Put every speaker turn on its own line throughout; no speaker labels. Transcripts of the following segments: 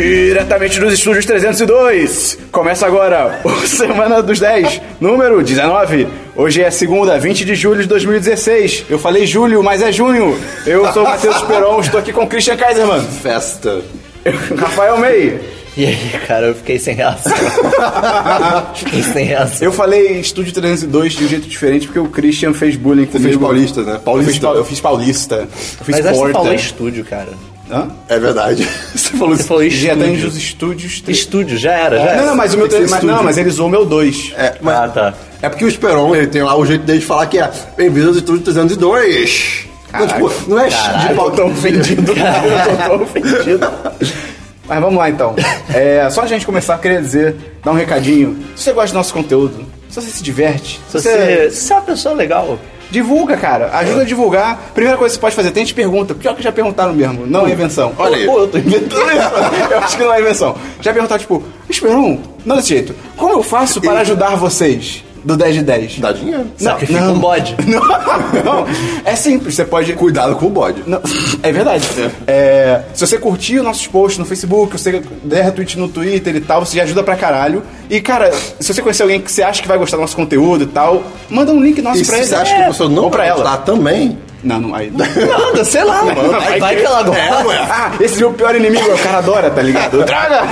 diretamente dos estúdios 302. Começa agora o Semana dos 10, número 19. Hoje é segunda, 20 de julho de 2016. Eu falei julho, mas é junho. Eu sou o Matheus Peron, estou aqui com o Christian Kaiserman,
Festa.
Rafael May.
E aí, cara, eu fiquei sem reação. fiquei sem reação.
Eu falei estúdio 302 de um jeito diferente porque o Christian fez bullying comigo.
fez paulista, né?
Paulista. Eu fiz,
Paulista.
pau- eu fiz paulista. Eu fiz
Mas acho que
porta.
você falou estúdio, cara.
Hã?
É verdade. Você falou é.
Você falou
Já tem
estúdio.
os é, estúdios.
Estúdio, já era, já era.
Não, não, mas o meu.
Tem que ser
mas-
estúdio.
não, mas ele usou o meu 2.
É, mas
Ah, tá.
é porque o Esperon, ele tem lá o jeito dele de falar que é bem-vindo aos estúdios 302. Não, tipo, não é de
Eu tô
pau
tão ofendido. Eu tô tão ofendido. Mas vamos lá então. É, só a gente começar, queria dizer, dar um recadinho. Se você gosta do nosso conteúdo, se você se diverte,
Se você, se você é uma pessoa legal,
divulga, cara. Ajuda a divulgar. Primeira coisa que você pode fazer, tente pergunta. Pior que já perguntaram mesmo. Não é invenção.
Olha aí.
Pô, eu tô inventando isso. Eu acho que não é invenção. Já perguntaram, tipo, Esperon, não desse jeito. Como eu faço para ajudar vocês do 10 de 10?
Dá dinheiro.
sacrifica
não.
um bode.
Não, não. É simples, você pode.
Cuidado com o bode.
Não, é verdade. É, se você curtir os nossos posts no Facebook, se você der retweet no Twitter e tal, você já ajuda pra caralho. E, cara, se você conhecer alguém que você acha que vai gostar do nosso conteúdo e tal, manda um link nosso
E se
pra ele.
você acha que a pessoa não
Ou pra
vai
ela.
gostar também, é
Não, não, aí.
Nada, sei lá, mano. Vai, vai que ela gosta.
ah, esse meu pior inimigo é o cara adora, tá ligado? Traga!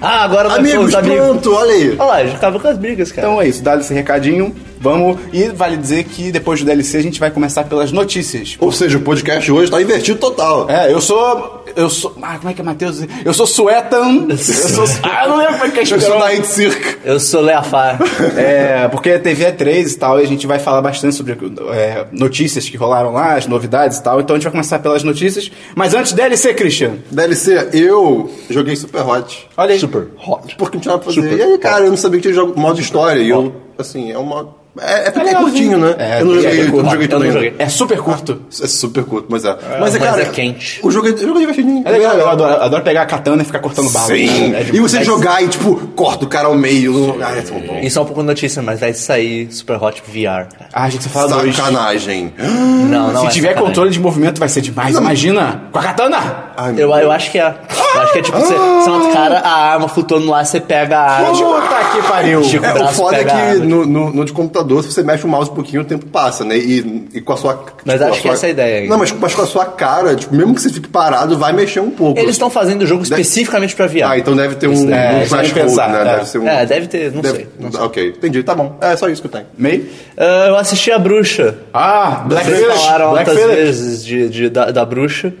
Ah, agora vai pôr
amigos,
os amigos.
pronto, olha aí.
Olha lá, já acabou com as brigas, cara.
Então é isso, dado esse recadinho, vamos. E vale dizer que depois do DLC a gente vai começar pelas notícias.
Ou seja, o podcast hoje tá invertido total.
É, eu sou. Eu sou. Ah, como é que é, Matheus? Eu sou suetan. Eu sou. Ah, eu não lembro como é que é
Eu sou
esperão.
da Circa.
Eu sou Leafar.
É, porque a TV é 3 e tal, e a gente vai falar bastante sobre é, notícias que rolaram lá, as novidades e tal. Então a gente vai começar pelas notícias. Mas antes, DLC, Christian.
DLC, eu joguei Super Hot.
Olha aí.
Super hot.
Porque não tinha nada pra fazer. E aí, cara, eu não sabia que tinha jogo modo história. E eu, assim, é um modo. É, é porque é, curtinho, né?
É,
eu não
é
joguei,
bem
eu
curto.
não joguei
Eu
tudo
não
ainda.
joguei.
É super curto.
É super curto, mas é.
mas é quente.
O jogo é, o jogo é divertidinho.
É legal, eu adoro, eu adoro pegar a katana e ficar cortando bala.
Sim.
É de-
e você
é-
jogar e, tipo, corta o cara ao meio. Não... Ah, é tão bom.
Isso é um pouco notícia, mas vai sair Super Hot VR. cara.
Ah, a gente só fala dois.
Sacanagem.
Não, não
Se
é
tiver
sacanagem.
controle de movimento vai ser demais, imagina! Com a katana!
Ai, meu
Eu, eu
Deus.
acho que é. Eu acho que é tipo, você, você mata o cara, a arma flutuando lá, você pega a arma.
Puta que pariu!
Chico-
É, o
braço
foda é
pega
que
água.
no, no, no de computador, se você mexe o mouse um pouquinho, o tempo passa, né? E, e com a sua.
Mas
tipo,
acho
a
que
sua-
essa é a ideia.
Não, mas, mas com a sua cara, tipo, mesmo que você fique parado, vai mexer um pouco.
Eles estão fazendo o jogo especificamente pra VR.
Ah, então deve ter um,
é, isso
um
eu
flash
ia
code,
pensar,
né?
é.
Deve ser um.
É, deve ter, não
deve-
sei.
Ok, entendi, tá bom. É só isso que eu tenho.
Meio?
Ah, eu assisti a bruxa.
Ah, Black
Vocês
Village!
falaram
Black
altas
Village!
vezes de, de- da, da bruxa.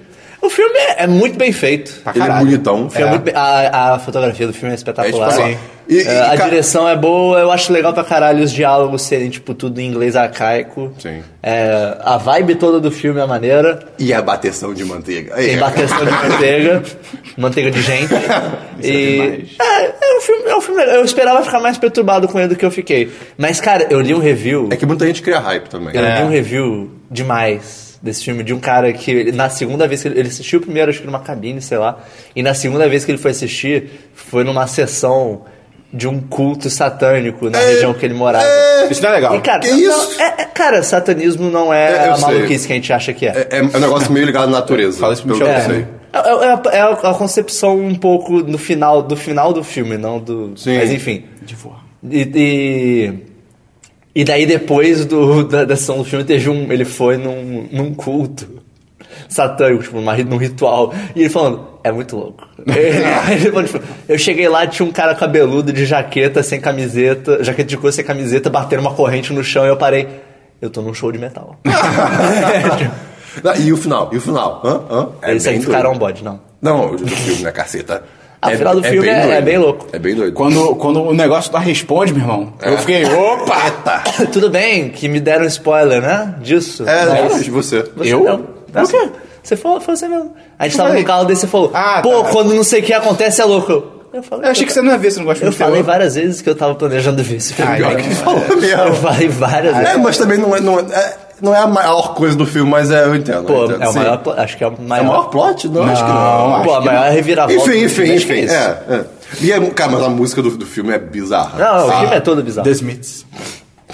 O filme é, é muito bem feito.
Pra
Ele é
caralho.
bonitão.
O filme é muito bem- a, a fotografia do filme é espetacular.
É, tipo, assim, e- e,
Ah, a
ca-
direção é boa, eu acho legal pra caralho os diálogos serem, tipo, tudo em inglês arcaico.
Sim.
É, a vibe toda do filme é maneira.
E a bateção de manteiga.
Tem
É.
bateção de manteiga, manteiga de gente. e.
demais.
É, é um filme, é um filme legal. Eu esperava ficar mais perturbado com ele do que eu fiquei. Mas, cara, eu li um review.
É que muita gente cria hype também.
Eu
É.
li um review demais desse filme de um cara que ele- na segunda vez que ele, ele assistiu o primeiro acho que numa cabine, sei lá, e na segunda vez que ele foi assistir foi numa sessão de um culto satânico na região que ele morava.
Isso não é legal.
E cara,
É. Que
não-
isso?
é- é- cara, satanismo não
É,
é,
eu
a
sei.
maluquice que a gente acha que é.
É, é um negócio meio ligado à natureza.
Fala isso pro
pelo
Michel
que eu
Temer.
sei.
É, é- é a- é a, a concepção um pouco no final do final do filme, não do.
Sim.
Mas enfim.
De voar.
E, e, e daí depois do, da, da sessão do filme teve um. Ele foi num, num culto satânico, tipo, numa, ri- num ritual. E ele falando, é muito louco. ele falou, tipo, eu cheguei lá tinha um cara cabeludo de jaqueta, sem camiseta, jaqueta de couro sem camiseta, batendo uma corrente no chão e eu parei. Eu tô num show de metal.
Ah, e o final? E o final? Hã? Hã? É
Eles
bem
sacrificaram um
doido.
bode, não.
Não, o do filme, né, caceta?
Ah, o final do filme é-
doido.
é bem louco.
É bem doido.
Quando, quando o negócio lá responde, meu irmão, eu fiquei, opa!
Eita!
Tudo bem que me deram spoiler, né? Disso.
É,
Mas-
não, de você.
Você
Eu?
Não. Tá certo. Você falou, foi você mesmo. A gente tava
falei.
no carro desse e falou,
Ah,
pô,
tá.
quando não sei o que acontece é louco. Eu- Eu falei,
Eu achei que você não ia ver, você não gosta de
Eu
filme
falei
terror.
várias vezes que eu tava planejando ver esse filme.
Ah,
Pior
é.
que falou
Eu
mesmo.
falei várias vezes.
É, mas também não é, não, é, é- não é a maior coisa do filme, mas é, eu entendo. eu
Pô,
entendo.
é o
Sim.
maior. pla- Acho que é o maior.
É o maior né? plot? Não, acho que não.
Pô, a maior reviravolta.
Enfim,
do
enfim,
filme, acho que
enfim.
é isso.
É, é. E é, cara, mas a música do, do filme é bizarra.
Não, o filme é todo bizarro.
The Smiths.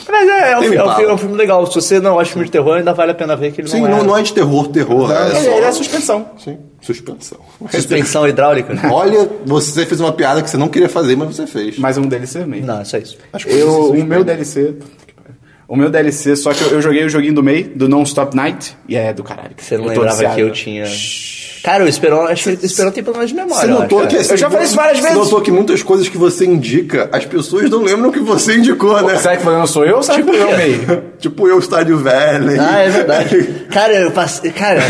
Mas é, é um,
Tem
fi- é um
bala.
fi- é um filme legal. Se você não acha filme de terror, ainda vale a pena ver que ele
Sim,
não é.
não, não é de terror, terror. É,
Ele,
só...
ele é suspensão.
Sim, suspensão.
Suspensão hidráulica.
Olha, você fez uma piada que você não queria fazer, mas você fez.
Mas um DLC mesmo.
não, é só isso.
As coisas se
Eu, o
suspendem.
meu DLC. puta que pariu. O meu DLC, só que eu, eu joguei o joguinho do MEI, do Non Stop Night, e é do caralho.
Você não
Eu tô
lembrava
viciado.
que eu tinha. Cara, o Esperon, acho que o Esperon tem problema de memória.
Você
eu
notou
acho,
que
cara.
assim,
Eu já falei isso várias
Você
vezes.
notou que muitas coisas que você indica, as pessoas não lembram que você indicou, né?
Será que o problema sou eu ou será que foi eu, o MEI?
tipo eu, Estádio Velho.
Ah, é verdade. Cara, eu passei. Cara, é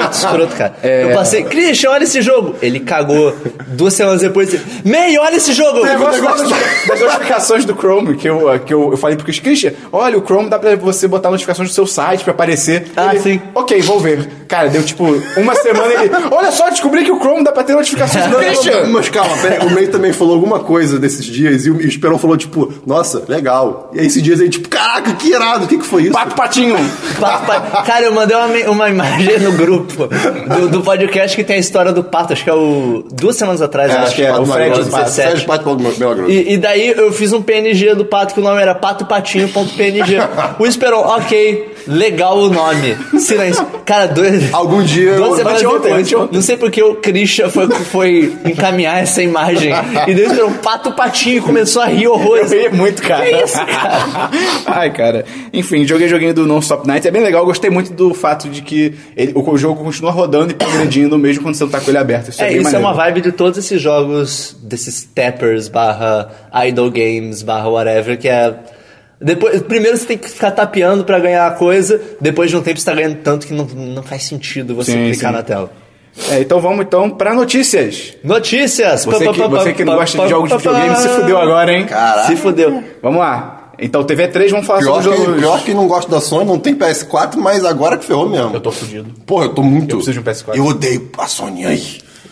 muito escroto, cara. Eu passei. Christian, olha esse jogo. Ele cagou duas semanas depois. disse, Meio, olha esse jogo.
Eu gosto das, das notificações do Chrome, que eu, que eu, eu falei pro Chris, Christian, olha, o Chrome dá pra você botar notificações do seu site pra aparecer.
Ah,
Ele,
sim.
Ok, vou ver. Cara, deu tipo uma semana ele. Olha só, descobri que o Chrome dá pra ter notificações do
Não, não, não,
Christian.
mas calma, pera, o May também falou alguma coisa desses dias e o Esperão falou, tipo, nossa, legal. E aí esses dias aí, tipo, caraca, que irado, o que, que foi isso?
Pato Patinho.
Papai- Cara, eu mandei uma, me- uma imagem no grupo do, do podcast que tem a história do pato. Acho que é o. Duas semanas atrás, eu acho.
que é,
Pato
o Fred
Magrão,
do Pato,
Sérgio Pato Paulo Belgrano.
E, e daí eu fiz um PNG do pato que o nome era patopatinho.png. O Esperon, ok, legal o nome. Silêncio. Cara, dois.
Algum dia eu-
Duas semanas
anteontem,
depois,
anteontem.
não sei porque o Christian foi, foi encaminhar essa imagem. E daí o Esperon, pato patinho, começou a rir
Eu
horrores. É,
ri muito, cara.
Que isso, cara?
Ai, cara. Enfim, joguei joguinho do Non-Stop Night. É bem legal. Gostei muito do fato de que ele- o jogo continua rodando e progredindo mesmo quando você não tá com ele aberto. Isso é,
É,
bem
isso é
maneiro.
uma vibe de todos esses jogos, desses tappers barra idle games, barra whatever, que é. Depois, primeiro você tem que ficar tapeando pra ganhar a coisa, depois de um tempo você tá ganhando tanto que não, não faz sentido você
Sim,
clicar
sim.
na tela.
É, então vamos então pra notícias.
Tá,
Notícias!
Você
Pá,
que,
pá, pá,
você que não
pá,
gosta
pá,
de jogos de
pá,
videogame
pá.
se fudeu agora, hein?
Caralho.
Se fudeu.
Vamos lá. Então, TV3, vamos falar
Pior,
sobre jogos.
que, pior que não gosta da Sony, não tem PS4, mas agora que ferrou mesmo.
Eu tô fudido.
Porra, eu tô muito.
Eu preciso de um PS4.
Eu odeio a Sony aí.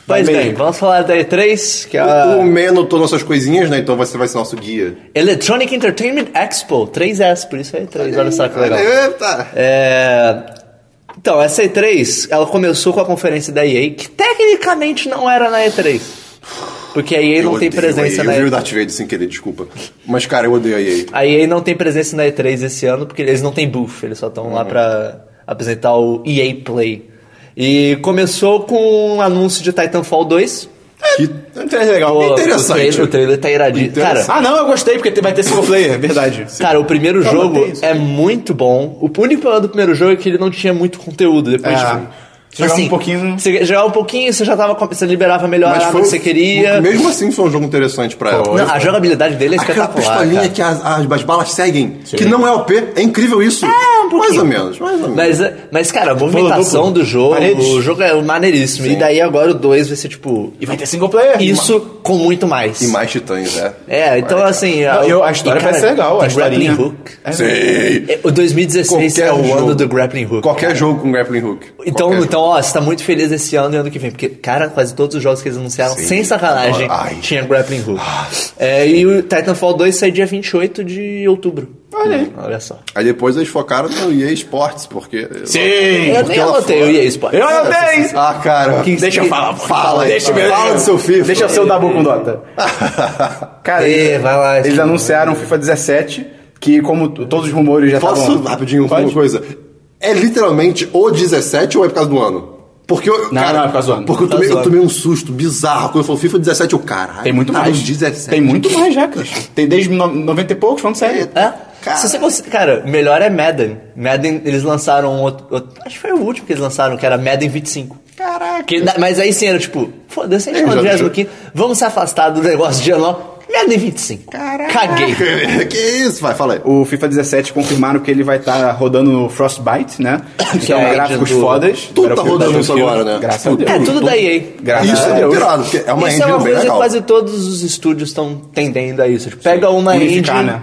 Pois
Vai
bem,
bem. Um,
vamos falar da E3, que é
Ah.
O, o
a
Meia anotou nossas coisinhas, né? Então você vai ser nosso guia.
Electronic Entertainment Expo, 3S, por isso é E3, olha só que legal.
Eita!
É... Então, essa E3, ela começou com a conferência da EA, que tecnicamente não era na E3. Porque a EA
Eu
não tem
odeio
presença
a EA.
na
Eu vi o
E3.
Darth Vader sem querer, desculpa. Mas, cara, eu odeio a EA.
A EA não tem presença na E3 esse ano, porque eles não têm booth, eles só estão lá
Uhum.
pra apresentar o EA Play. E começou com um anúncio de Titanfall 2.
Que
Então é legal.
Pô,
Interessante.
O trailer, o trailer tá iradinho. Cara,
Ah, não, eu gostei, porque vai ter single player, é verdade.
Cara, o primeiro
Calma,
jogo
tem isso
é muito bom. O único problema do primeiro jogo é que ele não tinha muito conteúdo. Depois,
É.
tipo,
Você jogava um pouquinho-
Você jogava um pouquinho, você já tava. com- Você liberava melhor a arma que você queria.
um Mesmo assim, foi um jogo interessante pra ela.
Não, a jogabilidade dele é
Aquela
espetacular.
pistolinha
cara.
que as, as, as balas seguem, que não é OP, é incrível isso. É,
um pouquinho.
Mais ou menos, mais ou menos.
Mas, é- mas, cara, a movimentação
duplo.
do jogo,
Paredes.
o jogo é maneiríssimo. E daí agora o 2 vai ser tipo.
E vai ter single player.
Isso com muito mais.
E mais titãs, é.
É, então
Vai,
assim.
Não, eu- a história
e,
parece legal, a
tem grappling
historinha.
hook.
É.
Sei.
É, O 2016 é o
jogo.
ano do grappling hook.
Qualquer jogo com grappling hook.
Então,
Qualquer
então ó, você tá muito feliz esse ano e ano que vem, porque, cara, quase todos os jogos que eles anunciaram,
Sim.
sem sacanagem,
Ai. Ah,
tinha Grappling Hook. É, e o Titanfall 2 sai dia 28 de outubro. Olha aí. Olha só.
Aí depois eles focaram no EA Sports, porque.
Sim.
eu nem
ela
anotei
foi.
o EA Sports.
Eu anotei!
Ah, cara.
Que-
Deixa eu falar.
Fala,
deixa eu ver.
fala do seu FIFA.
Deixa eu ser o Dabu com Dota. Cara,
Ê,
eles,
vai lá,
eles
esse-
anunciaram FIFA 17, que como t- todos os rumores já
Posso
estavam...
Tá rapidinho um
Pode?
uma coisa? É literalmente o 17 ou é por causa do ano? Porque eu,
Não, não, é por causa do ano.
Porque eu
Por causa
tomei,
do
eu tomei um susto bizarro. Quando eu falei FIFA 17, eu, caralho.
Tem muito
tá
mais.
no 17.
Tem muito mais já, cara. Tem desde no- 90 e poucos, vamos sair.
É?
Cara.
Se você cons- cara, o melhor é Madden. Madden, eles lançaram um outro, outro- Acho que foi o último que eles lançaram, que era Madden 25.
Caraca.
Que na- mas aí sim era tipo, foda-se, a gente
Eu
tá no
já-
25, vamos se afastar do negócio de ano. Madden 25. Caguei.
que isso, vai, fala aí.
O FIFA 17 confirmaram que ele vai estar rodando no Frostbite, né? Que é
é a
um gráficos
engine do-
fodas.
Tudo tá
Battlefield
rodando isso
2000,
agora, né?
Graças a
Tudo.
Deus.
É, tudo da EA.
Graças
Isso
a
é
Deus.
pirado, porque é uma
Isso é
engine
uma
bem
coisa que
legal.
quase todos os estúdios estão tendendo a isso. Tipo, pega uma
Unificar,
engine,
né?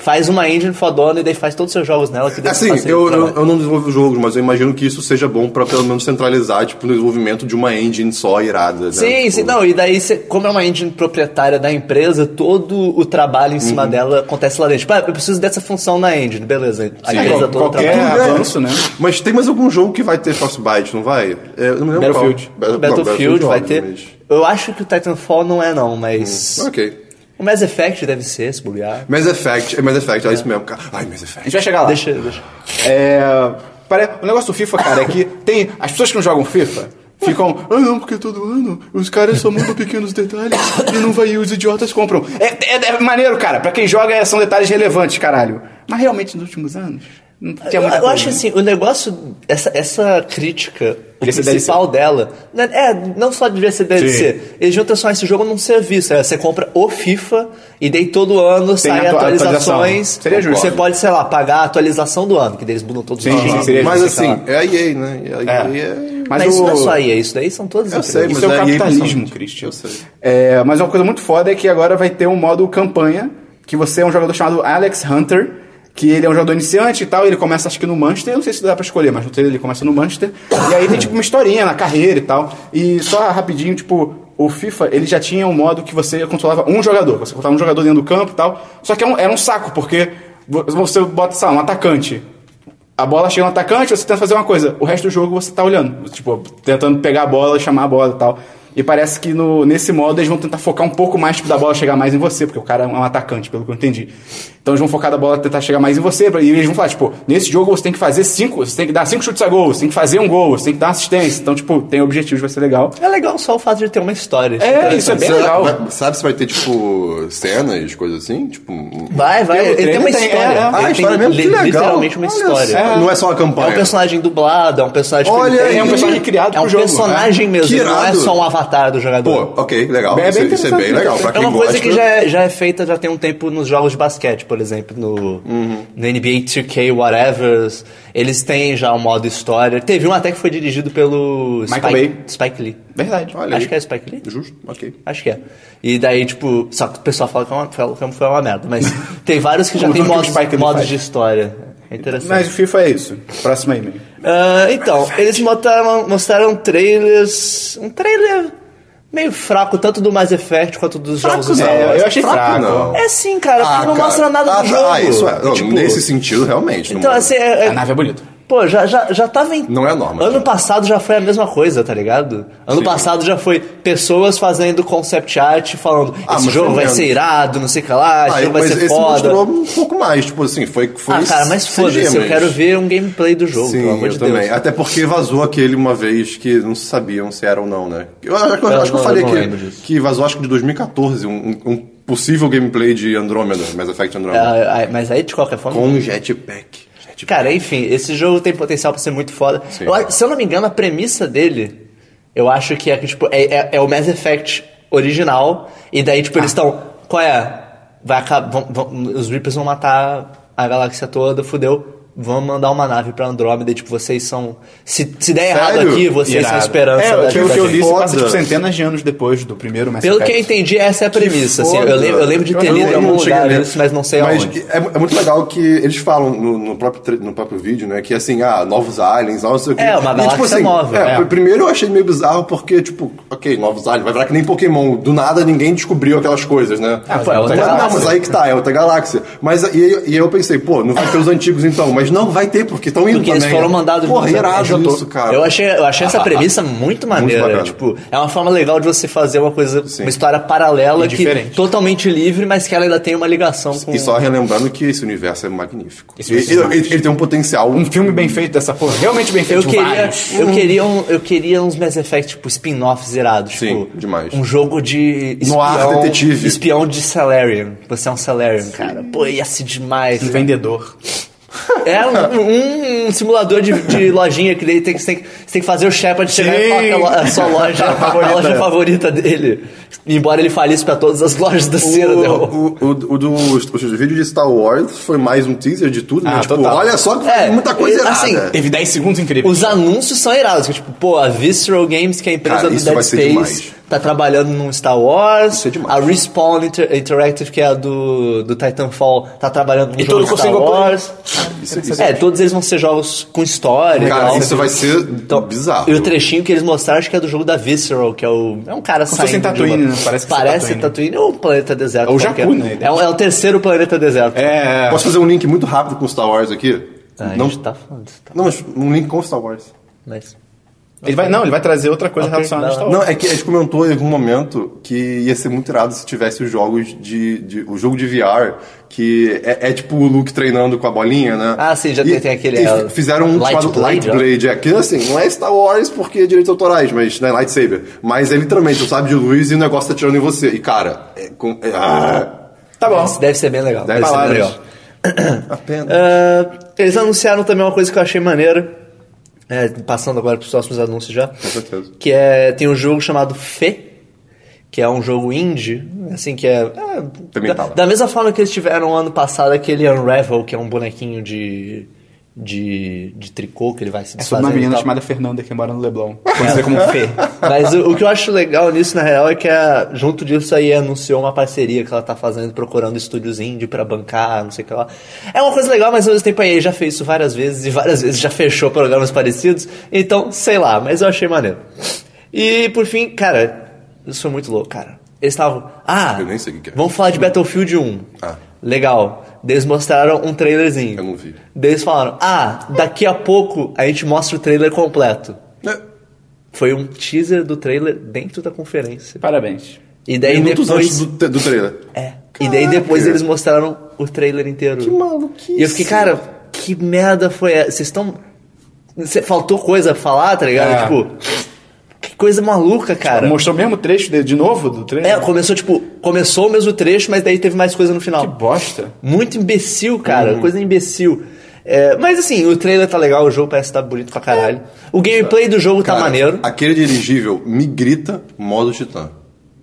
faz uma engine fodona e daí faz todos os seus jogos nela. Que daí
Assim,
facilita o
eu, eu,
trabalho.
eu não desenvolvo jogos, mas eu imagino que isso seja bom pra pelo menos centralizar, tipo, o desenvolvimento de uma engine só irada. né?
Sim,
Tipo,
sim, não, e daí, cê- como é uma engine proprietária da empresa, todo o trabalho em
Uhum.
cima dela acontece lá dentro. Tipo, ah, eu preciso dessa função na engine, beleza. A
É,
empresa toda
qualquer
trabalha.
trabalho.
avanço, né?
Mas tem mais algum jogo que vai ter Frostbite, não vai? É, eu não me lembro
Battlefield.
qual. Ba- não,
Battlefield vai
óbvio,
ter.
mas- Hum.
Eu acho que o Titanfall não é, não, mas.
Ok.
O Mass Effect deve ser, se bobear.
Mass Effect, é Mass Effect, é, isso mesmo, cara. Ai, Mass
A
Effect.
gente vai chegar lá.
Deixa, deixa.
É, pare- O negócio do FIFA, cara, é que tem. As pessoas que não jogam FIFA ficam. Ah, não, porque todo ano os caras só mudam pequenos detalhes e não vai e os idiotas compram. É, é- é maneiro, cara. Pra quem joga é- são detalhes relevantes, caralho. Mas realmente nos últimos anos. Não tinha
Eu,
muita
eu
coisa,
acho
né?
assim, o negócio, essa, essa crítica o
Devia ser
principal dela, né, é, não só devia ser DLC, eles deviam transformar esse jogo num serviço. é, Você compra o FIFA e daí todo ano saem
atua-
atualizações.
atualização. Seria justo.
Você pode, sei lá, pagar a atualização do ano, que daí eles mudam todos
Sim,
os
sim,
anos.
seria-
Mas
sei
assim,
lá.
é a EA, né? E A
É.
EA é...
Mas
Mas, isso
o-
não é só aí, é isso daí são todas as
Eu sei,
empresas.
Isso é o
Mas a EA
capitalismo,
funciona.
Christian.
Eu sei.
É, mas uma coisa muito foda é que agora vai ter um modo campanha, que você é um jogador chamado Alex Hunter, que ele é um jogador iniciante e tal, ele começa acho que no Manchester, eu não sei se dá pra escolher, mas no trailer ele começa no Manchester, e aí tem tipo uma historinha na carreira e tal, e só rapidinho, tipo, o FIFA, ele já tinha um modo que você controlava um jogador, você controlava um jogador dentro do campo e tal, só que era um, era um saco, porque vo- você bota, sei lá, um atacante, a bola chega no atacante, você tenta fazer uma coisa. O resto do jogo você tá olhando. Tipo, tentando pegar a bola, chamar a bola e tal. E parece que no, nesse modo eles vão tentar focar um pouco mais, tipo, da bola chegar mais em você, porque o cara é um atacante, pelo que eu entendi. Então eles vão focar da bola tentar chegar mais em você, pra- e eles vão falar, tipo, nesse jogo você tem que fazer cinco, você tem que dar cinco chutes a gol, você tem que fazer um gol, você tem que dar uma assistência. Então, tipo, tem objetivos, vai ser legal.
É legal só o fato de ter uma história. tipo, isso
É, isso é
interessante.
bem
Será-
legal.
vai- sabe se vai ter, tipo, cenas, coisas assim? Tipo. um-
Vai, vai.
Pelo
Ele tem uma
trailer tem- é,
história.
é.
Ele
Ah,
tem
história mesmo? Que
li-
legal.
Literalmente uma
Olha
história.
só. Não é só uma
É
campanha.
um personagem dublado, é um personagem que
Olha
ele
aí,
tem-
é um personagem
criado
É um
pro jogo,
personagem
né?
mesmo,
Que
ele não é
irado.
só um avatar do
Pô,
jogador.
ok, legal.
É bem
isso, isso é bem
interessante,
legal.
interessante.
Pra
É
quem
uma coisa
gosta,
que já é, já é feita já tem um tempo nos jogos de basquete, por exemplo, no,
Uhum.
no NBA 2K, whatever. Eles têm já um modo história. Teve um até que foi dirigido pelo
Michael
Spike,
Bay.
Spike Lee.
Verdade.
Olha aí.
Acho que é Spike Lee?
Justo, ok.
Acho que é. E daí, tipo, só que o pessoal fala que é uma, fala que foi uma merda, mas tem vários que já
Como
tem
tudo que o
modos,
Spike Lee
modos
faz.
de história. É interessante.
Mas o FIFA é isso. Próximo aí, meio.
Ah, então, eles mostraram, mostraram trailers. Um trailer meio fraco, tanto do Mass Effect quanto dos jogos do Star
não,
Wars.
É, eu achei fraco.
não.
É sim, cara, porque não
cara.
mostra nada do
Ah, tá.
jogo.
Ah, isso é. Não,
Tipo,
nesse sentido, realmente. não
Então,
muda.
assim, é- é-
A nave é bonita.
pô, já, já, já tava em.
Não é norma,
Ano
cara.
passado já foi a mesma coisa, tá ligado? Ano
Sim.
passado já foi pessoas fazendo concept art, falando:
Ah,
esse
mas
jogo
foi
vai
menos.
ser irado, não sei o que lá, esse
Ah,
jogo vai
mas
ser
esse
foda.
mostrou um pouco mais, tipo assim, foi. foi
Ah, cara, mas
CG,
foda-se, eu
mas-
quero ver um gameplay do jogo,
Sim,
pelo amor
eu
de
também.
Deus. Ah,
Até porque vazou aquele uma vez que não sabiam se era ou não, né? Eu, acho que eu,
Eu
acho que eu
não-
falei
eu não
que,
lembro disso.
que vazou, acho que de 2014, um, um- um possível gameplay de Andrômeda, Mass Effect Andrômeda.
Ah, ah, mas aí, de qualquer forma,
Com um jetpack. jetpack.
Cara, enfim, esse jogo tem potencial pra ser muito foda.
Sim.
Eu acho- se eu não me engano, a premissa dele, eu acho que é que, tipo, é, é- é o Mass Effect original, e daí, tipo,
Ah.
eles estão. Qual é? Vai acabar. vão- vão- os Reapers vão matar a galáxia toda, fudeu. Vamos mandar uma nave pra Andrômeda, e, tipo, vocês são. Se, se der errado
Sério?
aqui, vocês são
Irado.
a esperança
É,
da,
pelo
da
que eu
gente.
li, se passa
Foda.
tipo, centenas de anos depois do primeiro Mass
Pelo que eu
Effect.
entendi, essa é a premissa. assim, eu, lembro, eu lembro de ter
Eu não-
lido em
eu não
algum
cheguei a
lugar
ler.
isso, mas não sei
Mas
aonde.
é, é muito legal que eles falam no, no próprio, tre- no próprio vídeo, né? Que assim, ah, novos aliens, não sei o que.
É, uma
E,
galáxia móvel,
é,
é.
pr- Primeiro eu achei meio bizarro porque, tipo, ok, novos aliens, vai virar que nem Pokémon. Do nada ninguém descobriu aquelas coisas, né?
Ah, pô, é outra
mas,
galáxia.
Não, mas aí que tá, é outra galáxia. Mas e, aí- e aí eu pensei, pô, não vai ter os antigos então. Mas não, vai ter, porque estão indo
Porque
também. é. né?
eles foram mandados
Porra,
de volta.
irado
Eles já
isso,
tô-
cara.
Eu achei, eu achei essa premissa muito maneira.
bacana.
tipo, é uma forma legal de você fazer uma coisa, uma história paralela
E
que
diferente.
totalmente livre, mas que ela ainda tem uma ligação com.
E só relembrando que esse universo é magnífico.
Esse universo é
ele, ele- ele tem um potencial
Um filme bem feito dessa porra, realmente bem feito.
Eu
tipo,
queria,
vários.
eu, queria um- eu queria uns Mass Effect, tipo, spin-offs zerados.
Sim,
tipo,
demais.
Um jogo de espião...
Noir, detetive.
Espião de Salarian. Você é um Salarian, cara. Pô, ia ser demais. né?
Um vendedor.
É um, um simulador de, de lojinha que daí tem, que- você tem, que- você tem que fazer o Shepard chegar e falar que a, lo- a sua loja é a loja favorita dele. Embora ele falisse pra todas as lojas da Citadel.
O, o, o do o vídeo de Star Wars foi mais um teaser de tudo,
Ah,
né? Tipo,
total.
olha só que
É,
muita coisa
e-
errada.
assim,
Teve 10 segundos incríveis.
Os anúncios são irados, que, tipo, pô, a Visceral Games, que é a empresa
Cara,
do
isso
Dead
vai ser
Space,
demais.
tá trabalhando num Star Wars.
Isso é demais.
a Respawn Inter- Interactive, que é a do, do Titanfall, tá trabalhando num
todo
jogo Star
consigo play.
Wars.
isso, isso-
É, todos eles vão ser jogos com história. e
cara,
tal.
isso vai ser
Então,
bizarro.
E o trechinho que eles mostraram, acho que é do jogo da Visceral, que é o. É um cara
Como se fosse
saindo.
em Tatooine,
de uma-
né? Parece que
Parece
fosse
em
Tatooine.
Tatooine ou um planeta deserto.
É o
qualquer.
Jakku, né?
É, o- é o terceiro planeta deserto.
É,
Posso fazer um link muito rápido com Star Wars aqui?
Ah, a
não,
gente tá falando. Tá.
não, mas um link com Star Wars.
Mas.
Ele vai, não, ele vai trazer outra coisa
Ok,
relacionada a
não.
Star Wars.
Não, é que a gente comentou em algum momento que ia ser muito irado se tivesse os jogos de. de- o jogo de VR, que é, é tipo o Luke treinando com a bolinha, né?
Ah, sim, já
E-
tem- tem aquele,
e
é,
fizeram um
Light
chamado
Blade,
Light
ó.
Blade. É que assim, não é Star Wars porque é direitos autorais, mas. Né, lightsaber. Mas é literalmente, tu sabe de luz e o negócio tá tirando em você. E cara, é. Com, é ah,
Tá bom.
Isso deve ser bem legal.
Deve né?
Deve, ser
ser
bem
legal.
legal.
apenas.
Ah, eles anunciaram também uma coisa que eu achei maneira. é, passando agora pros próximos anúncios já. Com
certeza.
Que é. Tem um jogo chamado Fê, que é um jogo indie, assim, que é. é,
Também
da,
tá lá.
da mesma forma que eles tiveram ano passado aquele Unravel, que é um bonequinho de. de. de tricô que ele vai se
É
desfazer.
sobre uma
e
menina
tal.
chamada Fernanda que mora no Leblon. Vou dizer como Fê.
Mas o, o que eu acho legal nisso, na real, é que a- junto disso aí anunciou uma parceria que ela tá fazendo, procurando estúdios indie pra bancar, não sei o que lá. É uma coisa legal, mas ao mesmo tempo aí já fez isso várias vezes e várias vezes já fechou programas parecidos. Então, sei lá, mas eu achei maneiro. E por fim, cara, isso foi muito louco, cara. Eles estavam. Ah!
Eu nem sei o que que é.
Vamos falar de Battlefield 1.
Ah.
Legal. Eles mostraram um trailerzinho.
Eu não vi.
Daí Eles falaram: Ah, daqui a pouco a gente mostra o trailer completo.
É,
Foi um teaser do trailer dentro da conferência.
Parabéns.
E daí
Minutos antes
depois.
do, te- do trailer.
É. E daí depois
Caraca.
eles mostraram o trailer inteiro. Que
maluquice.
E eu fiquei, cara, que merda foi essa? Vocês estão. Cê- Faltou coisa pra falar, tá ligado?
É.
Tipo. Que coisa maluca, cara.
Mostrou o mesmo trecho de, de novo do
É,
trailer?
começou, tipo, começou o mesmo trecho, mas daí teve mais coisa no final.
Que bosta.
Muito imbecil, cara. Coisa imbecil. É, mas assim, o trailer tá legal, o jogo parece que tá bonito pra caralho. O gameplay do jogo tá
Cara,
maneiro.
Aquele dirigível me grita modo titã.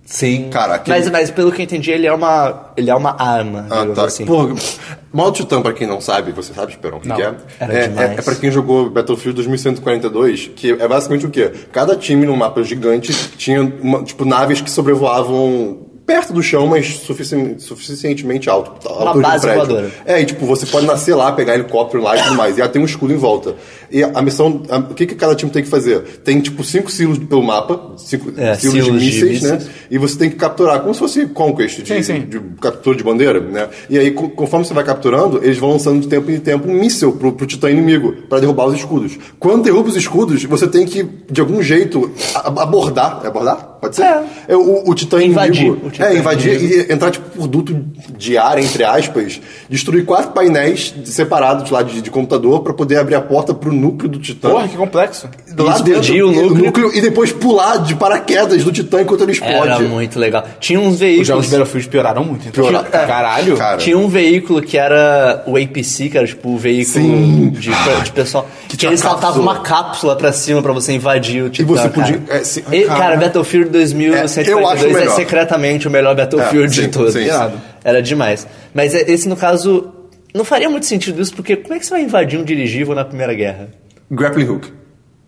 Sim.
Cara, aquele-
mas, mas pelo que eu entendi, ele é uma, ele é uma arma.
Ah,
digamos
tá.
assim.
Pô, modo Titã, pra quem não sabe, você sabe, Esperão, o que,
Não.
que é?
Era
é, é?
demais.
É pra quem jogou Battlefield 2142, que é basicamente o quê? Cada time num mapa gigante tinha, uma- tipo, naves que sobrevoavam perto do chão, mas sufici- suficientemente alto. a altura de um
base
prédio.
voadora.
É, e, tipo, você pode nascer lá, pegar helicóptero lá e tudo mais. E ela tem um escudo em volta. E a missão... a- o que, que cada time tem que fazer? Tem, tipo, cinco silos pelo mapa. Cinco
É,
silos,
silos de
de mísseis, né?
mísseis.
E você tem que capturar, como se fosse Conquest, de,
Sim, sim.
de captura de bandeira, né? E aí, co- conforme você vai capturando, eles vão lançando de tempo em tempo um míssil pro, pro titã inimigo, pra derrubar os escudos. Quando derruba os escudos, você tem que, de algum jeito, a- abordar. É abordar? Pode ser?
É.
o, o titã
Invadir
inimigo.
o titã
é, invadir
inimigo.
e entrar, tipo, por duto de ar, entre aspas, destruir quatro painéis separados lá de, de computador pra poder abrir a porta pro núcleo do titã
Porra, que complexo.
lá
Explodir
dentro
o
e-
núcleo.
e depois pular de paraquedas do Titã enquanto ele explode.
Era muito legal. Tinha uns
Os jogos de
veículos.
Battlefield pioraram muito, então.
Pioraram.
Caralho.
Cara.
Tinha um veículo que era o APC, que era tipo o veículo
Sim. Ah,
de, pra- de pessoal. Que,
tinha
eles
uma
saltavam
cápsula.
uma cápsula pra cima pra você invadir o Titã.
você podia-
Cara,
é, sim.
E,
Cara.
cara Battlefield
eu acho o
2042 é,
melhor.
secretamente o melhor Battlefield
É, sim,
de todos.
sim, sim.
Irado.
Era demais. Mas é- esse, no caso, não faria muito sentido isso, porque como é que você vai invadir um dirigível na Primeira Guerra?
Grappling hook.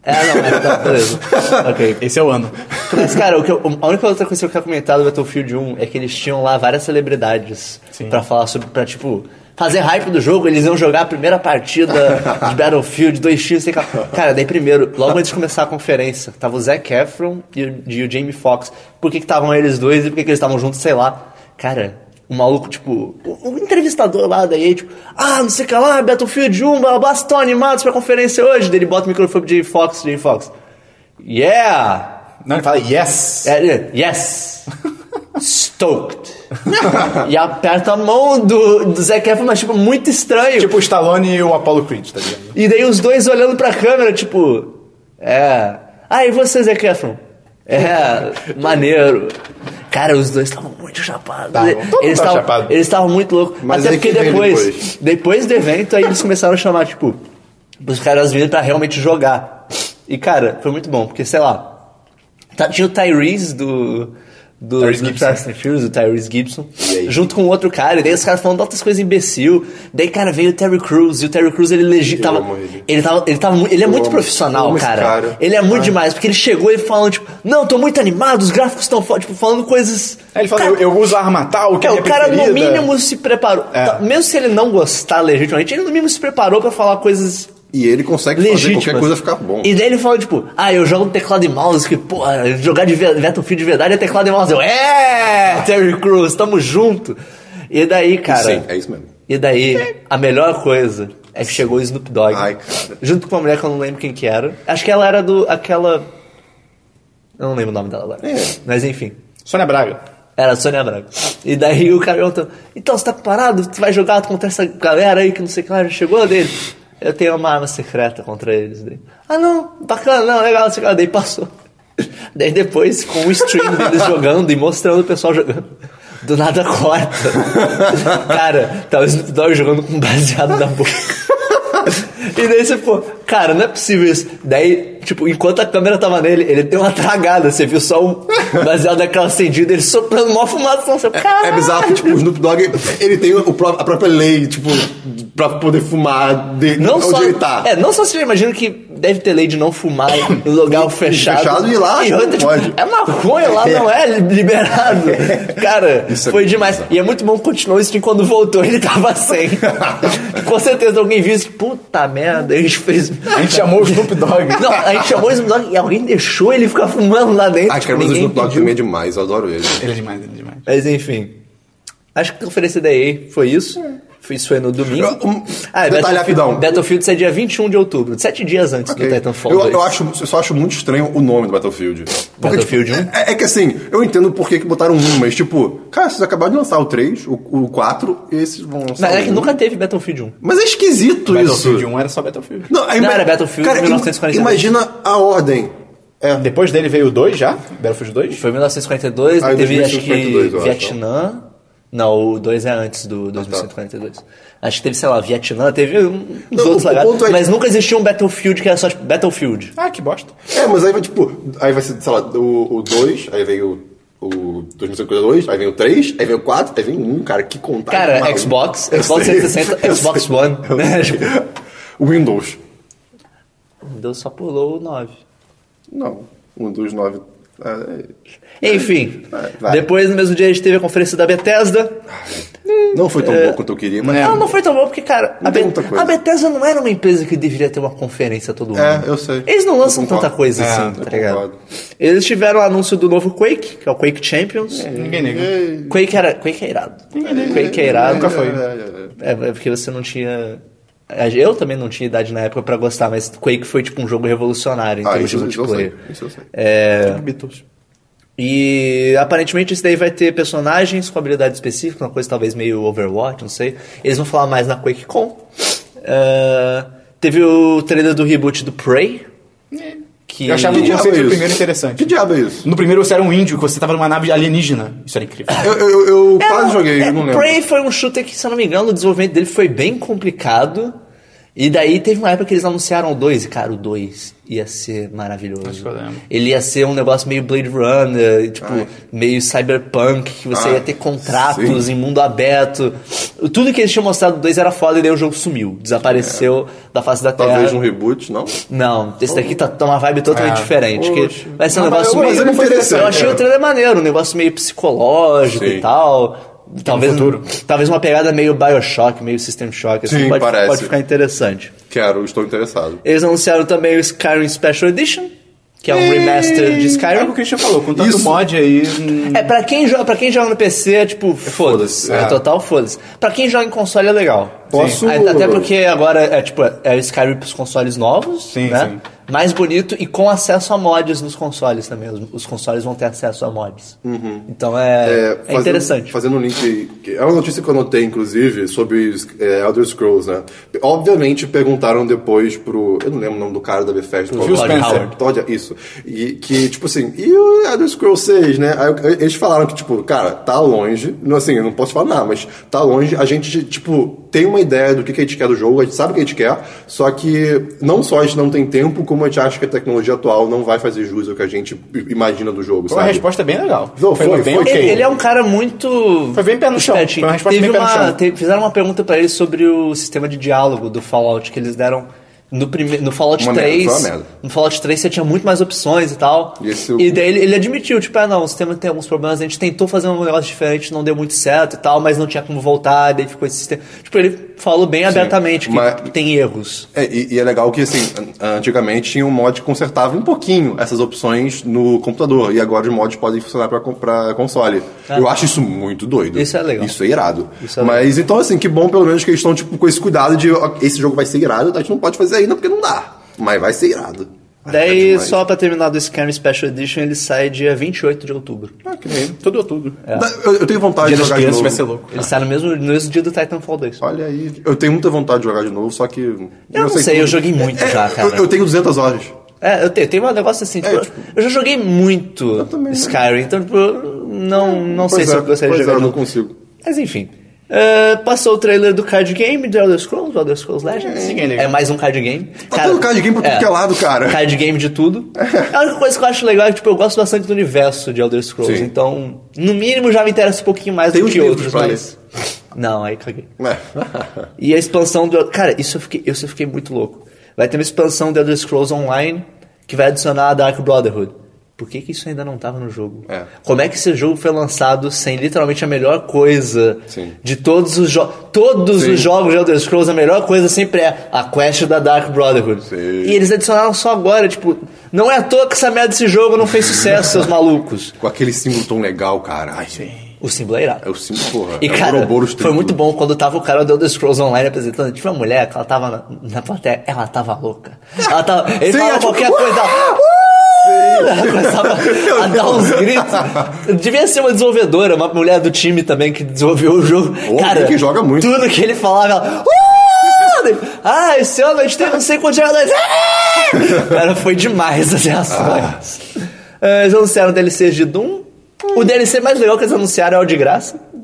É, não, é, tá, beleza. ok.
Esse é o ano.
Mas, cara, o que eu- a única outra coisa que eu quero comentar do Battlefield 1 é que eles tinham lá várias celebridades
Sim.
pra falar sobre, pra tipo, fazer hype do jogo. Eles iam jogar a primeira partida de Battlefield 2x, sei lá. Cara, daí primeiro, logo antes de começar a conferência, tava o Zac Efron e o, e o Jamie Foxx. Por que que estavam eles dois e por que que eles estavam juntos, sei lá. Cara, o maluco, tipo, o, o entrevistador lá da EA, tipo, ah, não sei o que lá, Battlefield 1, blá blá, blá, estão animados pra conferência hoje. Daí ele bota o microfone de Fox, Jamie Foxx. Yeah!
Não, ele fala yes.
É, é, yes! Stoked. e aperta a mão do, do Zac Efron, mas tipo, muito estranho.
Tipo o Stallone e o Apollo Creed, tá ligado?
E daí os dois olhando pra câmera, tipo... É... Ah, e você, Zac Efron? É, maneiro. Cara, os dois estavam muito chapados.
Tavam. Tá, Todo mundo
eles
tava
tavam-
chapado.
Eles estavam muito loucos.
Mas
Até
aí
porque
que vem
depois, depois...
depois?
do evento, aí eles começaram a chamar, tipo... Os caras vindo pra realmente jogar. E, cara, foi muito bom. Porque, sei lá... Tá- tinha o Tyrese do. Do,
Tyrese
do
Gibson.
Fast and Furious, o Tyrese Gibson,
aí?
junto com outro cara, e daí os caras falando outras coisas imbecil. Daí, cara, veio o Terry Crews, e o Terry Crews ele legit,
Eu
tava,
amo ele.
ele tava. Ele tava. mu- Ele é
Eu
muito
amo-
profissional,
eu amo esse
cara.
cara.
Ele é muito
Ah.
demais, porque ele chegou e falando, tipo, não, tô muito animado, os gráficos estão tipo, falando coisas.
Aí ele fala,
Cara,
eu, eu uso a arma tal, que
é,
é,
o
minha
cara no
preferida.
mínimo se preparou.
É.
Tá, mesmo se ele não gostar legitimamente, ele no mínimo se preparou pra falar coisas
E ele consegue fazer
legítimas.
qualquer coisa ficar bom.
E daí ele fala, tipo, ah, eu jogo teclado e mouse, que, porra, jogar de ve- Battlefield de verdade é teclado e mouse. Eu, é, Terry Crews, tamo junto. E daí, cara...
Sim, é isso mesmo.
E daí, a melhor coisa É que chegou o Snoop Dogg.
Ai, cara.
Junto com uma mulher que eu não lembro quem que era. Acho que ela era do. aquela. Eu não lembro o nome dela agora.
É.
Mas enfim.
Sônia Braga.
Era a Sônia Braga. E daí o cara perguntou: Então você tá parado? Tu vai jogar contra essa galera aí que não sei o que lá, já chegou dele? Eu tenho uma arma secreta contra eles. Daí, ah não, bacana, não, legal, não sei o que lá. Daí passou. Daí depois, com o stream deles jogando e mostrando o pessoal jogando. Do nada corta. cara, tá o Snoop Dogg jogando com um baseado na boca. E daí você pô, cara, não é possível isso. Daí, tipo, enquanto a câmera tava nele, ele deu uma tragada. Você viu só o baseado daquela acendida, ele soprando assim, uma fumação. Você,
É bizarro que, tipo, o Snoop Dogg, ele tem o pró- a própria lei, tipo, pra poder fumar de,
Não
onde
só,
ele tá.
É, não só você imagina que deve ter lei de não fumar em lugar fechado.
fechado e lá,
E outra,
não
tipo,
pode.
É maconha lá, não é liberado. Cara,
Isso é
foi
muito
demais.
bizarro.
E é muito bom que continuou isso que quando voltou ele tava sem. Com certeza alguém viu isso. tipo, Puta merda, a gente fez.
A gente chamou o Snoop Dogg.
Não, a gente chamou o Snoop Dogg e alguém deixou ele ficar fumando lá dentro. tipo,
Ah, cara, mas o
Ninguém
Snoop Dogg
pediu.
também é demais, eu adoro ele.
Ele é demais, ele é demais.
Mas enfim. Acho que a conferência da EA foi isso. Foi- Isso foi no domingo.
Eu- um-
ah,
detalhe
é Battlefield,
rapidão.
Battlefield sai dia 21 de outubro, sete dias antes do Titanfall
eu,
2.
eu acho, eu só acho muito estranho o nome do Battlefield. Porque,
Battlefield
tipo,
1?
É, é que assim, eu entendo por que que botaram um, mas tipo, cara, vocês acabaram de lançar o 3, o, o 4, e esses vão lançar.
Mas é
o
que
um.
nunca teve Battlefield 1.
Mas é esquisito
um.
Battlefield
isso.
1 era só Battlefield.
Não, aí
Não,
ima-
era Battlefield
cara, im-
1942.
Imagina a ordem. É.
Depois dele veio o 2 já? Battlefield 2?
Foi 1942,
Ah,
daí
em
teve acho
1942,
que
eu acho, Ah, tá.
Vietnã. Não, o 2 é antes do 2142. Acho que teve, sei lá, Vietnã, teve um- uns
Não, o- o
outros lagados.
ponto é-
Mas nunca existia um Battlefield que era só tipo, Battlefield.
Ah, que bosta.
É, mas aí vai tipo. Aí vai ser, sei lá, o 2, aí vem o. O 2052, aí vem o 3, aí vem o 4, aí vem o 1, cara, que contagem.
Cara,
maluca.
Xbox,
Tá Eu
Xbox
sei,
360,
eu
Xbox
sei,
One,
eu
né?
sei. Windows.
Deus só pulou o 9.
Não, um dos nove. é,
Enfim,
Vai.
depois no mesmo dia a gente teve a conferência da Bethesda.
Não foi tão
É.
bom quanto eu queria, mas.
Ela não foi tão boa porque, cara, a,
tem
Be-
muita coisa.
a Bethesda não era uma empresa que deveria ter uma conferência todo ano.
É, eu sei.
Eles não lançam
Eu concordo.
tanta coisa
É,
assim,
eu
tá ligado?
concordo.
Eles tiveram o anúncio do novo Quake, que é o Quake Champions.
Ninguém nega.
Quake, era, Quake é irado. Quake é irado.
Nunca foi.
É, é porque você não tinha. é, Eu também não tinha idade na época pra gostar, mas Quake foi tipo um jogo revolucionário em
Ah,
termos de
isso, isso eu
multiplayer.
sei. Isso eu sei.
É,
Beatles.
e aparentemente isso daí vai ter personagens com habilidade específica, uma coisa talvez meio Overwatch, não sei. Eles vão falar mais na QuakeCon. Ah, teve o trailer do reboot do Prey. Que
É. Eu achava
Que
o
diabo é
conceito do
isso?
primeiro interessante.
Que diabo é isso?
No primeiro você era um índio, que você tava numa nave alienígena. Isso era incrível.
Eu, eu, eu
É,
quase joguei,
é,
não lembro.
Prey foi um shooter que, se eu não me engano, o desenvolvimento dele foi bem complicado. E daí teve uma época que eles anunciaram o 2, e cara, o 2 ia ser maravilhoso.
Acho que eu lembro.
Ele ia ser um negócio meio Blade Runner, tipo, meio cyberpunk, que você
Ah,
ia ter contratos
sim.
em mundo aberto. Tudo que eles tinham mostrado do 2 era foda e daí o jogo sumiu, desapareceu da face da terra.
Talvez um reboot, não?
Não, esse daqui tá, tá uma vibe totalmente
É.
diferente.
Poxa.
Que vai ser um
Não, mas
negócio
eu- mas
meio.
ele foi interessante,
eu achei
é.
o trailer maneiro, um negócio meio psicológico
Sim. um
e tal. Talvez,
futuro.
talvez uma pegada meio Bioshock, meio System Shock, assim,
Sim,
pode,
parece.
pode ficar interessante.
Quero, estou interessado.
Eles anunciaram também o Skyrim Special Edition, que é um remaster
É
de
o que o
Skyrim.
Christian falou, com tanto
Isso.
mod aí. hum,
É, pra quem, joga, pra quem joga no PC, é tipo, foda-se.
é.
É total foda-se. Pra quem joga em console é legal.
Posso-
Aí, Até porque agora é tipo, é o Skyrim pros consoles novos,
Sim,
né?
sim.
Mais bonito e com acesso a mods nos consoles também. Os, os consoles vão ter acesso a mods. Então é, é,
fazendo-
interessante.
Fazendo um link. que- É uma notícia que eu anotei, inclusive, sobre é, Elder Scrolls, né? Obviamente perguntaram depois pro. Eu não lembro o nome do cara da Bethesda. qual
Phil
é o nome.
Spencer.
Howard. Todd, isso. E que, tipo assim, e o Elder Scrolls 6, né? Aí, eu- eles falaram que, tipo, cara, tá longe. Não, assim, eu não posso falar nada, mas tá longe. A gente, tipo, tem uma ideia do que, que a gente quer do jogo, a gente sabe o que a gente quer, só que não só a gente não tem tempo, como a gente acha que a tecnologia atual não vai fazer jus ao que a gente imagina do jogo,
Foi uma
sabe?
resposta é bem legal.
Não, foi,
bem
foi.
ok.
Ele, ele é um cara muito.
Foi bem pé no chão.
espertinho.
Foi uma resposta bem
Teve
pé no
uma-
chão.
te- fizeram uma pergunta pra ele sobre o sistema de diálogo do Fallout que eles deram. No, prime... no Fallout
Uma merda,
3.
foi uma merda.
No Fallout 3 você tinha muito mais opções e tal.
E esse eu-
E daí ele, ele admitiu, tipo, ah não, o sistema tem alguns problemas, a gente tentou fazer um negócio diferente, não deu muito certo e tal, mas não tinha como voltar, daí ficou esse sistema. Tipo, ele falou bem abertamente que
mas-
tem erros.
É, e, e é legal que, assim, an- antigamente tinha um mod que consertava um pouquinho essas opções no computador. E agora os mods podem funcionar pra, con- pra console. Eu acho isso muito doido.
Ah. Isso é legal.
Isso é irado.
Isso é
Mas, então, assim, que bom pelo menos que eles estão, tipo, com esse cuidado de... ó, Esse jogo vai ser irado, a gente não pode fazer ainda porque não dá. Mas vai ser irado. Ah, é
Daí,
demais.
só pra terminar do Skyrim Special Edition, ele sai dia 28 de outubro.
Ah, que nem-
Tudo outubro.
Dá- Eu, eu tenho vontade
Dia
de
das
É. jogar de
crianças
novo.
vai ser louco.
Ele sai no mesmo, no mesmo dia do Titanfall 2.
Olha aí. Eu tenho muita vontade de jogar de novo, só que... Eu
Eu não sei, eu joguei muito já, cara.
É, Eu, eu tenho 200 horas.
É, eu tenho, tem um negócio assim, tipo,
tipo-
eu já joguei muito
também, né?
Skyrim, então, tipo, eu não, não sei
Pois
se
é,
eu gostaria
pois
de
é,
jogar.
eu não
de novo.
consigo.
Mas enfim. É, passou o trailer do card game do Elder Scrolls, do Elder Scrolls Legends.
ninguém liga.
É mais um card game. Tá
tendo card game pra tudo que é lado, cara.
Card game de tudo. A única coisa que eu acho legal é que tipo, eu gosto bastante do universo de Elder Scrolls,
Sim.
então, no mínimo já me interessa um pouquinho mais
Tem
do
os
que
livros
outros,
pra
mas. Não, aí caguei.
É.
E a expansão do. Cara, isso eu fiquei, isso eu fiquei muito louco. Vai ter uma expansão do Elder Scrolls Online que vai adicionar a Dark Brotherhood. Por que, que isso ainda não estava no jogo?
É.
Como é que esse jogo foi lançado sem literalmente a melhor coisa
Sim.
de todos os jogos? Todos
Sim.
os jogos de Elder Scrolls, a melhor coisa sempre é a quest da Dark Brotherhood.
Sim.
E eles adicionaram só agora, tipo, não é à toa que essa merda desse jogo não fez sucesso, seus malucos.
Com aquele símbolo tão legal, cara. Ai,
O símbolo é irado.
é o símbolo, porra.
E,
é o
cara,
Ouroboros
foi
triplo.
muito bom quando tava o cara do Elder Scrolls Online apresentando. Tinha uma mulher que ela tava na, na plateia, ela tava louca. Ela tava. Ele
Sim,
falava
é tipo,
qualquer coisa. ela- Ela começava a dar uns gritos. Devia ser uma desenvolvedora, uma mulher do time também que desenvolveu o jogo.
Ou
cara,
alguém que joga muito.
Tudo que ele falava, ela. "Uh!" Daí, Ah, esse ano a gente teve não sei quantos jogadores. "Ah!" Cara, foi demais as reações.
Ah.
Eh, Eles anunciaram DLCs de Doom. O DLC mais legal que eles anunciaram é o de graça.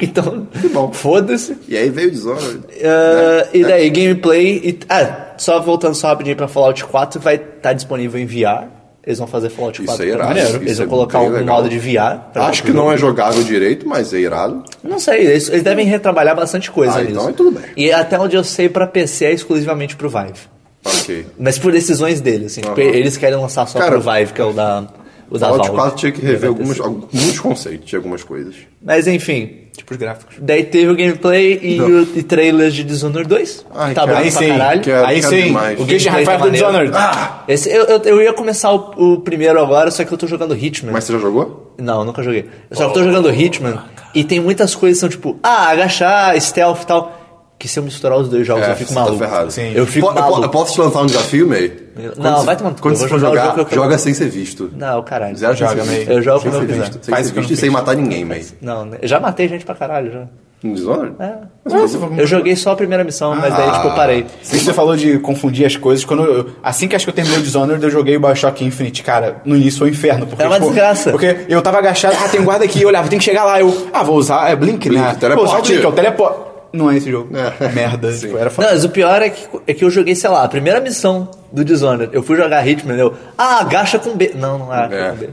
então,
bom. É,
foda-se.
E aí veio né? o Dishonored.
Eh, e daí, gameplay. e- ah, só voltando só rapidinho pra Fallout 4, vai estar disponível em VR. Eles vão fazer Fallout 4
é
pra
irado,
maneiro.
isso
Eles vão
é
colocar
bem
um
legal.
modo de VR. pra-
Acho que não é jogável direito, mas é irado.
Não sei, eles, eles devem retrabalhar bastante coisa
Ah,
nisso.
então é tudo bem.
E até onde eu sei, pra PC é exclusivamente pro Vive.
Ok.
Mas por decisões deles, assim. tipo,
Aham.
eles querem lançar só
Cara,
pro Vive, que é o da, o da
Fallout
Valve.
4 tinha que rever
Vai ter
algumas,
sim.
alguns conceitos de algumas coisas.
Mas enfim,
Tipo os gráficos.
daí teve o gameplay e,
Não.
o, e trailers de Dishonored 2.
Ai,
tá
cara,
bonito
aí
pra
sim,
caralho.
que é-
Aí
quero
sim,
demais.
o Christian High Five do
Gameplay tá maneiro.
Dishonored.
Esse, eu, eu, eu ia começar o, o primeiro agora, só que eu tô jogando Hitman.
Mas Oh, você já jogou?
Não, nunca joguei. Eu só tô jogando Hitman e tem muitas coisas que são tipo, ah, agachar, stealth e tal. Que se eu misturar os dois jogos,
É,
eu fico
você tá
maluco.
ferrado. Sim.
Eu fico
Po- eu, po-
maluco.
eu posso te lançar um desafio, May? Quando
Não,
você-
vai tomar no cu,
Quando
eu
você
vou
for
jogar o
jogar,
jogo que eu-
joga sem ser visto.
Não, caralho.
Zero chance
Joga,
de ser
May.
visto.
Eu jogo
sem
quando
ser
eu quiser.
visto. Sem
Faz
ser
o que eu
visto
não
e sem
fiz.
matar ninguém, May.
Não, né? eu já matei gente pra caralho já.
No Dishonored?
É.
Mas
Ah,
eu vou-
Eu joguei só a primeira missão, mas daí tipo eu parei.
Sim, Você falou de confundir as coisas. Quando eu- assim que acho que eu terminei o Dishonored, eu joguei o Bioshock Infinite, cara. No início foi um inferno. Porque,
É uma
tipo,
desgraça.
Porque eu tava agachado, ah, tem guarda aqui, eu olhava, tem que chegar lá. Eu, ah, vou usar, é Blink,
Blink,
né?
teleporte.
Vou usar o Blink, é o teleporte. Não é esse jogo.
É.
Merda,
Sim.
tipo, era foda.
Não, mas o pior é que, é que eu joguei, sei lá, a primeira missão do Dishonored. Eu fui jogar Hitman, eu, ah, agacha com B. Não, não agacha
É.
com B.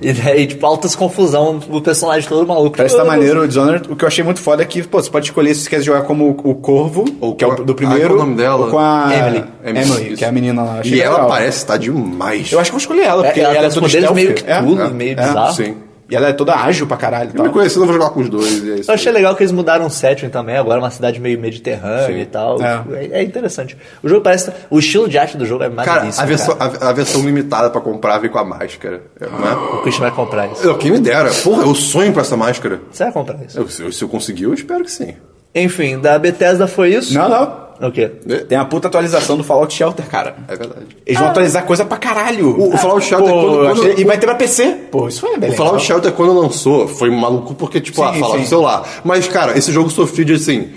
E daí, tipo, altas confusão, o personagem todo maluco.
Parece que tá
Eu-
maneiro o Dishonored. O que eu achei muito foda é que, pô, você pode escolher se você quer jogar como o Corvo,
Ou
que é
com a-
o do
Ah,
primeiro,
qual o nome dela?
ou com a
Emily.
Emily, que é a menina lá. Achei
E ela
legal.
parece estar demais.
Eu acho que eu escolhi ela,
É,
porque
ela
ela,
tem
é
os
toda
poderes
stealth.
meio que
é?
tudo, meio bizarro.
Sim.
E ela é toda ágil pra caralho. tá? e
Eu
tal.
me conhecendo, eu vou jogar com os dois. e é isso aí.
Eu achei legal que eles mudaram o setting também, agora é uma cidade meio mediterrânea
Sim.
e tal.
É.
É. é interessante. O jogo parece. O estilo de arte do jogo é
Cara,
maravilhoso.
a versão, a, a versão limitada pra comprar vem com a máscara. Né?
O Christian vai comprar isso.
Eu, quem me dera. Porra, eu sonho com essa máscara.
Você vai comprar isso.
Eu- se, eu, se eu conseguir, eu espero que sim.
Enfim, da Bethesda foi isso?
Não, não.
O quê?
Tem a puta atualização do Fallout Shelter, cara.
É verdade.
Eles
Ah.
vão atualizar coisa pra caralho.
O- o Fallout Shelter,
Pô,
quando-
eu achei-
quando-
E vai ter pra PC. Pô, isso é foi bem
O Fallout Shelter, quando lançou, foi maluco porque, tipo, ah,
Sim,
fala
sim.
do celular. Mas, cara, esse jogo sofreu de assim.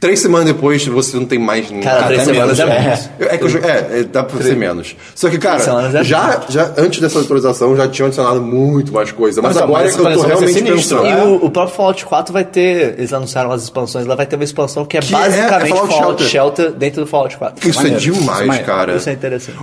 Três semanas depois você não tem mais
Ah,
nada.
tá,
Cara, três
Até
semanas
menos.
é muito.
É, é que eu jogo- é, é, dá pra ser menos. Só que, cara,
Três semanas é
já, já antes dessa atualização já tinham adicionado muito mais coisa. Mas
Mas, ó,
agora
mas
é que eu tô
essa
realmente
atualização vai ser sinistra,
pensando.
né?
E
É.
o, o próprio Fallout 4 vai ter. Eles anunciaram as expansões lá, vai ter uma expansão que é
Que é- é
basicamente
Fallout
Fallout, Shelter. dentro do Fallout 4.
Isso é
Maneiro, isso é
demais,
maneiro.
cara.
Isso é interessante.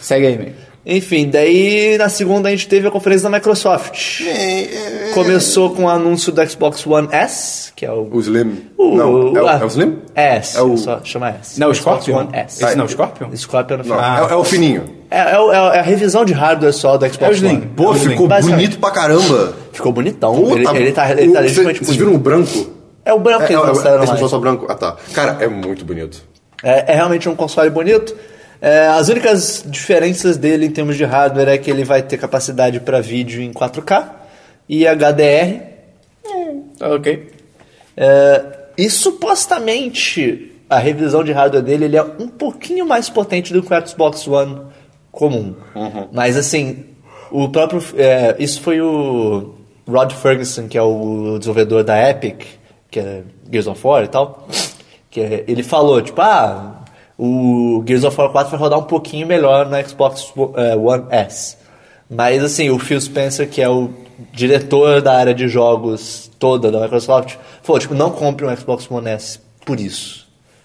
Segue aí, man.
Enfim, daí na segunda a gente teve a conferência da Microsoft.
É.
Começou com o anúncio do Xbox One S, que é o.
O Slim. não, é o,
ah,
é o Slim?
S,
É o- Tá.
só chama S.
Não, o
Xbox
Scorpion?
One S.
Esse não é o Scorpion?
Scorpion no
Não,
final.
é, é o fininho.
É, é, o- é a revisão de hardware só do Xbox
É o Slim.
One.
Pô,
É o Slim.
ficou
Basicamente.
bonito pra caramba.
Ficou bonitão.
Pô,
ele, ele tá, ele tá
o-
legitimamente
Vocês
bonito.
viram o branco?
É o branco que
é,
eles
é,
lançaram
esse
lá.
só branco? Ah, tá. Cara, é muito bonito.
É, é realmente um console bonito. É, as únicas diferenças dele em termos de hardware é que ele vai ter capacidade para vídeo em 4K e HDR.
Ah, Ok.
É, e supostamente a revisão de hardware dele ele é um pouquinho mais potente do que o Xbox One comum. Mas assim, o próprio. é, isso foi o Rod Ferguson, que é o desenvolvedor da Epic, que é Gears of War e tal. Que é- ele falou, tipo, ah, o Gears of War 4 vai rodar um pouquinho melhor no Xbox é, One S. Mas assim, o Phil Spencer, que é o diretor da área de jogos toda da Microsoft, falou, tipo, não compre um Xbox One S por isso.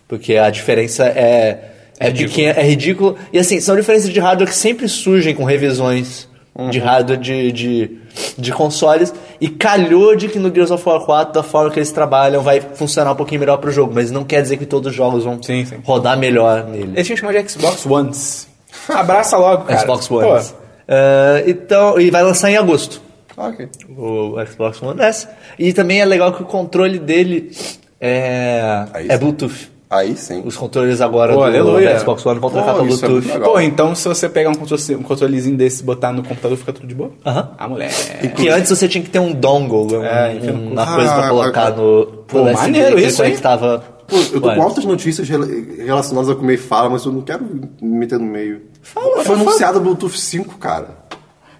Porque a diferença é, é, pequena, é ridícula. E assim, são diferenças de hardware que sempre surgem com revisões
Uhum.
de hardware de, de, de consoles. E calhou de que no Gears of War 4, da forma que eles trabalham, vai funcionar um pouquinho melhor pro jogo. Mas não quer dizer que todos os jogos vão
Sim, sim.
rodar melhor nele.
Eles tinham que chamar de Xbox Ones. Abraça logo, cara.
Xbox
Pô,
One. Eh, então, e vai lançar em agosto
Ah, Ok.
o Xbox One S. E também é legal que o controle dele é,
Aí
é
sim.
Bluetooth.
Aí sim.
Os controles agora
Pô,
do,
aleluia.
do Xbox One vão trocar
Pô,
com
isso é
Bluetooth.
muito
Pô, então se você pegar um, controle- um controlezinho desse e botar no computador, fica tudo de boa?
Aham.
Ah, moleque.
que antes você tinha que ter um dongle, um-
É, enfia no cu.
uma coisa
Ah,
pra colocar
agora-
no,
Pô,
no USB
maneiro
que
isso, hein?
conectava.
Pô, eu tô
Ué,
com altas notícias rela- relacionadas a comer e fala, mas eu não quero me meter no meio.
Fala,
Foi
fala.
anunciado o Bluetooth 5, cara.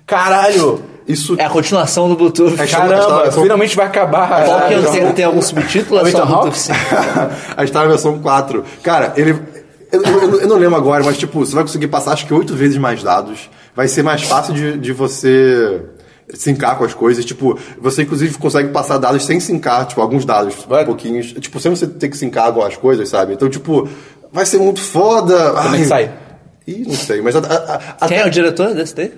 Caralho!
Isso
É a continuação do Bluetooth.
É chato.
Caramba,
Essa-
finalmente vai acabar.
Qual que é o-
Caralho.
tem, tem algum subtítulo? É só
Ethan
Bluetooth
Hawke?
5.
a gente tá na versão 4. Cara, ele. Eu, eu- eu não lembro agora, mas tipo, você vai conseguir passar acho que oito vezes mais dados. Vai ser mais fácil de, de você sincar com as coisas. Tipo, você inclusive consegue passar dados sem sincar, tipo, alguns dados,
Vai.
pouquinhos. Tipo, sem você ter que sincar algumas coisas, sabe? Então, tipo, vai ser muito foda.
Como é que sai?
Ih, não sei, mas a- a- a-
Quem é o diretor desse daí?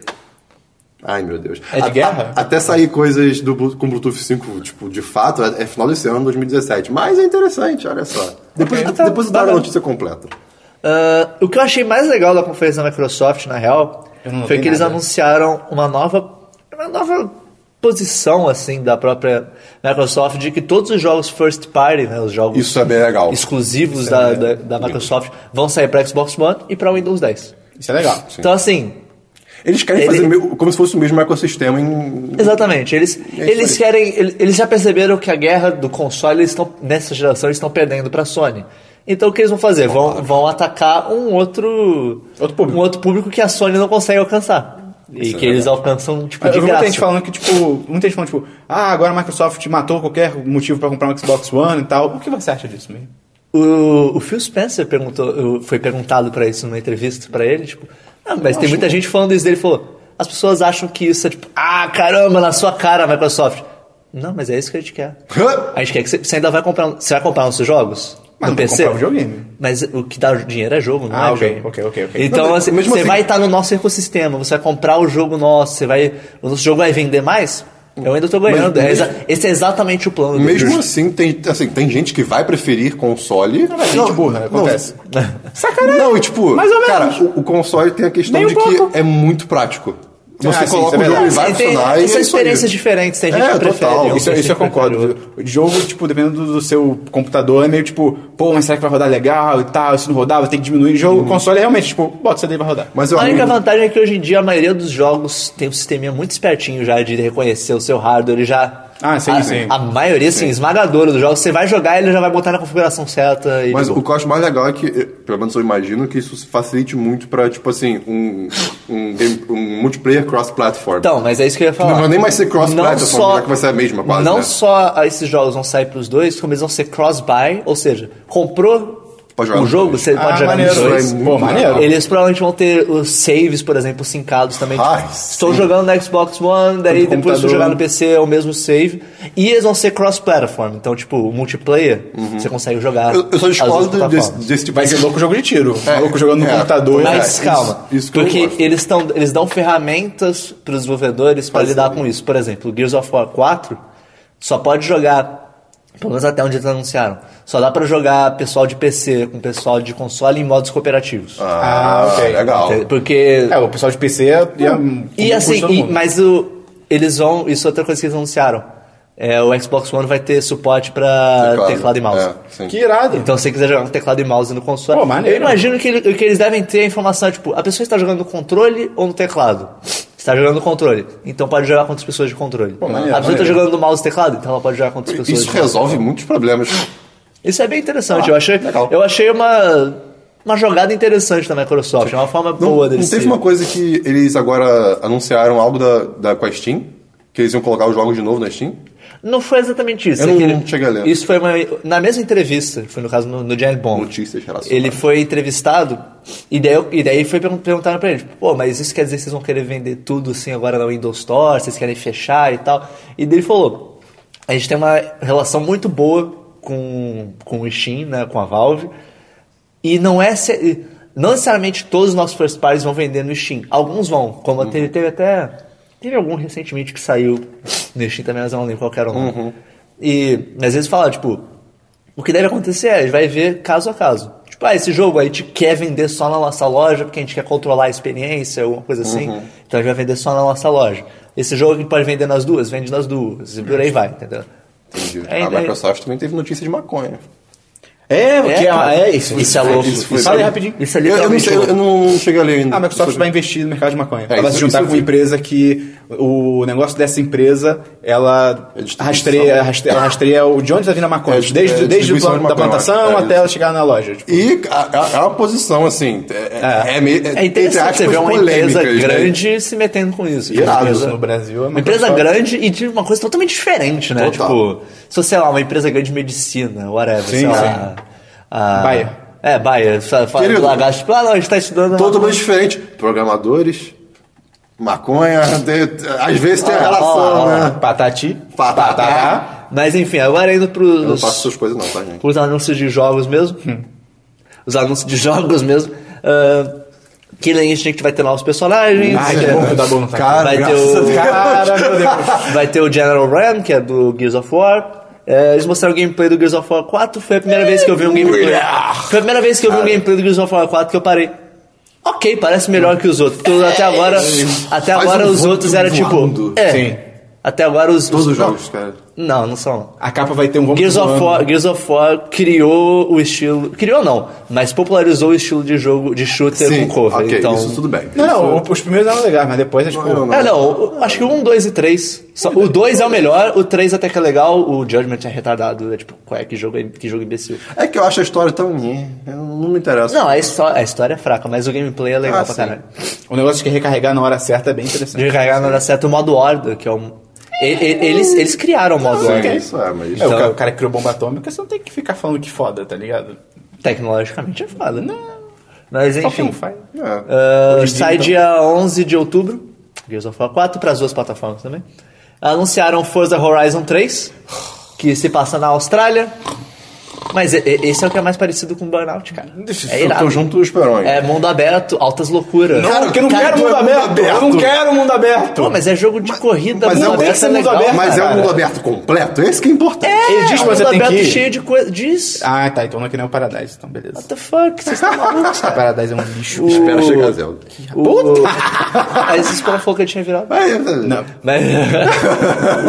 Ai, meu Deus.
É de
A-
guerra?
a- até sair coisas do, Blu- com Bluetooth 5, tipo, de fato, é, é final desse ano, 2017. Mas é interessante, olha só. Depois,
Ah, tá.
depois eu dar a
Bacana.
notícia completa.
Ah, o que eu achei mais legal da conferência da Microsoft, na real,
Eu não
foi
notei
que eles
nada.
anunciaram uma nova, uma nova posição, assim, da própria Microsoft, de que todos os jogos first party, né, os jogos
Isso é bem legal.
exclusivos
é
da, da, da Microsoft, vão sair para Xbox One e para Windows 10.
Isso é legal.
Então, assim,
Eles querem
Ele-
fazer meio- como se fosse o mesmo ecossistema em.
Exatamente. Eles,
isso
eles
aí.
querem. ele- Eles já perceberam que a guerra do console eles estão nessa geração eles estão perdendo para Sony. Então o que eles vão fazer? Vão, vão atacar um outro,
Outro público.
um outro público que a Sony não consegue alcançar e que eles alcançam tipo
Eu
de
vi muita
graça.
gente falando que, tipo, muita gente falando, tipo, ah, agora a Microsoft matou qualquer motivo pra comprar um Xbox One e tal. O que você acha disso mesmo?
O, o Phil Spencer perguntou, o- foi perguntado para isso numa entrevista para ele, tipo, "Ah, mas tem muita gente falando isso dele, ele falou, as pessoas acham que isso é tipo, ah, caramba, na sua cara, Microsoft. Não, mas é isso que a gente quer.
Hã?
a gente quer que você, você ainda vai comprar, um, você vai comprar nossos jogos?
Mas
no
não vou
PC?
comprar
um
videogame.
Mas o que dá dinheiro é jogo, não
Ah,
é
ok,
jogo.
ok, ok, ok.
Então,
Não, mas
assim,
mesmo
você
assim-
vai estar no nosso ecossistema, você vai comprar o jogo nosso, você vai, o nosso jogo vai vender mais? Eu ainda tô ganhando. É
mesmo-
exa- esse é exatamente o plano dele.
Mesmo assim tem, assim, tem gente que vai preferir console. Não,
gente burra, né? acontece.
Sacanagem. Não, e tipo,
Mais ou menos.
cara, o, o console tem a questão
Nem um
de que
pouco.
é muito prático.
Ah,
Você
sim, isso
coloca
é
o jogo e
verdade.
vai
Sim, tem-
funcionar e. é isso
São
aí.
experiências diferentes, tem gente
É,
que prefere.
total.
um,
Isso,
tem gente
isso eu
que prefere
concordo.
outro.
O jogo, tipo, dependendo do seu computador, é meio tipo, pô, mas será que vai rodar legal e tal? Se não rodar, vai ter que diminuir. O jogo, o console é realmente, tipo, bota o CD e vai rodar.
Mas eu
A única
amigo,
vantagem é que hoje em dia a maioria dos jogos tem um sisteminha muito espertinho já de reconhecer o seu hardware, ele já...
Ah, sim,
a,
sim.
A maioria, sim, esmagadora dos jogos. Você vai jogar, ele já vai botar na configuração certa e...
Mas o que eu acho mais legal é que, eh, pelo menos eu imagino, que isso facilite muito pra, tipo assim, um, um, game- um multiplayer cross-platform.
Então, mas é isso que eu ia falar.
Não vai nem mais ser cross-platform,
Não só-
já que vai ser a mesma quase,
Não
né?
só esses jogos vão sair pros dois, como eles vão ser cross-buy, ou seja, comprou
Pode jogar
o
no
jogo,
dois.
você
Ah,
pode jogar
maneiro.
nos dois.
Isso é
Pô,
muito
maneiro.
legal.
Eles provavelmente vão ter os saves, por exemplo, sincados também. Tipo,
Ah,
estou jogando no Xbox One, daí
Pro
depois estou
computador.
jogando no PC, é o mesmo save. E eles vão ser cross-platform, então, tipo, o multiplayer, você consegue jogar.
Uhum. Eu, eu só
as duas
discordo desse,
plataformas.
desse tipo
Vai
de
ser louco o jogo de tiro. Louco jogando no
é.
computador.
Mas-
Mas
isso-
calma,
isso que eu
porque
gosto.
eles, tão, eles dão ferramentas para os desenvolvedores para
Faz
lidar
sentido.
com isso. Por exemplo, o Gears of War 4 só pode jogar, pelo menos até onde eles anunciaram, só dá para jogar pessoal de PC com pessoal de console em modos cooperativos.
Ah, ok.
Legal.
Porque
É, um o pessoal de PC ia... ia
e
ia
assim,
custar
e-
muito.
mas o, eles vão. Isso é outra coisa que eles anunciaram. É, o Xbox One vai ter suporte pra
Teclado.
teclado e mouse.
É, sim.
Que irado.
Então, se você quiser jogar com teclado e mouse no console,
Pô, maneiro.
eu imagino que, ele- que eles devem ter a informação, tipo, a pessoa está jogando no controle ou no teclado? Está jogando no controle, então pode jogar com outras pessoas de controle.
maneiro,
a pessoa está
maneiro.
jogando no mouse e teclado, então ela pode jogar com outras pessoas.
Isso
de mouse.
resolve muitos problemas.
Isso é bem interessante.
Ah,
eu achei,
legal.
eu achei uma, uma jogada interessante da Microsoft. É uma forma
Não,
boa deles.
não teve
se-
uma coisa que eles agora anunciaram algo da, da, com a Steam? Que eles iam colocar os jogos de novo na Steam?
Não foi exatamente isso.
Eu não-
é que ele-
não cheguei a ler.
Isso foi uma, na mesma entrevista, foi no caso no, no Giant Bomb.
Notícias relacionadas.
Ele foi entrevistado e daí, eu- e daí foi pergun- perguntaram pra ele, tipo, pô, mas isso quer dizer que vocês vão querer vender tudo assim agora na Windows Store, vocês querem fechar e tal. E daí ele falou, a gente tem uma relação muito boa com, com o Steam, né, com a Valve, e não é... se- não necessariamente todos os nossos first parties vão vender no Steam. Alguns vão, como teve, teve até... Teve algum recentemente que saiu no Steam também, mas eu não lembro qual que era o nome. E às vezes fala, tipo... O que deve acontecer é, a gente vai ver caso a caso. Tipo, ah, esse jogo a gente quer vender só na nossa loja porque a gente quer controlar a experiência, alguma coisa assim. Então a gente vai vender só na nossa loja. Esse jogo a gente pode vender nas duas, vende nas duas. E por aí vai, entendeu?
Entendi.
É,
a
daí-
Microsoft também teve notícia de maconha.
É, que
cara,
é, é isso.
Isso é louco.
isso foi-
Fala aí rapidinho.
Isso é
Eu, eu não
literalmente
sei, eu
louco. Ah,
não cheguei a ler ainda.
A Ah, Microsoft
Sobre-
vai investir no mercado de maconha.
É,
ela vai
isso-
se juntar
isso eu
com uma
vi.
empresa que o negócio dessa empresa, ela
É distribuição.
rastreia, rastreia, ela rastreia o- de onde está vindo a maconha.
É,
desde
é
desde o
distribuição
plan-
de
da
maconha, eu
plantação
acho. É
até ela chegar na loja. Tipo,
E a- a- é uma posição, assim, é, é, é meio-
É interessante
entre
você
aspas,
ver uma
polêmicas,
empresa
né?
grande se metendo com isso.
Irado,
Uma
isso no Brasil é uma
uma empresa
coisa só.
grande e de uma coisa totalmente diferente, né?
Total.
Tipo, se você, sei lá, uma empresa grande de medicina, whatever,
Sim,
sei lá.
sim.
a-
Bayer.
É, Bayer. Fala do
Querido.
lagarto, tipo, ah, não, a gente tá estudando...
Totalmente diferente. Programadores, maconha, de- às vezes tem a
Olha lá,
relação,
olha lá, olha
né?
patati.
Patatá.
Ah.
Tá? Mas enfim, agora indo
Eu não
pros,
faço essas coisas não, tá, gente?
pros anúncios de jogos mesmo.
Hum.
Os anúncios de jogos mesmo. Uh, Killer Instinct vai ter novos personagens.
Ai, que
é,
bom que dá bom.
né?
tá?
Cara,
vai ter
graças a
o...
Deus.
Cara, meu Deus.
Vai ter o General Ram, que é do Gears of War. É, eles mostraram o gameplay do Gears of War 4. Foi a primeira vez que eu vi um gameplay. Foi a primeira vez que eu vi um gameplay do Gears of War 4 que eu parei. Ok, parece melhor que os outros. Porque até agora, até
É, Faz
agora
um
os
vulto
outros eram
voando.
tipo. É.
Sim.
Até agora os.
Todos
os
os jogos, cara.
Não, não são.
A capa vai ter um vômito
Gears of,
voando.
War, Gears of War criou o estilo. Criou não, mas popularizou o estilo de jogo de shooter com cover.
ok,
então,
isso tudo bem.
Não, não, o- os primeiros eram legais, mas depois é tipo...
Não, não, não.
É, não, o- acho que o 1, 2 e 3. O 2 é o melhor, o 3 até que é legal, o Judgment é retardado. É tipo, qual é que jogo, que jogo imbecil.
É que eu acho a história tão... nhé, Eu não me interessa.
Não, a história, a história é fraca, mas o gameplay é legal
Ah,
pra
sim.
caralho.
O negócio de que recarregar na hora certa é bem interessante.
De carregar não dá certo o modo Horda, que é um. e- e- Eles, eles criaram o modo
É,
Horda.
isso é, mas...
É, o
Então-
cara- o cara que criou bomba atômica, você não tem que ficar falando que foda, tá ligado?
Tecnologicamente é foda. Não. Mas
Qualquer
enfim.
um faz.
É.
Ah,
Hoje em dia,
sai
então.
dia 11 de outubro. Gears of War 4 para as duas plataformas também. Anunciaram Forza Horizon 3, que se passa na Austrália. Mas e- e- esse é o que é mais parecido com Burnout, cara. É
Eu tô
irado.
junto os perões.
É mundo aberto, altas loucuras.
Não,
Cara,
porque eu não
cara,
quero
então
tu
mundo
é mundo
aberto. Eu não
aberto.
quero mundo aberto.
Pô, mas é jogo de corrida,
mas
mundo
não tem
aberto
que ser
é
um mundo
legal,
aberto,
Mas é
cara.
um mundo aberto completo? Esse que é importante.
Ele diz
É
que
um
você
mundo
tem
aberto
que ir.
cheio de coisa. Diz.
Ah, tá. Então não é que nem o Paradise, então beleza.
What the fuck? Vocês estão malucos, cara?
Paradise é um lixo.
Espera chegar a Zelda.
O... Aí vocês falou que eu tinha virado.
É, é, é.
Não.
Mas-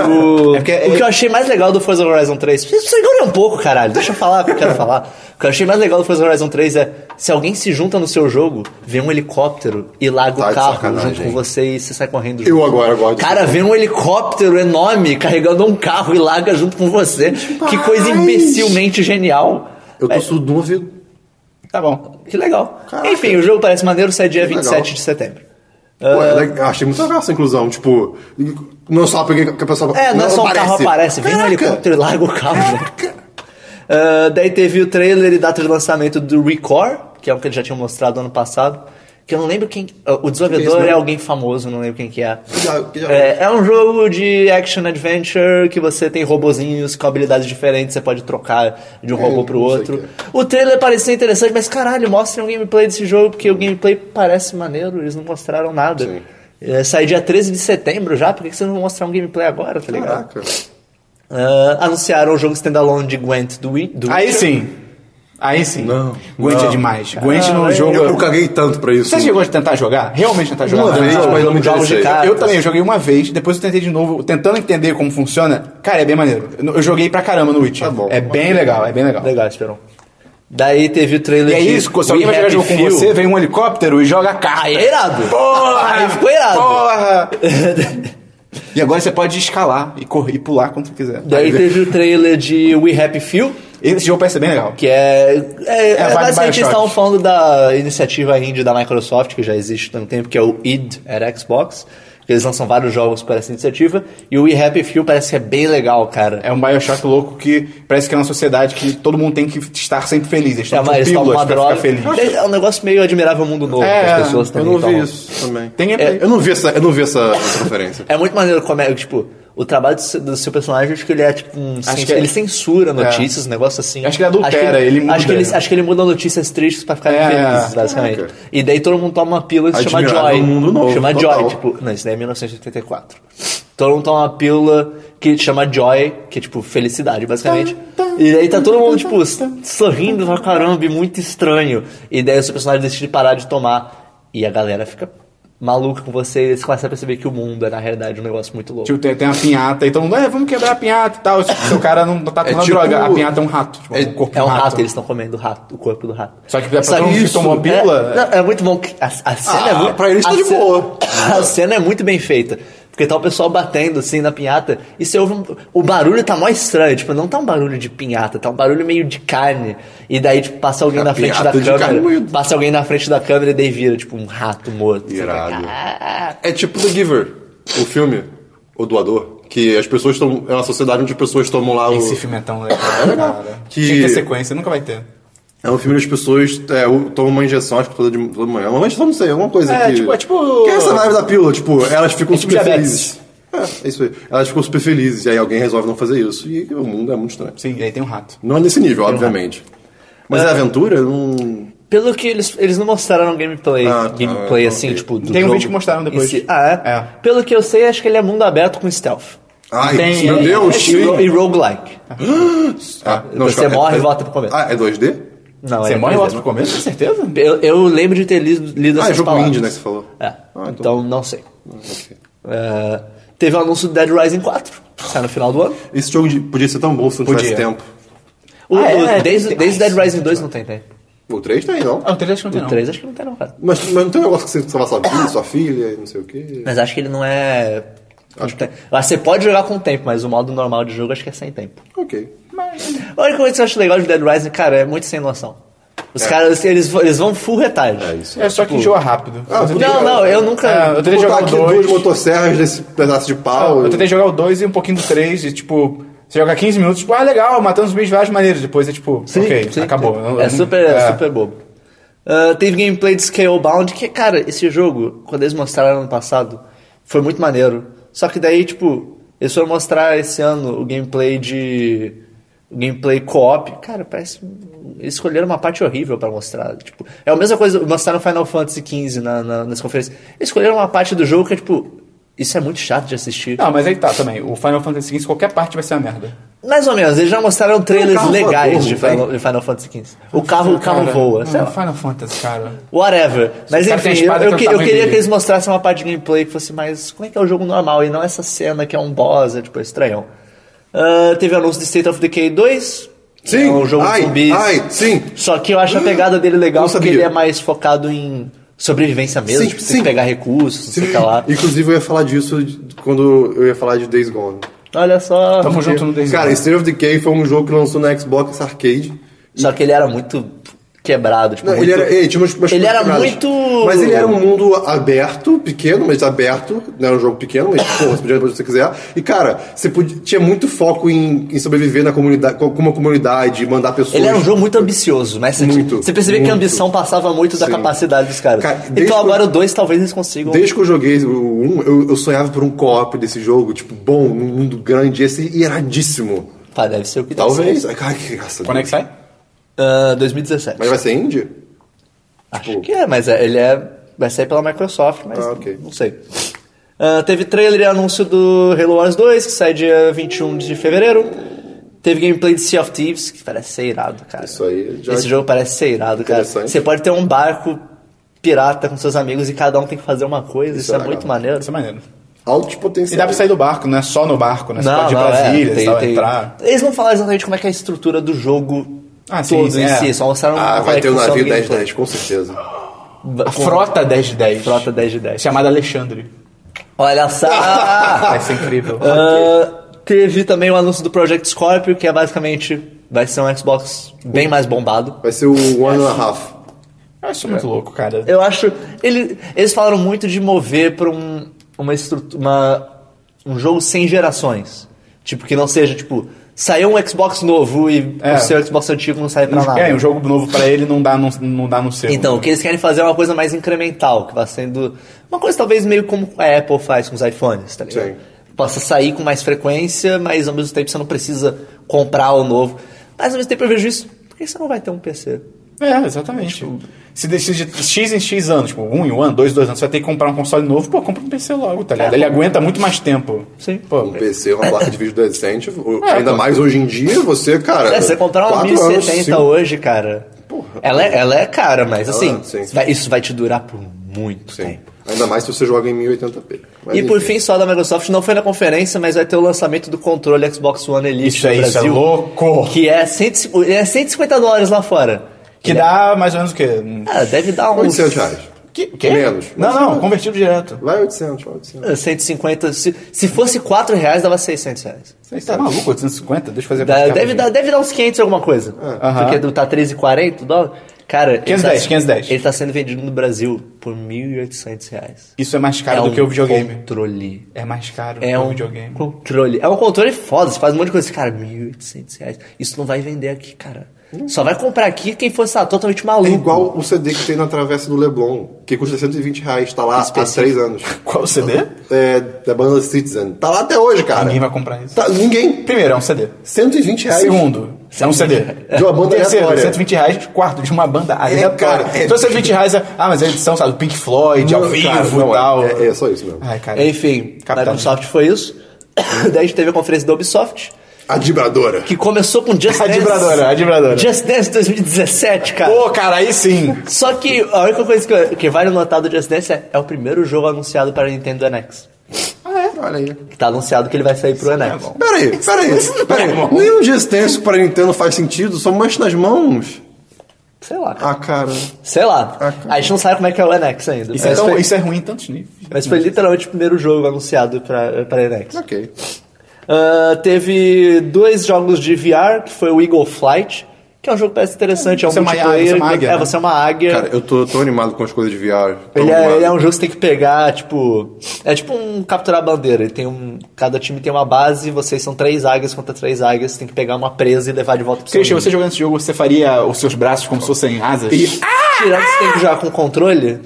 o,
É porque-
Né? o que eu achei mais legal do Forza Horizon 3. Vocês segurem um pouco, caralho. Deixa eu falar o que eu quero falar. O que eu achei mais legal do Forza Horizon 3 é se alguém se junta no seu jogo, vê um helicóptero e larga
Tá
o
de
carro
sacanagem,
junto com
hein?
você e você sai correndo.
Eu
junto.
agora gosto.
Cara, vê um helicóptero enorme carregando um carro e larga junto com você. Que coisa imbecilmente genial.
Eu tô surdo no ouvido.
Tá bom.
Que legal.
Caraca.
Enfim, o é jogo parece maneiro, sai dia
Que legal.
27 de setembro.
Pô, é legal. eu achei muito legal essa inclusão. Tipo, não só porque que a pessoa.
É, não, é só um é carro aparece, vem um
Caraca.
helicóptero e larga o carro. né? Ah, daí teve o trailer e data de lançamento do Record, que é o que eles já tinham mostrado ano passado. Que eu não lembro quem. ah, O
Que
desenvolvedor
que é
é,
isso,
alguém famoso, não lembro quem que é.
já- que já-
é. É um jogo de action adventure que você tem robozinhos com habilidades diferentes, você pode trocar de um robô pro
não sei
outro.
o que é.
O trailer parecia interessante, mas caralho, mostrem o gameplay desse jogo, porque o gameplay parece maneiro, eles não mostraram nada.
Sim.
É, sai dia 13 de setembro já, por que que vocês não vão mostrar um gameplay agora, tá ligado?
Caraca.
Ah, anunciaram o jogo standalone de Gwent do, Wii- do
Aí
Witcher.
sim. Aí sim.
Não,
Gwent
não.
é demais. Gwent no
eu-
jogo. é-
Eu, eu caguei tanto pra isso.
Você chegou a tentar jogar? Realmente tentar jogar?
Uma vez,
Não,
mas não me
jogos de
interessei.
cartas. Eu também,
assim-
eu joguei uma vez, depois eu tentei de novo, tentando entender como funciona. Cara, é bem maneiro. Eu eu joguei pra caramba no Witcher.
Tá bom.
É bem legal, é bem legal.
Legal, Esperon. Daí teve o
E
trailer
é
de
isso, se alguém
We
vai jogar
Happy
jogo com
Few.
você, vem um helicóptero e joga carta.
Aí é irado.
Porra!
Aí ficou irado.
Porra! e agora você pode escalar e correr e pular quando você quiser.
Daí teve o trailer de We Happy Few,
Esse jogo parece ser bem legal.
que é. É,
a
é
vibe
basicamente eles
Bioshock.
estavam falando da iniciativa indie da Microsoft, que já existe há tanto tempo, que é o id at Xbox. que Eles lançam vários jogos para essa iniciativa. E o We Happy Few parece que é bem legal, cara.
É um Bioshock louco que parece que é uma sociedade que todo mundo tem que estar sempre feliz. Eles
É,
tomam
mas toma
pílulas
uma
pra
droga.
ficar feliz.
É um negócio meio admirável mundo novo,
É,
que as pessoas
Eu
também
não vi
tomam.
isso também.
Tem gameplay.
Eu não vi essa, eu não vi essa, essa referência.
É muito maneiro como é, tipo, o trabalho do seu, do seu personagem, acho que ele é tipo um. cens-
que é-
Ele censura notícias, um negócio assim.
Acho que ele adultera, ele muda,
Acho que ele,
né?
acho que ele muda notícias tristes pra ficar
É,
felizes, basicamente.
caraca.
E daí todo mundo toma uma pílula que se chama
Admirável
Joy.
mundo novo,
chama
total.
Joy, tipo. Não, isso daí é 1984. Todo mundo toma uma pílula que chama Joy, que é tipo felicidade, basicamente. E daí tá todo mundo, tipo, sorrindo pra caramba, e muito estranho. E daí o seu personagem decide parar de tomar. E a galera fica maluca com você, e eles começam a perceber que o mundo é, na realidade, um negócio muito louco.
Tipo, tem, tem uma pinhata e todo mundo, é, vamos quebrar a pinhata e tal. Se se o cara não tá tomando
tipo-
droga, a pinhata é um rato. Tipo,
É,
um corpo de
é um rato, eles estão comendo o rato, o corpo do rato.
Só que pra todo
um
mundo que tomou
é-
pílula-
não, É, muito bom. que A, a cena
Ah,
é muito.
pra eles tá
a
de
cena-
boa.
A cena é muito bem feita. Porque tá o pessoal batendo assim na pinhata e você ouve. Um, o barulho tá mó estranho. Tipo, não tá um barulho de pinhata, tá um barulho meio de carne. E daí, tipo, passa alguém
A
na frente da
É, pinhata de carne
câmera.
moída.
Passa alguém na frente da câmera e daí vira, tipo, um rato morto. Você fica,
Irado.
"Ah".
É tipo The Giver, o filme, o doador, que as pessoas estão. É uma sociedade onde as pessoas tomam lá o.
Esse filme é tão legal, cara.
Que-
Tinha que ter sequência, nunca vai ter.
É um filme onde as pessoas é, o- tomam uma injeção, acho que toda, de, toda manhã. Uma injeção, não sei, alguma coisa
É,
que...
tipo- é tipo-
Que é essa vibe da pílula, tipo, elas ficam
É tipo
super
diabetes.
felizes. É, é isso aí. Elas ficam super felizes, e aí alguém resolve não fazer isso. E o mundo é muito estranho.
Sim, e aí tem um rato.
Não é nesse nível, obviamente. Mas é, aventura? Não...
Pelo que eles, eles não mostraram gameplay,
Ah, tá,
gameplay
é,
assim,
ok.
tipo, do
Tem um
jogo
vídeo que mostraram depois.
em si. Ah, é?
É.
Pelo que eu sei, acho que ele é mundo aberto com stealth.
Ai,
Tem-
meu
é-
Deus!
é
E,
sim.
ro- e roguelike.
Ah,
Você
calma,
morre e volta pro começo.
Ah, é 2D?
Não,
Você
é
morre logo
não.
no começo, com certeza?
Eu, eu lembro de ter lido, lido
Ah, é
essas
jogo
palavras.
indie, né, que você falou.
É,
então-
então... não sei.
Ok.
É, teve o anúncio do Dead Rising 4, que sai no final do ano.
Esse jogo de- podia ser tão bom se não tivesse
Podia.
tempo.
O,
Ah,
o-
é?
desde, desde Dead Rising 2 não tem, né?
O 3 tem, não?
Ah, o trailer acho que não tem,
O
não.
3 acho que não tem não, cara.
Mas, mas não tem um negócio que você salva sua filha, sua filha, e não sei o quê.
Mas acho que ele não é... Acho que... Você pode jogar com tempo, mas o modo normal de jogo acho que é sem tempo.
Ok.
A única coisa que eu acho legal de Dead Rising, cara, é muito sem noção. Os caras, eles, eles vão full retalho.
É isso.
É só
Tipo,
que enjoa rápido. Eu
Ah,
tentei
Não,
jogar-
não, eu nunca...
É, eu tentei
Vou botar
jogar o
aqui
2.
duas motosserras nesse pedaço de pau.
Eu tentei jogar o 2 e um pouquinho do 3 e tipo. Você joga 15 minutos, tipo, ah, legal, matando os bichos de várias maneiras. Depois é tipo,
Sim,
ok,
sim.
acabou. Eu- eu-
É super, é super bobo. Ah, teve gameplay de Scalebound, que, cara, esse jogo, quando eles mostraram ano passado, foi muito maneiro. Só que daí, tipo, eles foram mostrar esse ano o gameplay de. O gameplay co-op. Cara, parece. um, Eles escolheram uma parte horrível pra mostrar. Tipo, é a mesma coisa, mostraram Final Fantasy XV na, na, nas conferências. Eles escolheram uma parte do jogo que é tipo. Isso é muito chato de assistir.
Não, mas aí tá também. O Final Fantasy XV, qualquer parte vai ser uma merda.
Mais ou menos, eles já mostraram trailers
carro
legais
voador,
de
não tem?
Final, de Final Fantasy XV. O carro, o carro
Cara,
voa,
não,
sei lá.
Final Fantasy, cara.
Whatever. Mas
cara tem a
enfim, eu,
espada
eu
que é o
que- eu
tamanho
queria
dele.
que eles mostrassem uma parte de gameplay que fosse mais. Como é que é o jogo normal? E não essa cena que é um boss, é tipo é estranhão. Ah, teve anúncio de State of Decay 2. que
Sim,
É um jogo
ai,
de zumbis.
ai, sim.
Só que eu acho a pegada dele legal
Não
porque
sabia.
ele é mais focado em sobrevivência mesmo.
Sim,
tipo, tem
sim.
que pegar recursos, não sei o que lá.
Inclusive, eu ia falar disso de- quando eu ia falar de Days Gone.
Olha só.
Tamo junto no Days
Cara,
Gone.
State of Decay foi um jogo que lançou na Xbox Arcade.
Só que ele era muito. quebrado. Tipo,
Não,
muito-
ele era, ele tinha umas, umas
Ele
coisas
era
quebradas.
muito-
Mas ele era um mundo aberto, pequeno, mas aberto. Não era um jogo pequeno, mas porra, você podia fazer o que você quiser. E, cara, você podia- tinha muito foco em, em sobreviver na comunidade, com com uma comunidade, mandar pessoas.
Ele era um jogo muito ambicioso, mas você-
Muito,
você percebia que a
muito.
ambição passava muito da
Sim.
capacidade dos caras.
Cara, desde
então agora
que-
o 2 talvez eles consigam.
Desde que eu joguei o 1, eu, eu sonhava por um co-op desse jogo, tipo, bom, num mundo grande, esse iradíssimo.
Pá, deve ser o que deve
Talvez.
ser.
Ai, cara, que graça.
Quando é que sai?
Ah, 2017.
Mas vai ser indie?
Acho que é, mas é- ele é. Vai sair pela Microsoft, mas
Ah, ok.
não sei. Ah, teve trailer e anúncio do Halo Wars 2, que sai dia 21 de fevereiro. Teve gameplay de Sea of Thieves, que parece ser irado, cara.
Isso aí, já-
Esse jogo parece ser irado, cara.
Interessante.
Você pode ter um barco pirata com seus amigos e cada um tem que fazer uma coisa, isso,
é
é,
legal.
muito maneiro.
Isso é maneiro.
Altos potenciais.
E dá pra sair do barco, não é só no barco, né? Você pode ir pra
é,
ilhas e
tem-
tal,
tem-
entrar.
Eles não falaram exatamente como é que é a estrutura do jogo
Ah, sim,
todo
sim,
em
é.
si, só mostraram
Ah,
como é
vai
que
ter o
funciona
navio
o gameplay.
10-10, com certeza.
A frota 10 de 10.
Frota 10 de 10.
Chamada É Alexandre.
Olha só!
Vai ser incrível.
Ah, teve também o anúncio do Project Scorpio, que é basicamente vai ser um Xbox bem mais bombado.
Vai ser o One and a Half.
Eu acho muito louco, cara.
Eu acho. ele- eles falaram muito de mover pra um, uma estrutura. um jogo sem gerações. Tipo, que não seja, tipo, saiu um Xbox novo e
É.
o seu Xbox antigo não sai pra
Um,
nada.
é, um jogo novo pra ele não dá no, não dá no seu.
Então, o que eles querem fazer é uma coisa mais incremental, que vai sendo. Uma coisa talvez meio como a Apple faz com os iPhones, tá ligado?
Sim.
Possa sair com mais frequência, mas ao mesmo tempo você não precisa comprar o novo. Mas ao mesmo tempo eu vejo isso, por que você não vai ter um PC?
É, exatamente.
Tipo,
Se decide X em X anos, tipo, um em um ano, dois, em dois anos, você vai ter que comprar um console novo, pô, compra um PC logo, tá ligado? Ele aguenta muito mais tempo.
É, Sim.
Pô,
Um PC, uma placa de vídeo decente, o-
É,
ainda
pô.
mais hoje em dia, você, cara.
É, você comprar uma
quatro anos,
1070
cinco-
hoje, cara. Ela é, ela é cara, mas assim,
sim.
vai- isso vai te durar por muito
Sim.
tempo.
Ainda mais se você joga em 1080p. Mas,
né? E por
enfim.
fim, só da Microsoft, não foi na conferência, mas vai ter o lançamento do controle Xbox One Elite
Isso
no
é- isso é
Brasil.
louco!
Que é, 150 ele é 150 dólares lá fora.
que
Ele é
dá mais ou menos o quê? Um-
Ah, deve dar uns...
800 reais.
Que, quê?
Menos.
Não,
Mas-
não, convertido direto.
Vai 800, vai
É.
800.
150, se, se fosse 4 reais, dava 600 reais.
Você tá maluco? 850? Deixa eu fazer a
tá
Dá-
conta
deve, dar,
rapidinho.
deve dar uns 500 e alguma coisa.
Ah.
Aham.
Porque do- tá 13,40 o dólar. Cara, ele
510,
tá,
510.
ele tá sendo vendido no Brasil por 1.800 reais.
Isso é mais caro
é
do
um
que o videogame.
controle.
É mais caro
É
do que
um
o videogame.
controle. É um controle foda, você faz um monte de coisa. Cara, 1.800 reais. Isso não vai vender aqui, cara. Só vai comprar aqui quem for sabe, totalmente maluco.
Hum. É igual o CD que tem na Travessa do Leblon, que custa 120 reais, tá lá há 3 anos.
Qual o CD?
É, da banda Citizen. Tá lá até hoje, cara.
Ninguém vai comprar isso.
Tá- ninguém.
Primeiro, é um CD.
120 reais.
Segundo, é um CD.
De uma banda
Terceiro,
aleatória.
120 reais. Quarto, de uma banda aleatória.
cara, é-
Então, 120 reais é... Ah, mas é edição, sabe? do Pink Floyd, ao
Não,
vivo
cara,
e
não,
tal.
É, é só isso mesmo.
Ai, cara.
Enfim, a
Capitalismo.
Microsoft foi isso. Daí a gente teve a conferência da Ubisoft,
A Dibradora.
que começou com Just
A
Dance.
Dibradora, a Dibradora.
Just Dance 2017, cara.
Pô, cara, aí sim.
Só que a única coisa que, que vale notar do Just Dance é, é o primeiro jogo anunciado para Nintendo NX.
Ah, é? Olha aí.
Que tá anunciado que ele vai sair
é
pro NX.
Peraí, peraí, peraí. Nenhum dia extenso para Nintendo faz sentido, só mexe nas mãos.
Sei lá. cara.
Ah, cara.
Sei lá.
Ah, cara.
a gente não sabe como é que é o NX ainda.
tá. Isso,
mas,
é, tão-
foi,
isso é ruim em tantos níveis.
mas foi literalmente o primeiro jogo anunciado para para NX.
Ok.
Ah, teve dois jogos de VR, que foi o Eagle Flight, que é um jogo que parece interessante, é um
Você é uma-
multiplayer.
você é uma águia,
é,
né?
você é uma águia.
Cara, eu tô, tô animado com as coisas de VR. Tô
Ele é,
animado.
ele é um jogo que você tem que pegar, tipo. É tipo um capturar a bandeira. Ele tem um, cada time tem uma base, vocês são três águias contra três águias, você tem que pegar uma presa e levar de volta pro seu
Christian,
ninho.
você jogando esse jogo, você faria os seus braços como se fossem asas?
Tirando se tem Ah, que jogar com controle?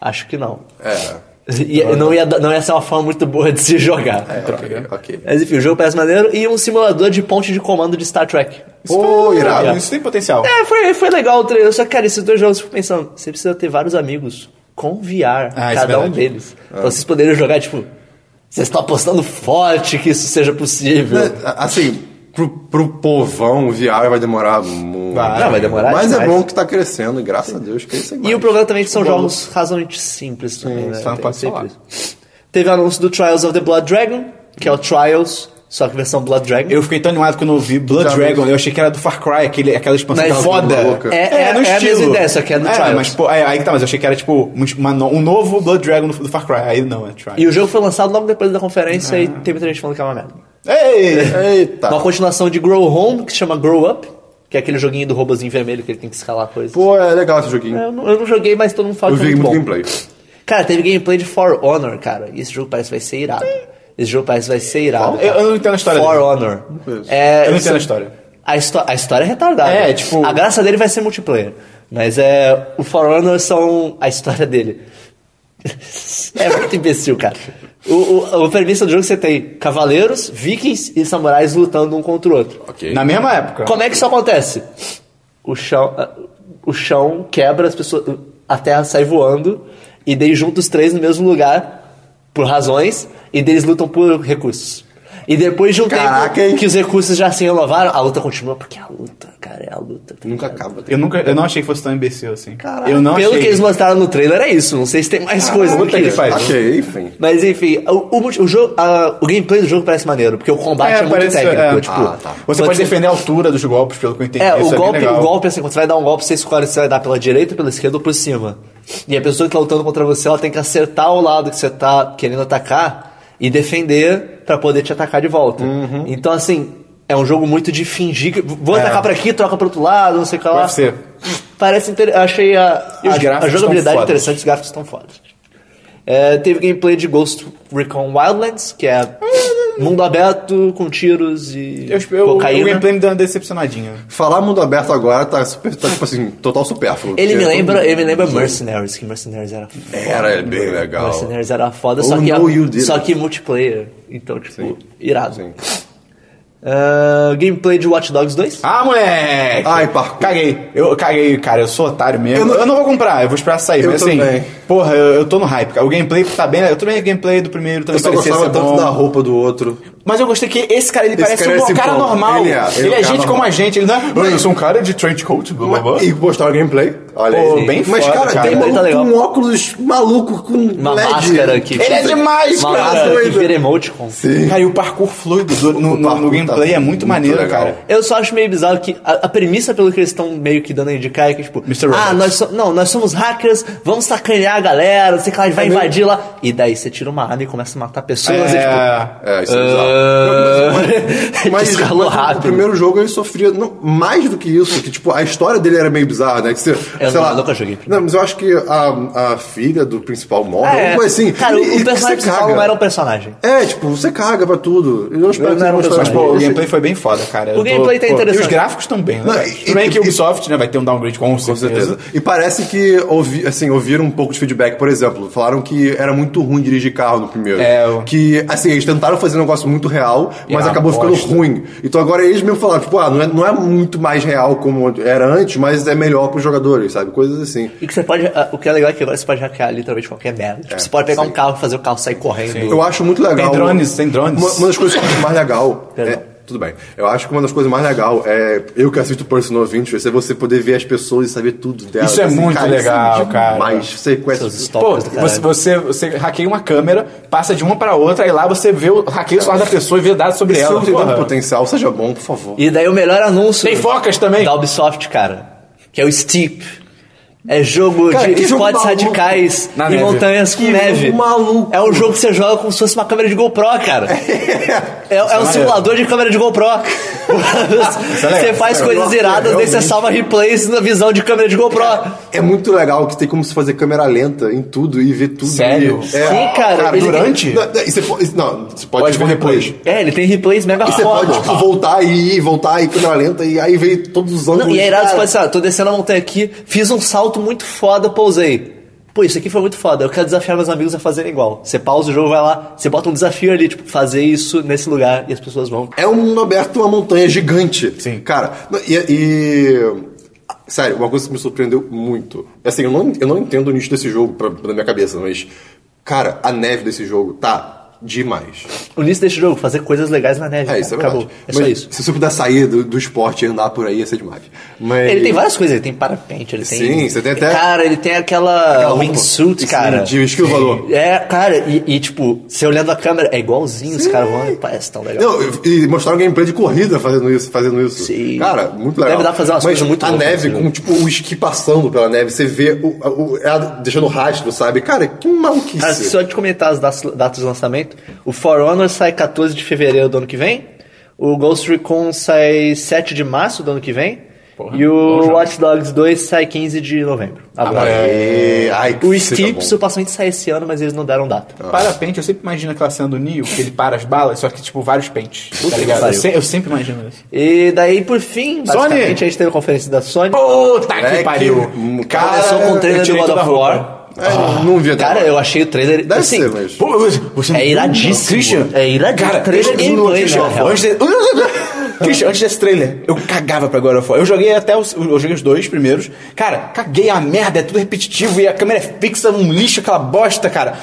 Acho que não.
É.
E não, ia, dar- não ia ser uma forma muito boa de se jogar.
Ok, É,
É.
ok.
Mas enfim, o jogo parece maneiro. E um simulador de ponte de comando de Star Trek.
Pô, irado.
Isso tem potencial.
É, foi, foi legal o trailer. Só que, cara, esses dois jogos eu fico pensando, você precisa ter vários amigos com VR,
Ah, isso é
cada um
verdade.
deles. Pra vocês poderem jogar, tipo, vocês estão apostando forte que isso seja possível.
É, Assim, pro, pro povão, o VR vai demorar muito.
Vai.
Não, vai demorar
Mas é
demais.
bom que tá crescendo, graças a Deus, cresce
E
mais.
o problema também é que são
tipo,
Bom.
jogos razoavelmente simples também, né?
só não
Tem
pode
sempre
falar.
isso. Teve o anúncio do Trials of the Blood Dragon, que é o Trials, só que versão Blood Dragon.
Eu fiquei tão animado quando eu vi Blood
Já vi.
Dragon, eu achei que era do Far Cry, aquele, aquela expansão
Mas
que
foda.
É- é- é a mesma ideia, só que é do Trials.
mas pô, é, aí que tá, mas eu achei que era tipo um, uma no- um novo Blood Dragon do, do Far Cry. Aí não, é Trials.
E o jogo foi lançado logo depois da
Ah.
conferência e teve muita gente falando que é uma merda.
Ei!
Tá.
Eita.
Uma continuação de Grow Home, que se chama Grow Up. Que é aquele joguinho do robozinho vermelho que ele tem que escalar coisas.
Pô, é legal esse joguinho.
Eu não, eu não joguei, mas todo mundo fala
Eu
que é
vi
muito
muito
bom.
gameplay.
Cara, teve gameplay de For Honor, cara. E esse jogo parece que vai ser irado. Esse jogo parece que vai ser irado.
Eu- eu não entendo a história
For
dele.
Honor.
conheço.
É,
Eu não
isso-
entendo a história.
A, histó- a história é retardada.
É, tipo-
A graça dele vai ser multiplayer. Mas é. O For Honor são. A história dele. é muito imbecil, cara. O, o, a premissa do jogo você tem cavaleiros, vikings e samurais lutando um contra o outro.
Ok.
Na mesma época.
Como é que isso acontece? O chão, ah, o chão quebra, as pessoas, a terra sai voando, e daí juntos os três no mesmo lugar, por razões, e daí eles lutam por recursos. E depois de um
Caraca,
tempo
hein?
que os recursos já se renovaram, a luta continua, porque é a luta, cara, é a luta. tá
Nunca
ligado?
acaba.
Eu, nunca, eu não achei que fosse tão imbecil assim.
Caralho,
eu não
Pelo
achei. Ah,
que eles mostraram no trailer, é isso. Não sei se tem mais coisa do
puta
é que
que
isso.
pariu.
Ok, enfim.
Mas enfim, o, o, multi- o jogo, ah, o gameplay do jogo parece maneiro, porque o combate é, muito
parece-
técnico.
é.
tipo,
Ah, tá.
Você pode defender a altura dos golpes, pelo que eu entendi.
É,
isso
o golpe,
bem legal.
o golpe é assim, quando você vai dar um golpe, você escolhe se vai dar pela direita, pela esquerda ou por cima. E a pessoa que tá lutando contra você, ela tem que acertar o lado que você tá querendo atacar e defender pra poder te atacar de volta.
Uhum.
Então, assim, é um jogo muito de fingir que. Vou
É.
atacar pra aqui, troca pro outro lado, não sei o que lá.
UFC.
Parece inter... Achei a,
E os
a,
gráficos
a jogabilidade
tão fodas.
interessante, os gráficos estão fodas. É, teve gameplay de Ghost Recon Wildlands, que é mundo aberto, com tiros e
Hum. Eu, eu, o
cocaína.
gameplay me deu uma decepcionadinha.
Falar mundo aberto agora tá, super, tá tipo assim, total supérfluo.
Ele me
Porque
lembra,
todo
ele me lembra
mundo-
Mercenaries, que Mercenaries era foda.
Era é bem legal.
Mercenaries era foda,
Oh,
só que,
no, you did
só
it.
que multiplayer. Então, tipo,
Sim.
irado.
Sim.
Ah, gameplay de Watch Dogs 2.
Ah, moleque!
Ai, parkour.
Caguei. Eu caguei, cara. Eu sou otário mesmo. Eu não, eu não vou comprar, eu vou esperar sair.
Eu
mas
também.
assim, porra, eu, eu tô no hype, cara. O gameplay tá bem... Eu também o gameplay do primeiro
Eu
também
só
parecia
gostava
ser
tanto
bom.
da roupa do outro.
Mas eu gostei que esse cara, ele
Esse
parece
cara é
um
esse
cara
bom.
normal.
Ele
Ele
é,
é,
ele é um cara
gente como
normal.
a gente. Ele não é... "Mãe, Eu sou um cara de trench coat, blá, blá, blá."
E mostrar o gameplay. Olha
Pô,
aí.
bem
Mas,
foda,
cara,
cara.
tem maluco
Tá legal.
com óculos maluco com
Uma
LED.
máscara aqui.
Ele é demais,
Uma
cara.
máscara que
Doido.
vira emoticon.
Sim.
Cara, e o parkour fluido do- no,
O
no- no
parkour tá
gameplay é muito,
muito
maneiro,
legal.
cara.
Eu só acho meio bizarro que a, a premissa pelo que eles estão meio que dando a indicar é que, tipo,
Mr. Robots.
ah, nós, so- não, nós somos hackers, vamos sacanear a galera, não sei o que lá, a gente
É
vai invadir lá. E daí você tira uma arma e começa a matar pessoas. E, tipo,
É, isso é
Ah.
bizarro.
uh...
Mas,
escalou
mas o
rápido.
primeiro jogo ele sofria não, mais do que isso, que tipo, a história dele era meio bizarra, né? Que você, sei
não-
lá,
nunca joguei.
Não, mas eu acho que a, a filha do principal morre,
É,
alguma coisa assim.
Cara, o-
e- e
o
que
personagem
você
principal
caga.
não era um personagem.
É, tipo, você caga pra tudo. Eu não espero
Eu
que
não era um
você
é, Mas,
mostrasse.
personagem.
pô, o gameplay foi bem foda, cara. Eu
O gameplay tá
pô, E
interessante.
os gráficos estão bem, né?
Não,
cara?
e-
Tudo bem
e-
que o Ubisoft né, vai ter um downgrade com
Com certeza. E parece que ouvi, assim, ouviram um pouco de feedback, por exemplo. Falaram que era muito ruim dirigir carro no primeiro.
É, eu-
Que, assim, eles tentaram fazer um negócio muito real, mas
uma
acabou ficando
bosta.
ruim. Então agora eles mesmo falaram, tipo, ah, não é, não é muito mais real como era antes, mas é melhor pros jogadores, sabe? Coisas assim.
E que você pode. ah, O que é legal é que agora você pode hackear literalmente qualquer merda.
É.
Tipo, você pode pegar um carro e fazer o carro sair correndo.
Eu acho muito legal.
Tem drones, tem drones.
Uma, uma das coisas que eu acho mais legal. é-
Perdão.
tudo bem. Eu acho que uma das coisas mais legais é. Eu que assisto Personal Interest é você poder ver as pessoas e saber tudo delas. Assim,
Isso é muito legal, cara. é
Mas você conhece.
Seus
Pô,
stalkers do caralho.
você, você, você hackeia uma câmera, passa de uma pra outra, e lá você vê o hackeia o celular da pessoa e vê dados sobre
Se
ela.
eu tenho
porra.
um potencial, seja bom, por favor.
E daí o melhor anúncio.
Tem focas também?
Da Ubisoft, cara. Que é o Steep. É jogo
Cara,
de
que jogo
esportes
maluco.
radicais
Na
e
neve.
montanhas com
Que
neve.
jogo maluco.
É um jogo que você joga como se fosse uma câmera de GoPro, cara. É, é um
maneiro.
simulador de câmera de GoPro.
legal.
você faz
Isso é
coisas
legal.
iradas, daí você
Realmente.
salva replays na visão de câmera de GoPro.
É muito legal que tem como se fazer câmera lenta em tudo e ver tudo.
Sério?
E, é,
Sim, cara, ele-
durante?
Não, não, e você pode, não, você pode,
Pode
ver
ver
depois.
depois.
É, ele tem replays mega
E você
foda.
pode, tipo, voltar e ir, voltar e câmera lenta e aí ver todos os ângulos.
Não, e é irado, você
Cara,
fala assim, ah, tô descendo a montanha aqui, fiz um salto muito foda, pousei. Pô, isso aqui foi muito foda, eu quero desafiar meus amigos a fazerem igual. Você pausa o jogo, vai lá, você bota um desafio ali, tipo, fazer isso nesse lugar, e as pessoas vão.
É um mundo aberto, uma montanha gigante.
Sim.
Cara, e. e- Sério, uma coisa que me surpreendeu muito. Assim, eu não, eu não entendo o nicho desse jogo pra, na minha cabeça, mas. Cara, a neve desse jogo tá demais.
O início desse jogo, fazer coisas legais na neve.
É isso, é
cara.
verdade.
Acabou. É
mas
só isso.
Se você puder sair do, do esporte e andar por aí, ia ser demais. Mas...
Ele tem várias coisas, ele tem parapente, ele tem.
Sim, você tem até-
Cara, ele tem aquela,
Aquela roupa.
wingsuit,
Sim,
cara.
de esquilo voador.
É, cara, e, e, tipo, você olhando a câmera, é igualzinho, os caras vão, parece tão legal.
Não, e mostraram gameplay de corrida fazendo isso, fazendo isso.
Sim.
Cara, muito legal.
Deve dar pra fazer umas
Mas
coisas muito
A
loucas,
neve,
né?
com tipo o esqui passando pela neve, você vê o, o- ela deixando rastro, sabe? Cara, que maluquice.
Ah, só de comentar as das- datas de lançamento, o For Honor sai 14 de fevereiro do ano que vem, o Ghost Recon sai 7 de março do ano que vem, Porra,
E
bom
o
jogo.
Watch Dogs 2 sai 15 de novembro. Agora.
Ah, É, ai, que
O
seja
Steep
bom.
supostamente sai esse ano, mas eles não deram data.
Parapente, eu sempre imagino aquela cena do Neo, que ele para as balas, só que, tipo, vários pentes. Tá
que
ligado? Eu,
pariu.
se- eu sempre imagino isso.
E daí, por fim, basicamente, a gente teve a conferência da Sony.
Puta que
É que-
pariu!
Cara,
começou com o
eu
trailer de
tirei
God
toda
of
a
War.
É, não vi até
Cara,
agora.
eu achei o trailer.
Deve
assim,
ser, mas...
Pô, você- você-
É iradíssimo.
Christian,
É iradíssimo.
Cara,
Trailer
antes-
gameplay,
antes-
na real.
antes de- Christian, antes desse trailer, eu cagava pra God of War. Eu joguei até os, eu joguei os dois primeiros. Cara, caguei a merda, é tudo repetitivo e a câmera é fixa, um lixo, aquela bosta, cara.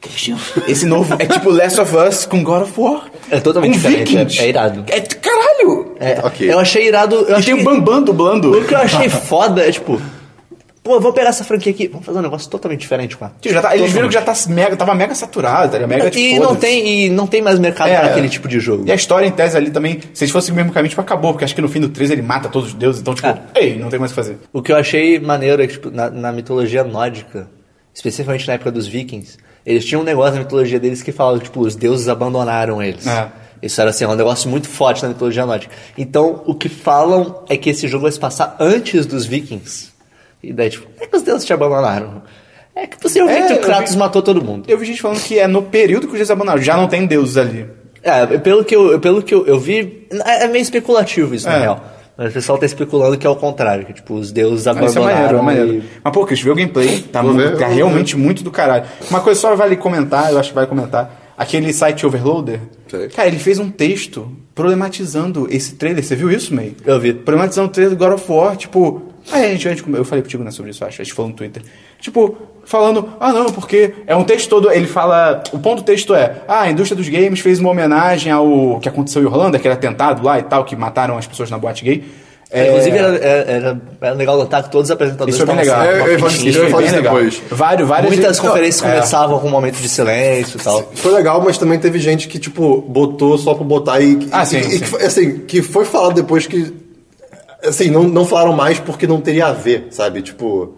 Christian, Esse novo é tipo Last of Us com God of War.
É totalmente
com
diferente,
Vikings.
é- é irado.
É, caralho!
É,
Ok.
Eu achei irado. Eu
E tem
um
achei,
o Bambam dublando.
O que eu achei foda é tipo. Pô, vou pegar essa franquia aqui, vamos fazer um negócio totalmente diferente com ela.
Tio, já tá- eles viram que já tá mega, tava mega saturado, tá ligado? Mega
e,
tipo,
não tem, e não tem mais mercado
É.
pra aquele tipo de jogo.
E a história, em tese, ali também, se eles fossem o mesmo caminho, tipo, acabou, porque acho que no fim do 3 ele mata todos os deuses, então, tipo,
Ah.
ei, não tem mais o que fazer.
O que eu achei maneiro é que, tipo, na, na mitologia nórdica, especificamente na época dos vikings, eles tinham um negócio na mitologia deles que falava, tipo, os deuses abandonaram eles.
Ah.
Isso era, assim, um negócio muito forte na mitologia nórdica. Então, o que falam é que esse jogo vai se passar antes dos vikings. E daí, tipo, não é que os deuses te abandonaram. É que você ouviu
É,
que o
eu
Kratos
vi-
matou todo mundo.
Eu vi gente falando que é no período que os deuses abandonaram, já não tem deuses ali.
É, pelo que eu, pelo que eu, eu vi, é, é meio especulativo isso, na
É.
real. Mas o pessoal tá especulando que é o contrário, que, tipo, os deuses
Ah, Isso é
abandonaram
maneiro, é
e-
maneiro. Mas, pô, Cris, ver o gameplay, tá,
Vou
mu-
ver,
tá
vou
realmente muito do caralho. Uma coisa só vale comentar, eu acho que vale comentar, aquele site Overloader,
Sei.
cara, ele fez um texto problematizando esse trailer, você viu isso, May?
Eu vi.
problematizando o trailer do God of War, tipo. Aí a gente, a gente- eu falei pro Tigo né, sobre isso, acho, a gente falou no Twitter. Tipo, falando, ah não, porque é um texto todo, ele fala. O ponto do texto é, ah, a indústria dos games fez uma homenagem ao que aconteceu em Irlanda, aquele atentado lá e tal, que mataram as pessoas na boate gay. É,
Inclusive, era, era- era- era legal notar que todos os apresentadores
isso é bem legal.
estavam
Eu- eu
sentados,
ia falar
uma
isso,
fitinha.
eu ia falar
bem
isso
legal.
depois.
Várias, várias
Muitas
Não,
conferências
é.
começavam com um momento de silêncio e tal.
Foi legal, mas também teve gente que, tipo, botou só pra botar e...
Ah,
e-
sim,
e-
sim.
que foi- assim, que foi falado depois que... Assim, não, não falaram mais porque não teria a ver, sabe? Tipo...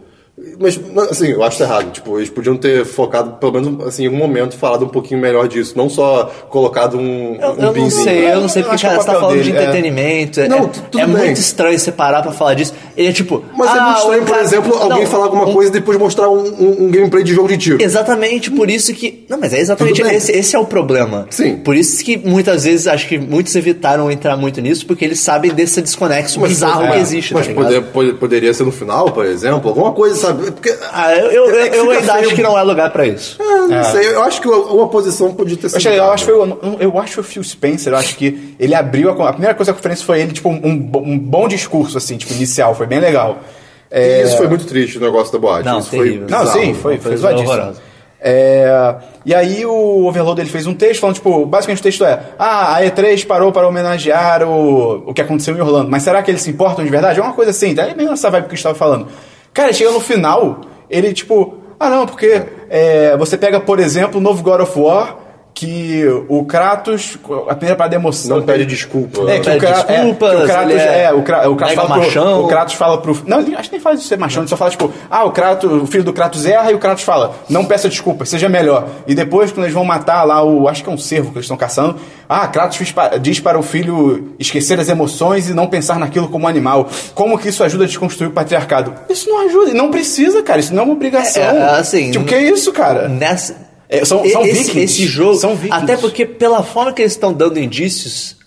Mas, não, assim, eu acho isso errado. Tipo, eles podiam ter focado, pelo menos, assim, em um momento, falado um pouquinho melhor disso. Não só colocado um...
Eu,
um
eu não
binzinho.
sei, eu não sei
Eu
porque,
acho que
cara,
é o
você tá
papel
falando de
dele, é.
entretenimento. É,
Não,
é-
tudo
é
bem.
muito estranho separar pra falar disso. Ele é tipo.
Mas é
ah,
muito estranho,
o
por
cara-
exemplo, alguém
não,
falar alguma
um-
coisa e depois mostrar um, um- um gameplay de jogo de tiro.
Exatamente por isso que. Não, mas é exatamente
Tudo bem.
esse, esse é o problema.
Sim.
Por isso que muitas vezes acho que muitos evitaram entrar muito nisso, porque eles sabem desse desconexo bizarro que
é,
existe.
Mas
tá ligado?
poder- pode- poderia ser no final, por exemplo, alguma coisa, sabe? Porque,
Ah, eu, eu,
É que
eu
fica
ainda
feio.
acho que não é lugar pra isso.
ah, não sei, eu acho que uma posição podia ter
Eu
sido.
achei legal, eu
um
acho que foi
assim.
o- eu acho que foi o Phil Spencer, eu acho que ele abriu a, con- a primeira coisa da conferência foi ele, tipo, um, um bo- um bom discurso, assim, tipo, inicial, foi bem legal. É,
Isso foi muito triste, o negócio da boate.
Não,
Isso foi
terrível.
Não,
bizarro.
sim, foi, foi
Foi
zoadíssimo.
horroroso.
É, e aí o Overload ele fez um texto falando, tipo, basicamente o texto é Ah, a E3 parou para homenagear o, o que aconteceu em Orlando, mas será que eles se importam de verdade? É uma coisa assim, tá? É meio essa vibe que eu estava falando. Cara, chega no final, ele tipo, ah não, porque é, você pega, por exemplo, o novo God of War, que o Kratos, a primeira parada é emoção.
Não pede desculpa.
É, que
Pede
o Kra- é,
tipo, desculpas,
que o Kratos,
ele é
é, o, Kra- o Kratos
mega
fala pro,
machão.
o Kratos fala pro... Não, ele- acho que nem fala de ser machão, ele só fala, tipo, ah, o, Kratos, o filho do Kratos erra e o Kratos fala, não peça desculpas, seja melhor. E depois, quando eles vão matar lá o... Acho que é um cervo que eles estão caçando. Ah, Kratos diz pa- diz para o filho esquecer as emoções e não pensar naquilo como animal. Como que isso ajuda a desconstruir o patriarcado? Isso não ajuda, e não precisa, cara, isso não é uma obrigação.
É, é, assim,
Tipo, que é isso, cara?
Nessa...
É, são- são
esse,
vikings.
esse jogo,
São vikings.
até porque pela forma que eles estão dando indícios,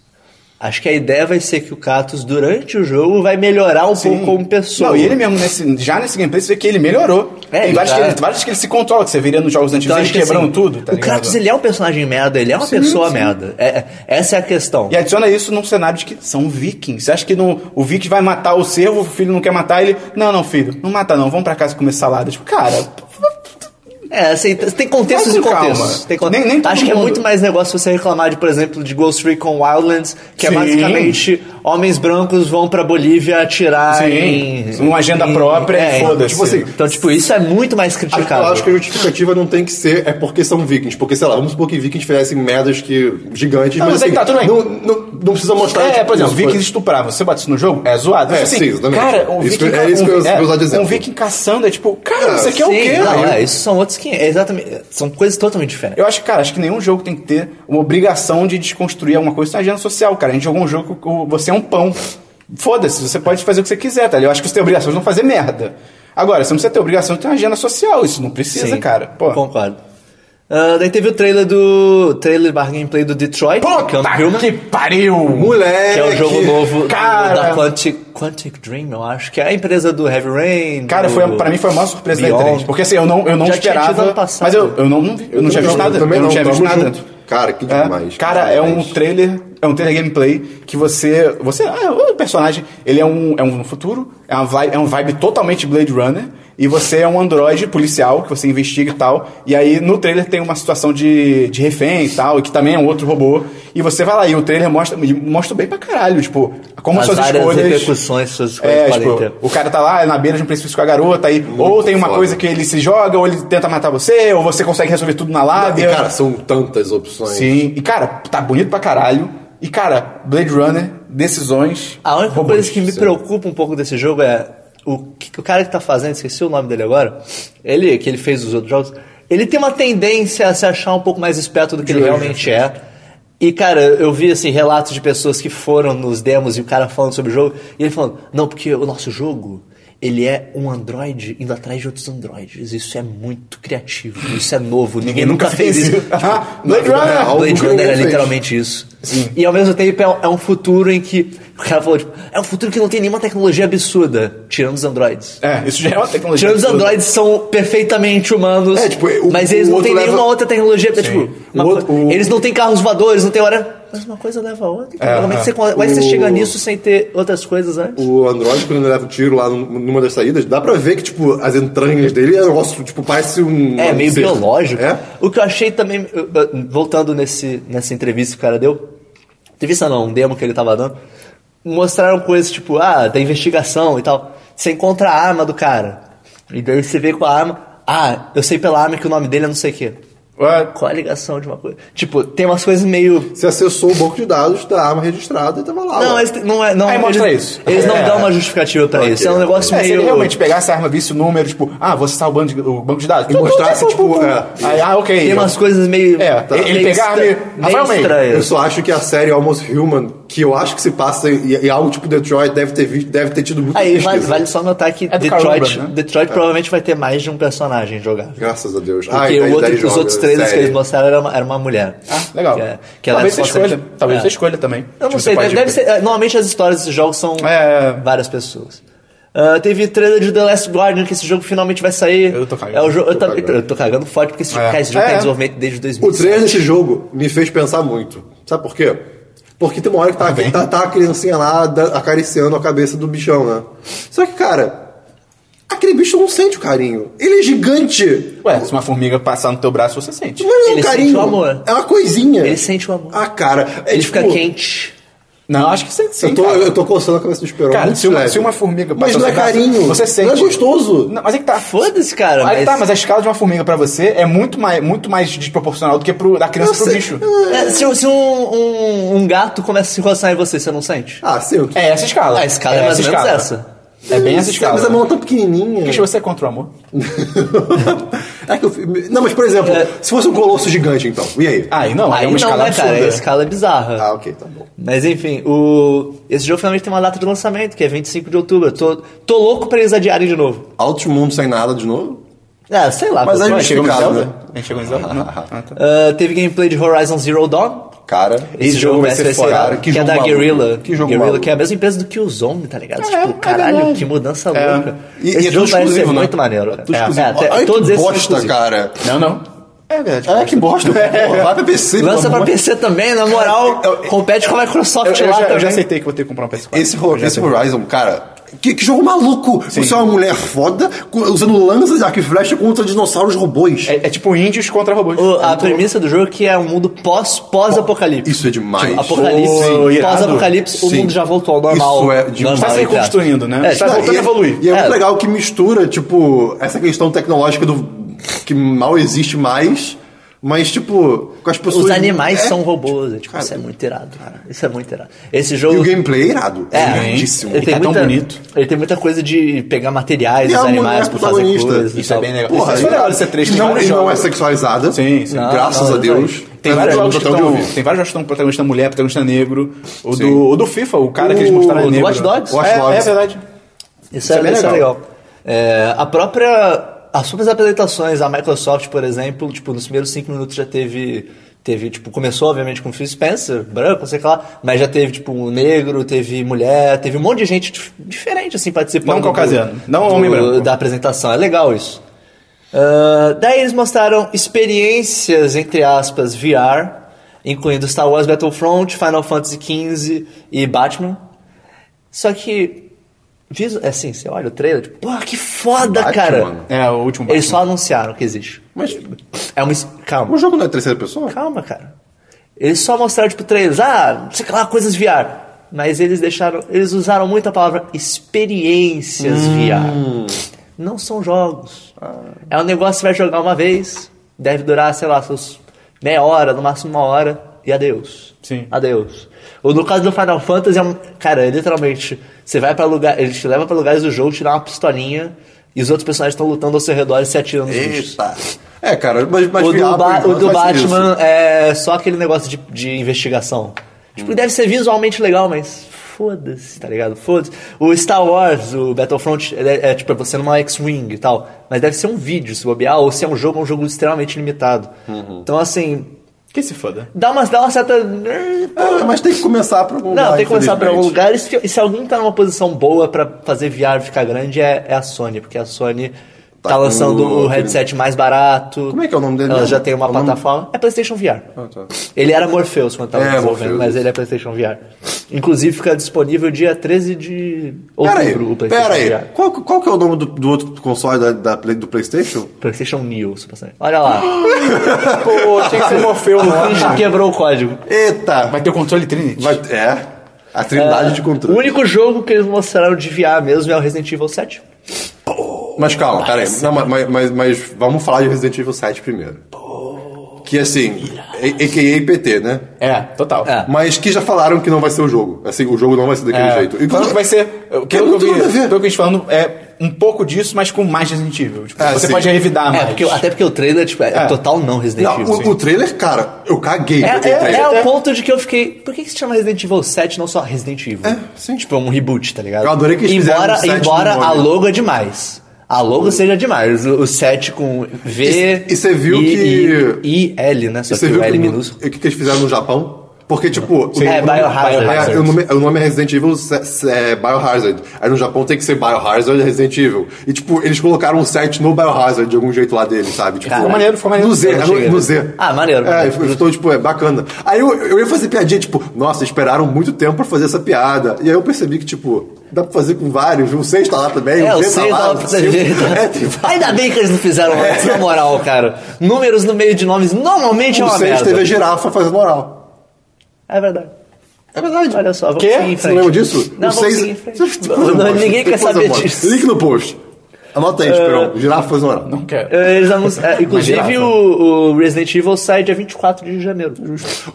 acho que a ideia vai ser que o Kratos, durante o jogo, vai melhorar um pouco como pessoa.
Não, e ele mesmo, nesse, já nesse gameplay, você vê que ele melhorou.
É,
Tem
ele
vários,
tá-
que ele, vários que ele se controla, que você viria nos jogos antigos,
Então,
eles
acho que, assim,
quebrando tudo, tá
o
ligado?
Kratos, ele é um personagem merda, ele é uma pessoa merda. É- é- essa é a questão.
E adiciona isso num cenário de que são vikings. Você acha que no, o viking vai matar o cervo, o filho não quer matar ele? Não, não, filho, não mata não, vamos pra casa comer salada. Tipo, cara,
É, assim, t- tem contextos
Vai
e
com calma.
contextos. Tem contextos.
Nem- nem todo
Acho que é
mundo-
muito mais negócio você reclamar de, por exemplo, de Ghost Recon Wildlands, que
Sim.
é basicamente homens brancos vão pra Bolívia atirar
Sim.
em...
Uma agenda própria,
é,
foda-se.
Tipo assim, então, tipo, isso é muito mais
Acho,
criticado.
eu acho que a justificativa não tem que ser é porque são vikings. Porque, sei lá, vamos supor que vikings fizessem merdas que, gigantes,
Não,
mas,
mas aí
assim,
tá, tudo bem.
não, não, não precisa mostrar.
É,
tipo,
por exemplo,
isso,
vikings
foi-
estupravam. Se você bate isso no jogo, é zoado.
É,
Mas, assim,
sim, exatamente.
cara, um
Isso que-
viking...
é isso que eu
um,
ia usar de exemplo.
Um viking caçando é tipo, cara,
Ah,
isso aqui é o
Sim,
quê?
não,
velho?
é, isso são outros que... é Exatamente, são coisas totalmente diferentes.
Eu acho que, cara, acho que nenhum jogo tem que ter uma obrigação de desconstruir alguma coisa na agenda social, cara. A gente jogou um jogo que o- você é um pão. Foda-se, você pode fazer o que você quiser, tá? ligado? Eu acho que você tem obrigação de não fazer merda. Agora, você não precisa ter obrigação de ter uma agenda social, isso não precisa,
Sim,
cara. Pô.
Concordo. Ah, daí teve o trailer do. Trailer barra gameplay do Detroit. que é um
Puta
filme,
que pariu!
que
Moleque!
é
um
o jogo novo
cara.
da Quantic, Quantic Dream, eu acho, que é a empresa do Heavy Rain.
Cara,
do-
foi, a- pra mim foi a maior surpresa
Beyond.
da E3. Porque assim, eu não, eu não
Já tinha tido
esperava.
ano passado.
Mas eu, eu não, não vi, eu, não tinha visto nada.
Também
eu não,
não,
tinha
tamo
visto nada.
junto. Cara, que
É.
demais.
Cara, é um
demais.
trailer, é um trailer gameplay que você, você, ah, o personagem, ele é um, é um no futuro, é uma vibe, é um vibe totalmente Blade Runner e você é um androide policial que você investiga e tal. E aí no trailer tem uma situação de, de refém e tal, e que também é um outro robô. E você vai lá e o trailer mostra, mostra bem pra caralho, tipo, como
As
suas
várias
escolhas
repercussões, suas coisas
é,
podem
tipo,
ter.
o cara tá lá na beira de um precipício com a garota, aí ou tem uma
foda.
coisa que ele se joga, ou ele tenta matar você, ou você consegue resolver tudo na
E,
lábia.
cara, são tantas opções.
Sim, e cara, tá bonito pra caralho. E cara, Blade Runner, decisões.
A única
robôs.
coisa que me preocupa um pouco desse jogo é o, que- o cara que tá fazendo, esqueci o nome dele agora, ele que ele fez os outros jogos, ele tem uma tendência a se achar um pouco mais esperto do que ele realmente é. E, cara, eu vi, assim, relatos de pessoas que foram nos demos e o cara falando sobre o jogo, e ele falando, não, porque o nosso jogo, ele é um androide indo atrás de outros androides. Isso é muito criativo, isso é novo, ninguém nunca fez isso.
Ah, Blade
na
Runner!
real,
Blade
Algo que
Runner
não
é
fez.
literalmente isso. E ao mesmo tempo é um, é um futuro em que. O cara falou, tipo, é um futuro que não tem nenhuma tecnologia absurda, tirando os androides.
É, isso já é uma tecnologia.
Tirando os
absurda.
androides são perfeitamente humanos,
É, tipo, o-
mas eles
o
não
outro
têm
leva-
nenhuma outra tecnologia. é, Tipo, uma
O outro-
co-
o-
Eles não têm carros voadores, não tem hora. Mas uma coisa leva a outra. cara. Como é que você, como é que você
O-
chega nisso sem ter outras coisas antes?
O Android, quando ele leva um tiro lá num- numa das saídas, dá pra ver que, tipo, as entranhas dele é um negócio, tipo, parece um.
É,
um
meio
ser.
biológico.
É?
O que eu achei também, eu, eu, voltando nesse, nessa entrevista que o cara deu, entrevista não, um demo que ele tava dando, mostraram coisas tipo, ah, da investigação e tal. Você encontra a arma do cara, e daí você vê com a arma, ah, eu sei pela arma que o nome dele é não sei o quê.
Ué,
Qual a ligação de uma coisa? Tipo, tem umas coisas meio...
Você acessou o banco de dados da arma registrada e tava lá.
Não,
ó.
eles, não é... Não,
Aí mostra
eles,
isso.
Eles não
É.
dão uma justificativa pra isso. É um negócio
É, se
meio...
ele realmente pegasse a arma, visse o número, tipo, ah, você está o banco de, o banco de dados. Então,
E
um
mostrasse, tipo, é.
Aí, ah, ok.
Tem umas coisas meio...
É, tá. ele
meio
pegar a
estra-
arma e- Rafael May,
estranhas.
Eu só acho que a série Almost Human, que eu acho que se passa e, e algo tipo Detroit, deve ter, vi- deve ter tido muito
Aí vale, vale só notar que
do
Detroit,
Caramba, né?
Detroit provavelmente vai ter mais de um personagem jogável.
Graças a Deus.
Porque o outro- os outros trailers que eles mostraram era uma, era uma mulher.
Ah, legal.
Que é- que ela
Talvez você
era só-
escolha. Talvez
é.
você escolha também.
Eu não
Tipo,
sei,
você
deve,
pode-
deve ser. é, Normalmente as histórias desses jogos são
É.
várias pessoas. Ah, teve trailer de The Last Guardian, que esse jogo finalmente vai sair.
Eu tô cagando.
É o jogo- eu,
Tô
tô também-
cagando.
eu tô cagando forte, porque esse jogo,
É.
cara, esse jogo
É.
tá em desenvolvimento desde
O
2000.
trailer desse jogo me fez pensar muito. Sabe por quê? Porque tem uma hora que tá, tá, tá a criancinha lá da- acariciando a cabeça do bichão, né? Só que, cara, aquele bicho não sente o carinho. Ele é gigante.
Ué, se uma formiga passar no teu braço, você sente.
Mas não é um
Ele sente
carinho.
o amor.
É uma coisinha.
Ele sente o amor.
Ah, cara. é
Ele
tipo-
fica quente.
Não, acho que você sente.
Eu tô,
cara.
eu tô coçando a cabeça do Esperon.
Cara,
muito
se uma,
leve.
se uma formiga passa
Mas não
no
é
seu braço,
carinho.
Você sente.
Não é gostoso.
Não, mas é que tá.
Ah, Foda-se, cara,
Aí
mas-
tá, mas a escala de uma formiga pra você é muito mais, muito mais desproporcional do que pro, da criança
Eu
pro
sei.
bicho.
É, se se um, um- um gato começa a se roçar em você, você não sente?
Ah, sinto.
É essa escala.
A escala é, mais ou menos essa.
É bem essa escala.
Mas a mão é tão pequenininha.
Porque você é contra o amor.
É que eu fui- Não, mas por exemplo,
É.
se fosse um colosso gigante, então. E aí?
Aí não,
Aí
é uma
não,
escala
né,
absurda.
cara? A escala é bizarra.
Ah, ok, tá bom.
Mas enfim, o... esse jogo finalmente tem uma data de lançamento, que é 25 de outubro. Eu tô, tô louco pra eles adiarem de novo.
Alto mundo sem nada de novo?
É, sei lá.
Mas
pô,
aí
vai.
Ué, chegou no
Justificado,
Zelda?
né?
A gente chegou em Zelda? Não. Ah, tá.
Ah, teve gameplay de Horizon Zero Dawn.
Cara,
Esse, jogo vai
foda.
ser foda.
Cara,
Que,
que
é
jogo
da
maluco.
Guerrilla.
Que jogo
Guerrilla,
maluco.
que é a mesma empresa do Killzone, tá ligado?
É,
tipo,
é
caralho,
verdade.
que mudança
É.
louca.
E- e é
esse
tudo
jogo vai ser
exclusivo, né?
muito maneiro. cara.
Tudo exclusivo.
É, até-
Olha que
todos esses são
bosta,
exclusivos.
cara.
Não, não. É verdade.
É, que bosta. Pô, vai pra PC. pelo
Lança pra
amor de-
PC também, na moral.
Eu- eu-
compete com a
Eu,
Microsoft
eu
lá
já, eu
também.
já aceitei que vou ter que comprar um PS4.
Esse, Hor-
Eu já
esse
aceitei.
Horizon, cara, que, que jogo maluco! Você é uma mulher foda co- usando lanças, arco e flecha contra dinossauros robôs.
É, é tipo índios contra robôs.
O- a
É muito
premissa do jogo é que é um mundo pós- pós-apocalipse.
Então,
Tipo,
Isso é demais.
Apocalipse,
Pô, irado.
pós-apocalipse, o
Sim.
mundo já voltou ao normal.
Isso é demais.
Tá
Normal,
se
entre aspas.
reconstruindo, né?
É,
Tá
tipo,
voltando
e,
a evoluir.
E é muito
É.
legal que mistura, tipo, essa questão tecnológica do que mal existe mais, Mas, tipo, com as pessoas.
Os animais
É,
são robôs. é, tipo,
cara,
isso é muito irado. Isso é muito irado. Esse
E
jogo.
o gameplay é irado.
É,
lindíssimo.
ele tem
Tá tão
muita,
bonito.
Ele tem muita coisa de pegar materiais
E
dos
a mulher
animais pra fazer
protagonista.
coisas. e
Isso é
tal.
bem legal.
Porra,
isso é legal de ser três
e não, e não é sexualizada.
Sim, sim.
Não,
graças
não,
a Deus.
Tem
Mas
vários,
eu
jogos que
gosto até de
estão,
ouvir.
tem vários jogos que estão protagonista mulher, protagonista negro. O
Sim.
do, o do FIFA, o cara que eles
O-
mostraram é
o do
negro.
Watch Dogs.
Watch
é,
Dogs.
é verdade.
Isso, é, bem legal. É, a própria. As próprias apresentações, a Microsoft, por exemplo, tipo, nos primeiros cinco minutos já teve. Teve, tipo, começou, obviamente, com Phil Spencer, branco, não sei o que lá, mas já teve, tipo, um negro, teve mulher, teve um monte de gente dif- diferente, assim, participando.
Não caucasiano,
do-
não homem
do-
branco.
Da apresentação, é legal isso. Ah, daí eles mostraram experiências, entre aspas, VR, incluindo Star Wars Battlefront, Final Fantasy XV e Batman. Só que. Visu... é Assim, você olha o trailer, tipo, pô, que foda,
Batman.
cara!
É, o último.
Eles só anunciaram que existe.
Mas
É uma. es-
o
Calma,
jogo não é terceira pessoa?
calma, cara. Eles só mostraram, tipo, trailers, ah, não sei o que lá, coisas VR. Mas eles deixaram. Eles usaram muito a palavra experiências VR. Não são jogos. É um negócio que você vai jogar uma vez, deve durar, sei lá, seus meia hora, no máximo uma hora, e adeus.
Sim.
Adeus. Ou no caso do Final Fantasy, é um, cara, é literalmente, você vai pra lugar, ele te leva pra lugares do jogo, te dá uma pistolinha, e os outros personagens estão lutando ao seu redor e se atirando nos bichos.
É, cara, mas, mas
O do,
VR, por
Ba-
enquanto,
o do
vai ser
Batman
isso.
é só aquele negócio de, de investigação. Tipo, deve ser visualmente legal, mas foda-se, tá ligado? Foda-se. O Star Wars, o Battlefront, ele é, é, tipo, é você numa X-Wing e tal. Mas deve ser um vídeo, se bobear, ou se é um jogo, é um jogo extremamente limitado. Então, assim,
Que se foda.
dá uma, dá uma certa. né,
É, mas tem que começar pra algum lugar.
Não, tem que começar por algum
tipo, infelizmente.
lugar. E se, e se alguém tá numa posição boa pra fazer VR ficar grande, é, é a Sony, porque a Sony tá,
Tá com
lançando o
aquele-
headset mais barato.
Como é que é o nome dele
Ela
mesmo?
já tem uma
O nome-
plataforma. É PlayStation VR.
Ah, tá.
Ele era Morpheus quando tava
É,
desenvolvendo,
Morpheus.
mas ele é PlayStation VR. Inclusive fica disponível dia 13 de
Pera
outubro o
aí,
PlayStation
pera aí.
VR.
Qual, qual que é o nome do, do outro console da, da Play- do PlayStation?
PlayStation Neo, se passar. Olha lá.
Pô, tinha que ser Morfeu no
O Ninja quebrou o código.
Eita!
Vai ter o controle Trinity.
Vai- é. A trindade de
O
controle.
único jogo que eles mostraram de VR mesmo é o Resident Evil 7.
Mas calma, pera aí. Não, mas- mas, mas, mas vamos falar de Resident Evil 7 primeiro. Que assim, a- a.k.a. PT, né?
É, total.
É.
Mas que já falaram que não vai ser o jogo. Assim, o jogo não vai ser daquele jeito.
E falando que vai ser. é, O que eu
não
vi,
tem nada a ver.
pelo que a gente falando, é um pouco disso, mas com mais Resident Evil. Tipo,
Ah,
você
sim.
pode revidar mais.
É, porque, até porque o trailer tipo, é,
É.
total não Resident
Não,
Evil.
o, o trailer, cara, eu caguei.
É,
pra aquele
é,
trailer.
é o ponto de que eu fiquei. Por que, que se chama Resident Evil 7 não só Resident Evil?
É, sim.
Tipo, é um reboot, tá ligado?
Eu adorei que eles
Embora,
fizeram um 7
embora
no nome.
a logo é demais. A logo seja demais. O, o 7 com V.
E- e você viu
I,
que-
I, I, L, né? Só
Você
que
viu
o
o
L
que,
minúsculo.
o que que eles fizeram no Japão? Porque, tipo... o-
É,
o-
Biohazard.
É, o, nome, o nome é Resident Evil se- se- é, Biohazard. Aí no Japão tem que ser Biohazard e Resident Evil. E, tipo, eles colocaram o 7 no Biohazard de algum jeito lá dele, sabe? Tipo,
Ficou
maneiro, ficou maneiro.
No Z,
Eu não
é no-
cheguei a
no
ver.
Z.
Ah, maneiro,
É,
maneiro.
eu estou, tipo, é bacana. Aí eu, eu ia fazer piadinha, tipo, nossa, esperaram muito tempo pra fazer essa piada. E aí eu percebi que, tipo, dá pra fazer com vários. O 6 tá lá também,
É,
o
o
V É.
6
tá
dá
lá.
pra
o
você
cinco-
ver.
É, tem vários.
né? Ainda bem que eles não fizeram antes, na moral, cara. Números no meio de nomes normalmente é
O
uma
6
merda.
teve a girafa fazendo oral.
É verdade.
É verdade.
Olha só, vamos
Quê?
seguir em
Você
frente.
não lembra disso?
Não,
O
vamos seguir em frente.
Depois eu
Não,
mostro,
ninguém quer
depois eu
saber
mostro.
disso. É.
Link no post. Anota aí, Esperão. Girafa fazendo oral.
Não quero.
Eh, Eles anunci- é, inclusive,
Imagina.
o, o Resident Evil sai dia 24 de janeiro.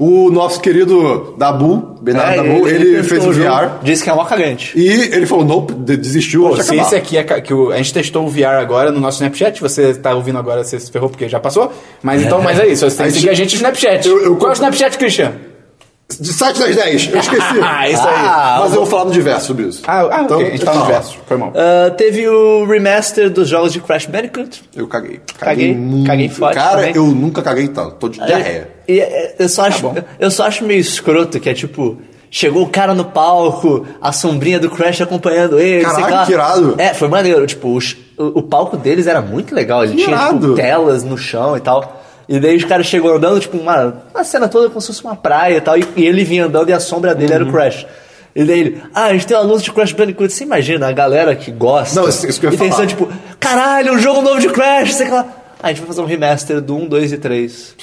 O nosso querido Dabu, Bernardo
É,
Dabu, Ah, tá ele,
testou
fez o
jogo,
VR.
Disse que é uma cagante.
E ele falou, nope, de- desistiu,
Pô,
deixa
se
acabar.
esse aqui é. ca- Que o- a gente testou o VR agora no nosso Snapchat. Você tá ouvindo agora, você se ferrou porque já passou. Mas então, mas é isso. Você tem que seguir a gente no Snapchat.
Eu- eu-
Qual é o Snapchat, Christian?
De 7 das 10, eu esqueci.
Ah,
é
isso aí.
Mas eu vou falar no diverso sobre isso.
Ah, ah
Então,
ok. A gente tá
eu
no
falo.
verso. Foi mal.
Ah, teve o remaster dos jogos de Crash Bandicoot.
Eu caguei.
Caguei,
muito.
caguei forte
Cara,
também.
eu nunca caguei tanto. Tô de diarreia.
E, é, eu,
Tá
só acho, eu só acho meio escroto que é tipo. Chegou o cara no palco, a sombrinha do Crash acompanhando ele.
Caraca,
sei lá.
que irado.
É, foi maneiro. Tipo, os- o, o palco deles era muito legal. Ele
Que
tinha tipo,
irado.
telas no chão e tal. E daí os caras chegou andando, tipo, uma, uma cena toda como se fosse uma praia e tal. E, e ele vinha andando e a sombra dele
Uhum.
era o Crash. E daí ele, ah, a gente tem uma luz de Crash Bandicoot. Você imagina a galera que gosta.
Não, isso- isso que eu ia
e tem
falar.
essa, tipo, caralho, um jogo novo de Crash, sei lá. Ah, a gente vai fazer um remaster do 1, 2 e 3.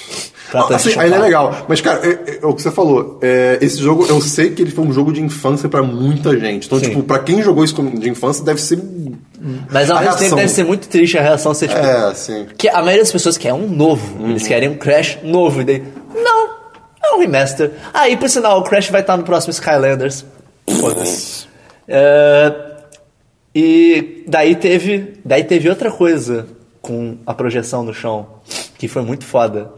pra
Assim,
PlayStation
ainda é
4.
legal. Mas, cara, é, é o que você falou. é, esse jogo, eu sei que ele foi um jogo de infância pra muita gente. Então,
Sim.
tipo, pra quem jogou isso como- de infância, deve ser
Mas ao
A
mesmo tempo
reação.
deve ser muito triste a relação ser tipo.
É, sim.
Que a maioria das pessoas quer um novo.
Uhum.
Eles querem um Crash novo. E daí, não, é um remaster. Aí, por sinal, o Crash vai estar no próximo Skylanders. Foda-se. É, e daí teve, daí teve outra coisa com a projeção no chão, que foi muito foda.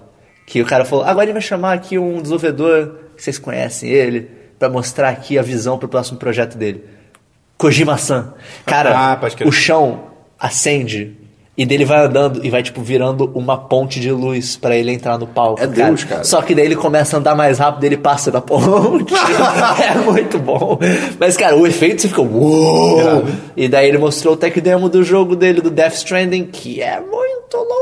Que o cara falou, agora ele vai chamar aqui um desenvolvedor, que vocês conhecem ele, pra mostrar aqui a visão pro próximo projeto dele. Kojima-san. Cara,
Ah, pode crer.
o chão acende e dele vai andando e vai, tipo, virando uma ponte de luz pra ele entrar no palco.
É Deus, cara.
Só que daí ele começa a andar mais rápido e ele passa da ponte. é muito bom. Mas, cara, o efeito você fica. Uou! E daí ele mostrou o tech demo do jogo dele, do Death Stranding, que é muito louco.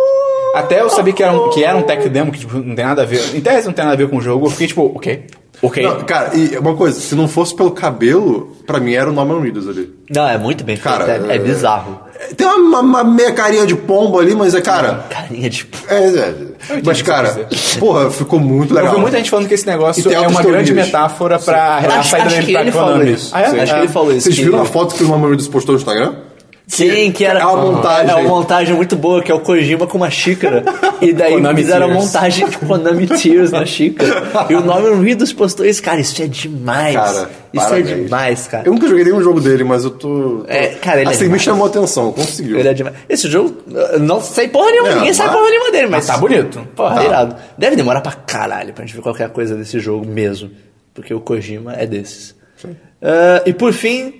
Até eu saber que era um, que era um tech demo, que tipo, não tem nada a ver. Em tese não tem nada a ver com o jogo, eu fiquei tipo, ok. Ok.
Não, cara, e uma coisa, se não fosse pelo cabelo, pra mim era o Norman Reedus ali.
Não, é muito bem feito.
Cara,
é, é bizarro.
É, Tem uma, uma meia carinha de pombo ali, mas é, cara.
Carinha de. p-
É, é, mas,
o que você
cara, porra, ficou muito
Eu
legal.
vi muita gente falando que esse
E
negócio
tem
é uma
altas
grande
teorias.
metáfora pra a
Acho,
saída
acho
dele
que
pra
ele
Konami.
falou isso.
Ah, é?
Acho que ele falou isso.
Vocês
que-
viram a foto que o Norman Reedus postou no Instagram?
Sim, que era.
É uma montagem.
É uma montagem muito boa, que é o Kojima com uma xícara. E daí
Konami
fizeram a
Tears.
montagem de Konami Tears na xícara. E o Norman Reedus postou isso. Cara, isso é demais.
Cara,
isso
parabéns.
é demais, cara.
Eu nunca joguei nenhum jogo dele, mas eu tô.
É, cara, ele é
assim, me
demais.
chamou a atenção, conseguiu.
Ele é demais. Esse jogo, eu não sei porra nenhuma,
É,
ninguém sabe
mas-
porra nenhuma dele, mas.
Mas tá bonito.
Porra,
Tá.
é irado. Deve demorar pra caralho pra gente ver qualquer coisa desse jogo mesmo. Porque o Kojima é desses. Ah, e por fim,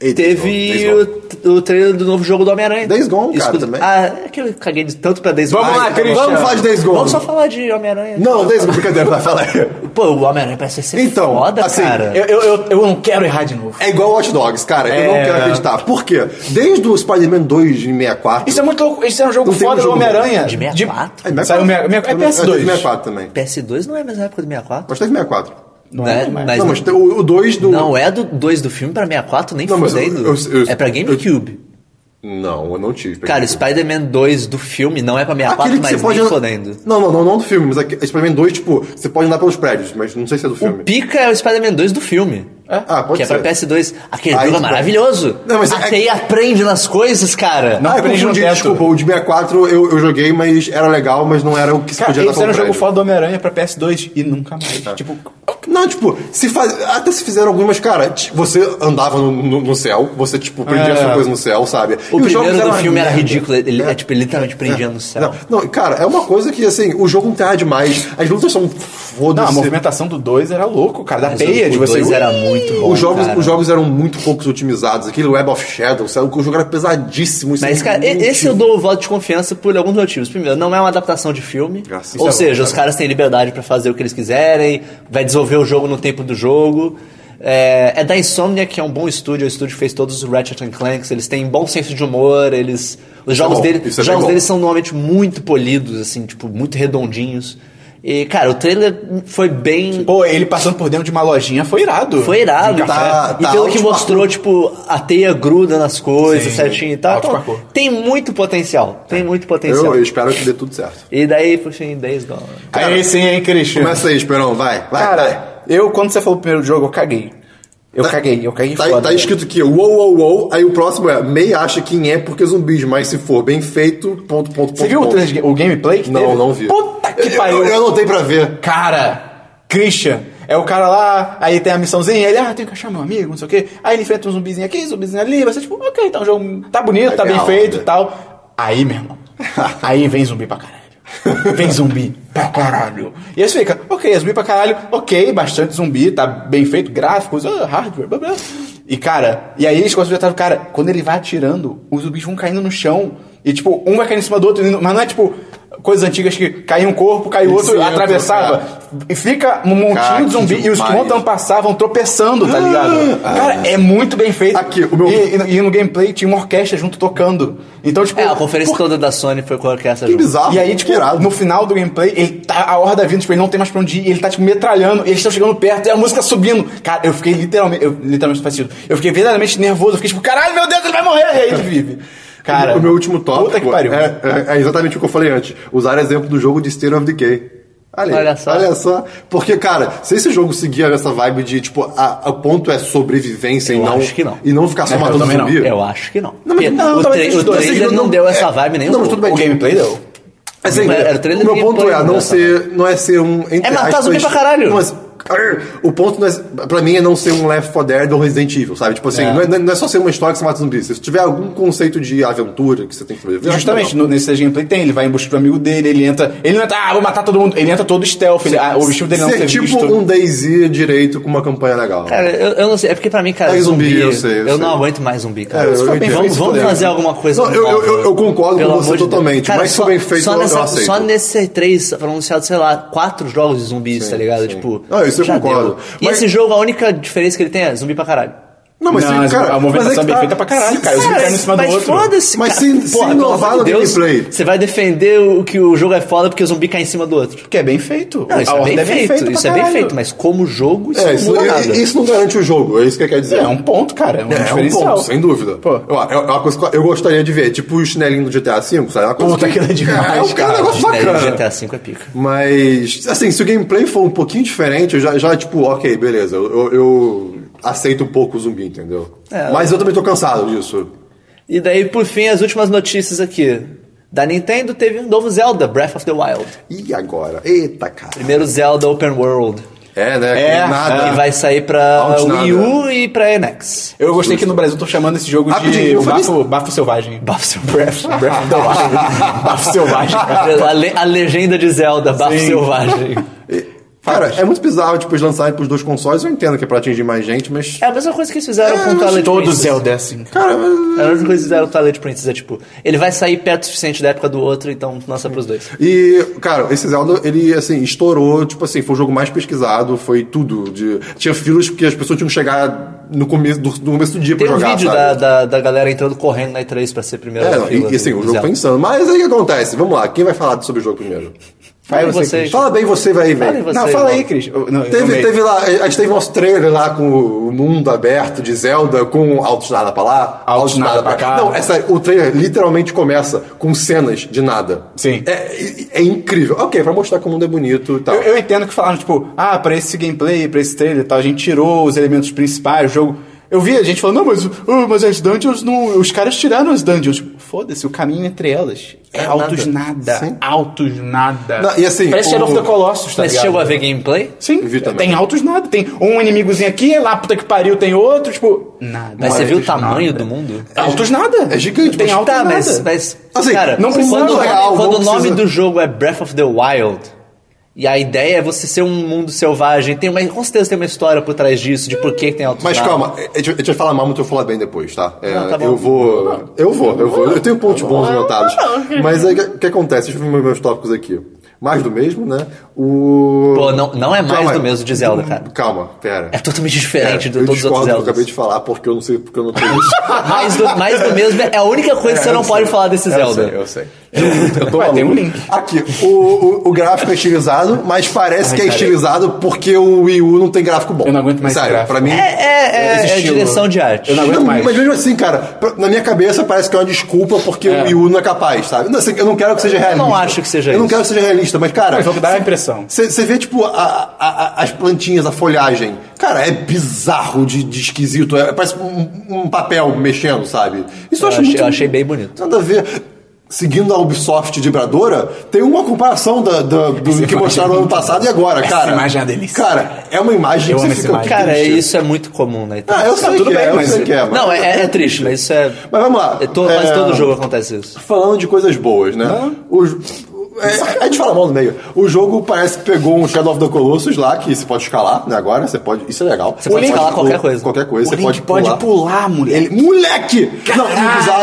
Ei, então, Days
teve
Gone,
o, o trailer do novo jogo do Homem-Aranha.
Days Gone, cara,
Escuta-
também.
Ah, é que eu caguei de tanto pra Days Gone.
Vamos lá,
Ah, tá bom.
Christian.
Vamos falar de Days Gone.
Vamos só falar de Homem-Aranha.
Não, Days Gone, brincadeira, vai falar.
Pô, o Homem-Aranha parece ser
Então,
foda,
assim,
cara.
Eu, eu, eu, eu não quero errar de novo.
É igual Watch Dogs, cara, eu não
É.
quero acreditar. Por quê? Desde o Spider-Man 2 de 64.
Isso é muito louco. Isso é um jogo
Não tem
foda do
um jogo
Homem-Aranha.
De 64?
É,
Saiu meia- meia- é PS2.
É 64 também.
PS2 não é mais na época do 64?
Mas tá teve 64.
Não é, mas
não, mas tem o 2 do.
Não é do 2 do filme pra 64, nem
Não, mas eu-
fudendo.
eu- eu-
é pra GameCube.
Não, eu não tive.
Cara, o Spider-Man 2 do filme não é pra 64,
Aquele que
mas
você pode.
nem fodendo.
Não, não, não, não do filme, mas aqui- Spider-Man 2, tipo, você pode andar pelos prédios, mas não sei se é do filme.
O Pica é o Spider-man 2 do filme.
Ah, pode
que é
ser.
pra PS2. Aquele
Aí
jogo é
tudo bem.
maravilhoso.
Não, mas
a
é-
TI aprende nas coisas, cara.
Não,
ah, eu
aprendi no
confundi,
teto.
desculpa. O de 64 eu, eu joguei, mas era legal, mas não era o que se
Cara,
podia dar Tá.
esse era um
pelo
jogo
prédio.
foda do Homem-Aranha pra PS2 e nunca mais. Tipo,
Não, tipo, se faz... até se fizeram algumas, cara, ti- você andava no, no- no céu, você, tipo, prendia
É.
sua coisa no céu, sabe?
O
E os jogos
primeiro do
eram uma
filme era
merda.
ridículo. Ele, é. tipo, ele literalmente prendia no céu.
Não, não, cara, é uma coisa que, assim, o jogo não tem nada demais, as lutas são foda
não, a movimentação é do 2 era louco, cara. Da
Mas
peia
o-
de
o
você.
dois era muito bom,
tipo assim, os jogos,
cara.
os jogos eram muito poucos otimizados. Aquele Web of Shadows, sabe? o jogo era pesadíssimo. isso
Mas,
é
cara, e-
muito
esse eu dou o voto de confiança por alguns motivos. Primeiro, não é uma adaptação de filme.
Graças a
ou
Deus.
seja, os caras têm liberdade pra fazer o que eles quiserem, vai desenvolver o jogo no tempo do jogo. É, é da Insomnia, que é um bom estúdio, o estúdio fez todos os Ratchet and Clanks, eles têm bom senso de humor, eles. Os jogos,
bom,
dele,
isso é
os
bem
jogos
bom.
deles são normalmente muito polidos, assim, tipo, muito redondinhos. E, cara, o trailer foi bem.
Pô, ele passando por dentro de uma lojinha foi irado.
Foi irado,
De um café.
Tá,
e
tá,
pelo que
ótimo
mostrou, tipo, a teia gruda nas coisas
Sim. É.
certinho e tal.
Ótimo
Então,
acordo.
tem muito potencial. Tem muito
Eu,
potencial.
eu espero que dê tudo certo.
E daí, por fim, Days Gone.
Aí sim, hein, Christian.
Começa aí, Esperão, vai, vai. vai.
Cara, eu, quando você falou o primeiro jogo, eu caguei. Eu caguei, eu caguei
Tá,
foda. né?
tá escrito que wow, wow, wow, aí o próximo é May acha quem é porque zumbis, mas se for bem feito, ponto, ponto, ponto.
Você viu o,
ponto.
trailer de- o gameplay que
Não,
teve?
não vi.
Puta que
Eu-
pariu.
Eu, eu anotei pra ver.
Cara, Christian, é o cara lá, aí tem a missãozinha, ele, ah, tem que achar meu amigo, não sei o quê. Aí ele enfrenta um zumbizinho aqui, zumbizinho ali, você tipo, ok, tá um jogo, tá bonito,
Vai
tá
ver
bem
a
feito
onda.
e tal. Aí, meu irmão, aí vem zumbi pra caralho. Vem zumbi pra caralho. E aí você fica, ok, é zumbi pra caralho, ok, bastante zumbi, tá bem feito, gráficos, ah, hardware, blá blá. E cara, e aí eles conseguem atrás do cara, quando ele vai atirando, os zumbis vão caindo no chão. E tipo, um vai cair em cima do outro, mas não é tipo coisas antigas que caía um corpo, caiu
Eles
outro,
entram,
atravessava.
cara.
E fica um montinho
é Cara,
de zumbi
que
e os que
demais. Ah,
vão tampar passavam tropeçando, tá ligado? Cara, é muito bem feito.
Aqui, o meu-
E, e- e no gameplay tinha uma orquestra junto tocando. Então, tipo.
É, a conferência
por-
toda da Sony foi com a orquestra
Que
junto.
bizarro.
E aí, tipo,
irado.
no final do gameplay, ele tá, a horda vindo, tipo, ele não tem mais pra onde ir, ele tá, tipo, metralhando, eles estão chegando perto, e a música subindo. Cara, eu fiquei literalmente, eu, literalmente não faz sentido. Eu fiquei verdadeiramente nervoso, eu fiquei tipo, caralho, meu Deus, ele vai morrer, e aí ele vive. Cara,
o meu último tópico
Puta que pariu.
É, é- é exatamente o que eu falei antes. Usar exemplo do jogo de State of Decay. Olha, aí,
Olha só.
Olha só. Porque, cara, se esse jogo seguir essa vibe de, tipo, a- o ponto é sobrevivência e
Eu
não.
acho que não.
E não ficar só
eu
matando
também não.
zumbi.
Eu acho que não.
mas-
Porque
não,
o,
talvez
tra-
eles
o
dois
trailer
sejam-
não deu
é,
essa vibe nem um
não, mas
pouco.
tudo bem.
O gameplay deu.
Assim,
Não, era trailer
o meu
de
ponto
gameplay,
é a não
né,
ser, não é ser um. entre
É matar zumbi
aspas,
pra caralho.
não é- Arr, o ponto, não é, pra mim, é não ser um Left 4 Dead ou Resident Evil, sabe? Tipo assim, Não, é, não é só ser uma história que você mata zumbi. Se tiver algum conceito de aventura que você tem
E
que sobreviver.
justamente no, nesse gameplay tem, ele vai em busca do amigo dele, ele entra. Ele não entra, ah, vou matar todo mundo. Ele entra todo stealth, ele, ah, o vestido dele não
Ser
ser
tipo
visto.
um Daisy direito com uma campanha legal.
Cara, eu, eu não sei. É porque pra mim, cara,
É zumbi,
zumbi.
eu sei, eu sei.
não aguento mais zumbi, cara.
É, se for bem feito,
vamos
se
vamos
puder.
fazer alguma coisa.
Não, eu- eu-
nova.
eu- eu concordo
Pelo
com você
amor de Deus.
totalmente, mas se for bem feito,
só
eu- eu
nessa,
aceito.
Só nesse três foram anunciados, sei lá, quatro jogos de zumbis, tá ligado?
sim.
Tipo.
Não, isso eu
já
concordo.
deu. E
Mas-
esse jogo, a única diferença que ele tem é zumbi pra caralho.
Não, mas
Não,
sim,
a
cara,
movimentação
mas é que
bem
tá-
feita pra caralho, cara. Os
Cara,
caras em cima do
mas
outro.
foda-se,
Mas
cara.
se- se
Porra, pelo
inovar
amor de
no
Deus,
gameplay.
Você vai defender o que o jogo é foda porque o zumbi cai em cima do outro.
Que é bem feito.
Não, isso
A
é
horda
bem feito.
pra
isso é bem
caralho.
feito, mas como jogo, isso
É,
não
isso,
muda
i-
nada.
isso não garante o jogo, é isso que eu quero dizer.
É um ponto, cara. É um
É, é um
diferencial.
ponto, sem dúvida.
Pô.
Eu, é uma coisa que eu- eu gostaria de ver, tipo o chinelinho do GTA V, sabe? Uma coisa
Puta, aquilo é demais,
é, um- é um negócio
Daí o
bacana.
GTA V é pica.
Mas, assim, se o gameplay for um pouquinho diferente, eu já, já tipo, ok, beleza, eu, eu- eu aceito um pouco o zumbi, entendeu?
É.
Mas eu também tô cansado disso.
E daí, por fim, as últimas notícias aqui. Da Nintendo teve um novo Zelda, Breath of the Wild.
E agora? Eita, cara.
Primeiro Zelda Open World.
É, né?
É,
nada.
Que vai sair pra
Antes
Wii
nada.
U e pra NX.
Eu gostei que no Brasil estão chamando esse jogo
Rapidinho,
de
eu falei
bafo, bafo selvagem.
Bafo Breath. Breath of the Wild.
bafo selvagem, cara.
A, le- a legenda de Zelda, Bafo Selvagem.
Cara, é muito bizarro, tipo, eles lançarem pros dois consoles, eu entendo que é pra atingir mais gente, mas...
É a mesma coisa que eles fizeram
É,
com o
mas
Twilight
Todo
Princess.
Zelda é assim. cara.
Cara, mas-
É a mesma coisa que eles fizeram com o Twilight Princess. É tipo, ele vai sair perto o suficiente da época do outro, então lança pros dois.
E, cara, esse Zelda, ele, assim, estourou, tipo assim, foi o jogo mais pesquisado, foi tudo. de- Tinha filas que as pessoas tinham que chegar no começo do, no começo do dia
Tem
pra
um
jogar,
vídeo
sabe?
da, da, da galera entrando correndo na E3 pra ser primeiro.
É,
da
não,
fila
e, e, assim,
do
o jogo
Zelda.
foi insano. Mas aí o que acontece? Vamos lá, quem vai falar sobre o jogo primeiro?
Fala
Vai,
em
você,
vocês.
assim, Fala bem você, vai,
Fala em
velho.
você,
Não, fala
irmão.
aí, Cris. Eu- não, eu
Teve,
amei.
teve lá, a gente teve nosso trailer lá com o mundo aberto de Zelda, com altos nada pra lá,
Altos nada pra cá.
Não, essa, o trailer literalmente começa com cenas de nada.
Sim.
É, é- é incrível. Ok, pra mostrar que o mundo é bonito e tal.
Eu, eu entendo que falaram, tipo, ah, pra esse gameplay, pra esse trailer e tal, a gente tirou os elementos principais, o jogo. Eu vi a gente falando, não, mas, ah, mas as dungeons não. Os caras tiraram as dungeons. Tipo, Foda-se, o caminho entre elas. É, altos nada.
Sim.
Altos nada.
Não, e assim,
Parece
o-
Shadow of the Colossus, tá
Mas você
ligado?
chegou a
né?
ver gameplay?
Sim,
Vi também.
tem altos nada. Tem um inimigozinho aqui, é lá, puta que pariu, tem outro, tipo. Nada.
Mas você viu o
Altos
tamanho
nada.
do mundo?
Altos nada.
É gigante,
tem
mas-
altos
Tá,
nada.
mas, mas
Assim,
cara,
não precisa
quando, o nome-
real,
quando
não
o nome
precisa-
do jogo é Breath of the Wild, e a ideia é você ser um mundo selvagem, tem uma, com certeza tem uma história por trás disso, de por que que tem altos
Mas
mapas.
calma, a gente a gente vai falar mal, mas eu vou falar bem depois, tá? É,
Tá. Não, tá bom.
eu vou. Eu vou, eu vou. Eu tenho pontos bons notados. Mas aí o que- o que acontece? Deixa eu ver meus- meus tópicos aqui. Mais do mesmo, né? O.
Pô, não, não é mais
Calma aí.
do mesmo de Zelda, cara.
Calma, pera.
É totalmente diferente de
eu
todos os
discordo do que
outros
eu
Zeldas.
acabei de falar, porque eu não sei porque eu não tenho isso.
mais, do, mais do mesmo é a única coisa que você não pode falar desse Zelda.
É, Eu sei, eu sei. Eu tô
Ué, tem
maluco.
um link.
Aqui, o, o, o gráfico é estilizado, mas parece que é estilizado porque o Wii U não tem gráfico bom.
Eu não aguento mais
Sério,
gráfico.
pra mim.
É, é, é,
Esse
é
estilo.
direção de arte.
Eu não aguento
Não,
mais.
mas mesmo assim, cara, pra- na minha cabeça parece que é uma desculpa porque o Wii U não é capaz, sabe? Não, assim, eu não quero que seja realista.
não acho que seja
Eu não
isso.
quero que seja realista, mas, cara,
O jogo dá a impressão.
você vê, tipo, a- a- a- as plantinhas, a folhagem. Cara, é bizarro de, de esquisito. É- parece um, um papel mexendo, sabe? Isso eu,
Eu
acho
achei-
muito-
eu achei bem bonito.
Nada a ver. Seguindo a Ubisoft vibradora, tem uma comparação da, da- do que mostraram no ano passado e agora, cara.
imagem é uma delícia.
Cara, é uma imagem
Eu
que
amo
você
essa
fica
imagem.
Cara,
triste.
isso é muito comum na Itália.
Ah, eu sei
tudo
que
bem,
é, eu
mas-
sei que é. mas-
Não, é, é- é triste, mas isso é...
Mas vamos lá.
é to- Quase
É,
todo jogo acontece isso.
Falando de coisas boas, né? O j- é, a gente fala mal no meio. O jogo parece que pegou um Shadow of the Colossus lá, que você pode escalar, né? Agora, você pode. Isso é legal. Você
pode escalar qualquer coisa.
Qualquer coisa,
O
você
Link
pode
pode
pular.
pular, moleque.
Ele- moleque! Não, e o bizarro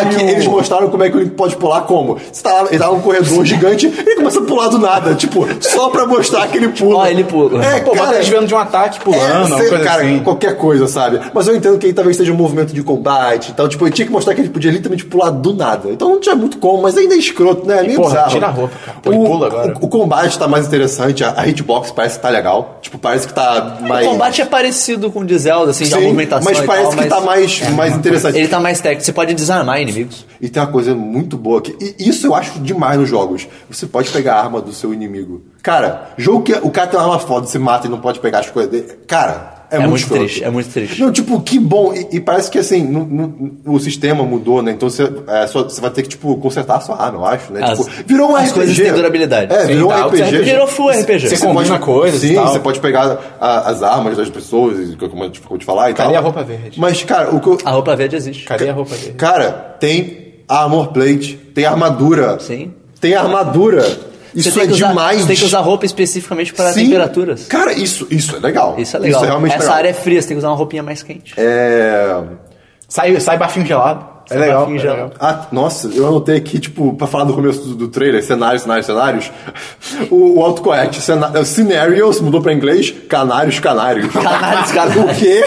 é que
Caralho!
eles mostraram como é que o Link pode pular como. Você tá lá, ele tá num corredor gigante e ele começa a pular do nada. Tipo, só pra mostrar que ele pula.
Ó, ele pula.
É,
Pô, bota
cara,
eles vendo de um ataque pulando,
é,
uma
sei-
coisa
cara,
assim.
qualquer coisa, sabe? Mas eu entendo que ele talvez seja um movimento de combate e tal. Tipo, ele tinha que mostrar que ele podia literalmente pular do nada. Então não tinha muito como, mas ainda é escroto, né? É meio
porra,
bizarro.
tira a roupa, cara. Pô, ele pula agora.
o- o combate tá mais interessante, a, a hitbox parece que tá legal. Tipo, parece que tá mais.
O combate é parecido com o de Zelda, assim, de
Sim,
movimentação
mas
e
parece
tal,
que
mas
tá mais,
é,
mais interessante.
Ele tá mais técnico, você pode desarmar inimigos.
E tem uma coisa muito boa que e isso eu acho demais nos jogos. Você pode pegar a arma do seu inimigo. Cara, jogo que o cara tem uma arma foda, você mata e não pode pegar as coisas dele. Cara, é,
É, muito
escroto.
triste, é muito triste.
Não, tipo, que bom. E, e parece que assim, no- no- o sistema mudou, né? Então você, é, só- você vai ter que, tipo, consertar a sua arma, eu acho, né?
As-
tipo, virou um
as
RPG.
coisas têm durabilidade.
É,
Sim,
virou
tá,
um RPG.
Virou full RPG.
Você combina coisas e
Sim,
tal.
você pode pegar a- as armas das pessoas, e como eu te, como eu te falar e
Cadê
tal.
a roupa verde?
Mas, cara, o que eu,
A roupa verde existe.
Cadê a roupa dele?
Cara, tem armor plate, tem armadura.
Sim.
Tem armadura. Isso é
que usar,
demais.
Você tem que usar roupa especificamente para
Sim.
temperaturas.
Cara, isso, isso é legal.
Isso é legal.
Isso é realmente
Essa
legal.
área é fria, você tem que usar uma roupinha mais quente.
É...
Sai, sai barfinho gelado. É legal.
Barfinho
é
gelado.
legal.
Ah, nossa, eu anotei aqui, tipo, pra falar do começo do, do trailer, cenários, cenários, cenários. O, o autocorrect, cena- scenarios, mudou pra inglês, canários, canários.
Canários,
o
canários.
quê?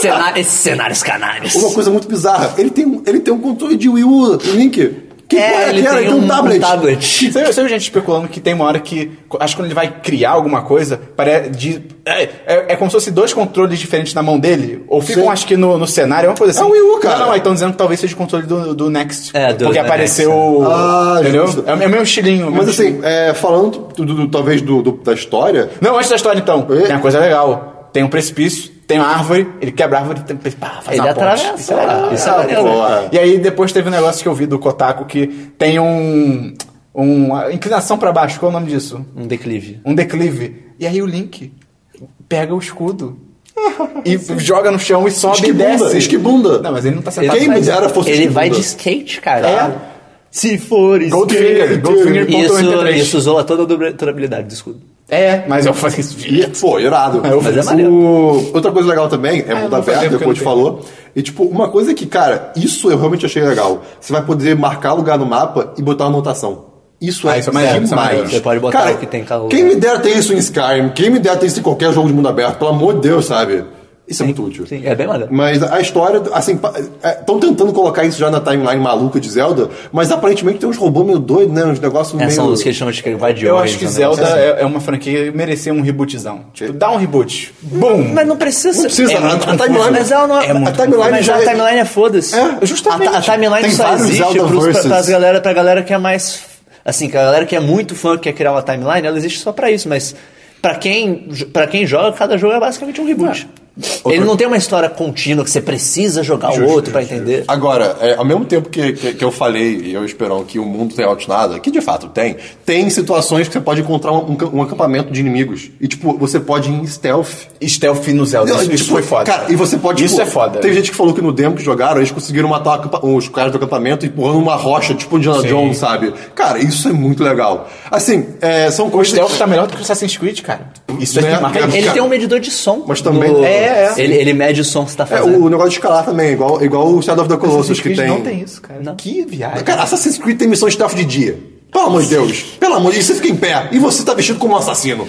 Cena- Esses cenários canários.
Uma coisa muito bizarra. Ele tem, um- ele tem um controle de Wii U, Link. Que porra
É, ele
que era?
tem um tablet.
Você viu, você viu gente especulando que tem uma hora que. Acho que quando ele vai criar alguma coisa, parece. de- é, é, é como se fosse dois controles diferentes na mão dele. Ou ficam,
Sim.
acho que no, no cenário, é uma coisa assim.
É um Wii U, cara.
Não, não, estão dizendo que talvez seja o controle do, do Next.
É, do-
porque
do
apareceu.
Ah,
entendeu?
justo.
É, o- é o mesmo estilinho. o
Mas
mesmo
assim, é, falando do- do- do- talvez do, do- da história,
Não, antes da história então.
Ê?
Tem uma coisa legal. Tem um precipício, tem uma árvore, ele quebra a árvore, tem, um pá, faz
Ele
uma ponte.
atravessa,
Isso é legal.
isso é
Ah,
maneiro,
porra.
né?
E aí depois teve um negócio que eu vi do Kotaku que tem um. um uma inclinação pra baixo, qual é o nome disso?
Um declive.
Um declive. E aí o Link pega o escudo. E joga no chão e sobe e
Esquibunda,
desce.
esquibunda.
Não, mas ele não tá sentado.
Quem me
atrás.
dera fosse
Ele
esquibunda.
vai de skate, cara.
É.
Se for
Goldfinger, Goldfinger ponto
Isso,
83.
isso zoa toda a dura- durabilidade do escudo.
É, mas eu faço isso.
E, pô, irado.
Eu
Mas é
faço-
maneiro.
O- Outra coisa legal também
Ah,
é mundo
não vou fazer
aberto,
porque
como a gente
eu não
falou. E tipo, uma coisa que, cara, isso eu realmente achei legal. Você vai poder marcar lugar no mapa e botar uma anotação. Isso
Ah,
é,
isso é maneiro, isso é maneiro.
demais.
Você pode botar
cara,
o que tem em cada
Quem
lugar.
me dera ter isso em Skyrim, quem me dera ter isso em qualquer jogo de mundo aberto, pelo amor de Deus, sabe? Isso é muito útil.
Sim, é bem maneiro.
Mas a história, assim, estão tentando colocar isso já na timeline maluca de Zelda, mas aparentemente tem uns robôs meio doidos, né? Uns negócios
É,
meio.
são os que eles chamam de que vai de
Eu
ordens,
acho que
né?
Zelda
assim."
é, é uma franquia que merecia um rebootzão. Tipo, dá um reboot. Bum!
Mas não precisa ser.
precisa,
é
a-
muito
a
confuso.
timeline-
Mas ela não é.
é muito
a
confuso.
timeline mas já. A
é-
timeline é foda-se.
É, justamente.
A, a timeline
Tem
só
vários
existe
Zelda
pros, pra,
verses.
pras galera, pra galera que é mais. Assim, que a galera que é muito fã, que quer criar uma timeline, ela existe só pra isso, mas. Pra quem, pra quem joga, cada jogo é basicamente um reboot. Ele não tem uma história contínua que você precisa jogar o outro pra entender.
Agora, é, ao mesmo tempo que, que, que eu falei, e eu esperão que o mundo tem nada que de fato tem, tem situações que você pode encontrar um, um ca- um acampamento de inimigos. E, tipo, você pode ir em stealth.
Stealth no Zelda.
Não,
isso, isso
tipo,
foi foda.
Cara, e você pode.
Isso
tipo,
é foda.
Tem gente que falou que no demo que jogaram, eles conseguiram matar o acampa- os caras do acampamento empurrando uma rocha, tipo o Indiana Jones, sabe? Cara, isso é muito legal. Assim, é, são
O
coisas.
Stealth tá melhor do que o Assassin's Creed, cara. Isso
Né?
é demais.
É,
Ele
Cara,
tem um medidor de som.
mas também-
no-
É, é.
Ele, ele mede o som que você tá
É,
fazendo.
o negócio de escalar também, igual, igual o Shadow of the Colossus
Assassin's
que
Creed
tem.
não tem isso, cara.
Não.
Que viagem.
Cara, Assassin's Creed tem missão de stealth de dia. Pelo amor de Deus. Pelo amor de Deus, você fica em pé e você tá vestido como um assassino.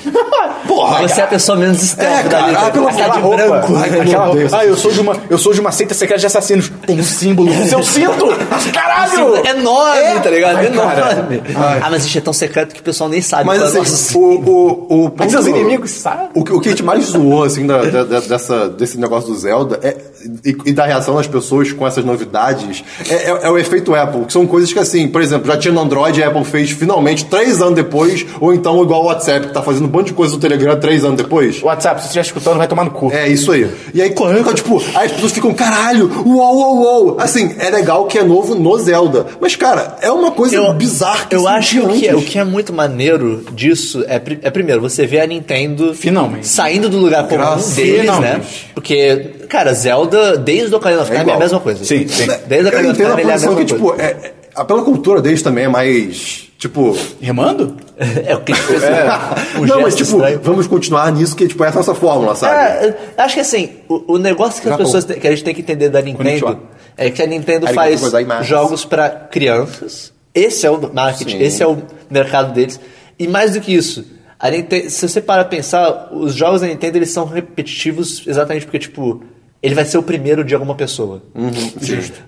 Porra!
Você é a pessoa menos
É,
stealth da
cara, ah,
lista.
pelo
Tá de
amor de
branco.
branco. Ai,
Aquela
meu
roupa.
Deus.
Ah, eu sou de uma, eu sou de uma seita secreta de assassinos. Tem um símbolo no seu cinto. Caralho!
É enorme, tá ligado?
Ai,
enorme.
Ai.
Ah, mas isso é tão secreto que o pessoal nem sabe.
Mas
qual é o
assim,
nosso-
o, o, o
Mas
ponto-
seus inimigos sabem.
O, que- o que a gente mais zoou, assim, da- da- da- dessa, desse negócio do Zelda é, e, e da reação das pessoas com essas novidades é, é- é o efeito Apple, que são coisas que, assim, por exemplo, já tinha no Android e a Apple fez finalmente três anos depois, ou então igual o WhatsApp, que tá fazendo um monte de coisa no Telegram três anos depois.
WhatsApp, se você estiver escutando, vai tomar no cu.
É, isso aí. E aí, quando fica, tipo, aí as pessoas ficam, caralho, uou, uou, uou. Assim, é legal que é novo no Zelda. Mas, cara, é uma coisa bizarra que
eu
você não
acho
tinha
que o
antes.
que é muito maneiro disso é, pri- é primeiro, você vê a Nintendo
Finalmente.
saindo do lugar comum
Graças-
deles, né?
Finalmente.
Porque, cara, Zelda, desde o Ocarina of Time é, a
igual.
mesma coisa.
Sim, sim.
Desde o
Eu
Ocarina of
entendo a
Time ele é a mesma
posição que,
coisa.
tipo, é, é- a- pela cultura deles também é mais, tipo...
Remando?
é o que eles o
não,
gesto
mas, tipo,
estranho.
vamos continuar nisso, que, tipo, essa é a nossa fórmula, sabe?
É, eu acho que assim, o, o negócio que as
Japão.
pessoas te- que a gente tem que entender da Nintendo
Konnichiwa.
é que a Nintendo
Arigato
faz
gozaimasu.
jogos pra crianças. Esse é o marketing,
Sim.
esse é o mercado deles. E mais do que isso, a Ninte- se você para pra pensar, os jogos da Nintendo eles são repetitivos exatamente porque tipo ele vai ser o primeiro de alguma pessoa.
Uhum,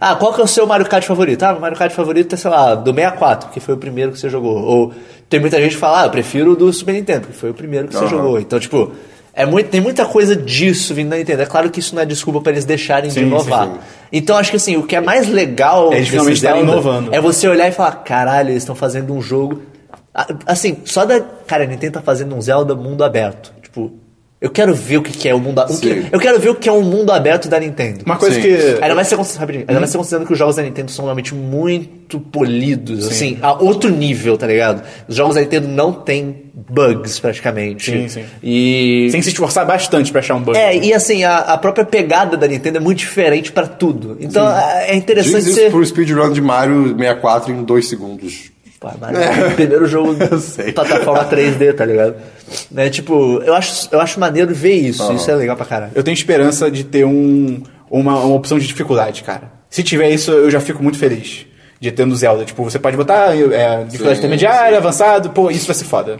Ah, qual que é o seu Mario Kart favorito? Ah, meu Mario Kart favorito é, sei lá, do 64, que foi o primeiro que você jogou. Ou tem muita gente que fala, ah, eu prefiro o do Super Nintendo, que foi o primeiro que você jogou. Então, tipo, é muito, tem muita coisa disso vindo da Nintendo. É claro que isso não é desculpa pra eles deixarem de inovar. Então, acho que assim, o que é mais legal
Eles
desse
finalmente estarem
Zelda
inovando.
é você olhar e falar, caralho, eles estão fazendo um jogo. A- Assim, só da. Cara, a Nintendo tá fazendo um Zelda mundo aberto. Tipo, eu quero ver o que, que é o mundo aberto.
Sim.
Eu quero ver o que é um mundo aberto da Nintendo.
Uma coisa
Sim.
que.
Ainda mais se você considerando, ainda mais se considerando que os jogos da Nintendo são realmente muito polidos, assim, a outro nível, tá ligado? Os jogos da Nintendo não têm bugs, praticamente.
Sim, sim.
E.
Tem que se esforçar bastante pra achar um bug.
É, e assim, a, a própria pegada da Nintendo é muito diferente pra tudo. Então é é
Diz
interessante
isso
ser.
pro speedrun de Mario 64 em 2 segundos.
Pô, Mario, é. o primeiro jogo
sei.
plataforma 3D, tá ligado? Né, tipo, eu acho, eu acho maneiro ver isso. Isso é legal pra caralho.
Eu tenho esperança de ter um, uma, uma opção de dificuldade, cara. Se tiver isso, eu já fico muito feliz de ter no Zelda. Tipo, você pode botar é, dificuldade
Sim,
intermediária, avançado, pô, isso vai ser foda.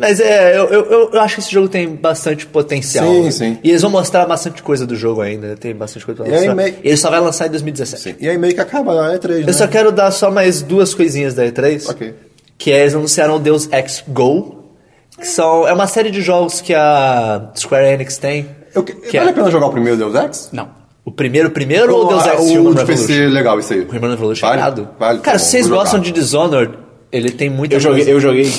Mas é, eu, eu- eu, eu acho que esse jogo tem bastante potencial.
Sim,
né?
sim.
E eles vão mostrar bastante coisa do jogo ainda. né? Tem bastante coisa pra
E aí,
mostrar.
meio-
Ele só vai lançar em 2017.
E aí meio que acaba na E3, né?
Eu só quero dar só mais duas coisinhas da E3.
Ok.
Que é, eles anunciaram o Deus Ex Go. Que são, é uma série de jogos que a Square Enix tem.
Eu que-
Que
vale
é-
a pena jogar o primeiro Deus Ex?
Não.
O primeiro, primeiro ou o Deus
Ah,
Ex
o
Human
de
Revolution?
PC é legal isso aí.
O Human Revolution é
vale,
irado.
vale,
Cara,
tá
se
bom,
vocês
vou
gostam
jogar.
de Dishonored, ele tem muita
Eu joguei,
coisa.
eu joguei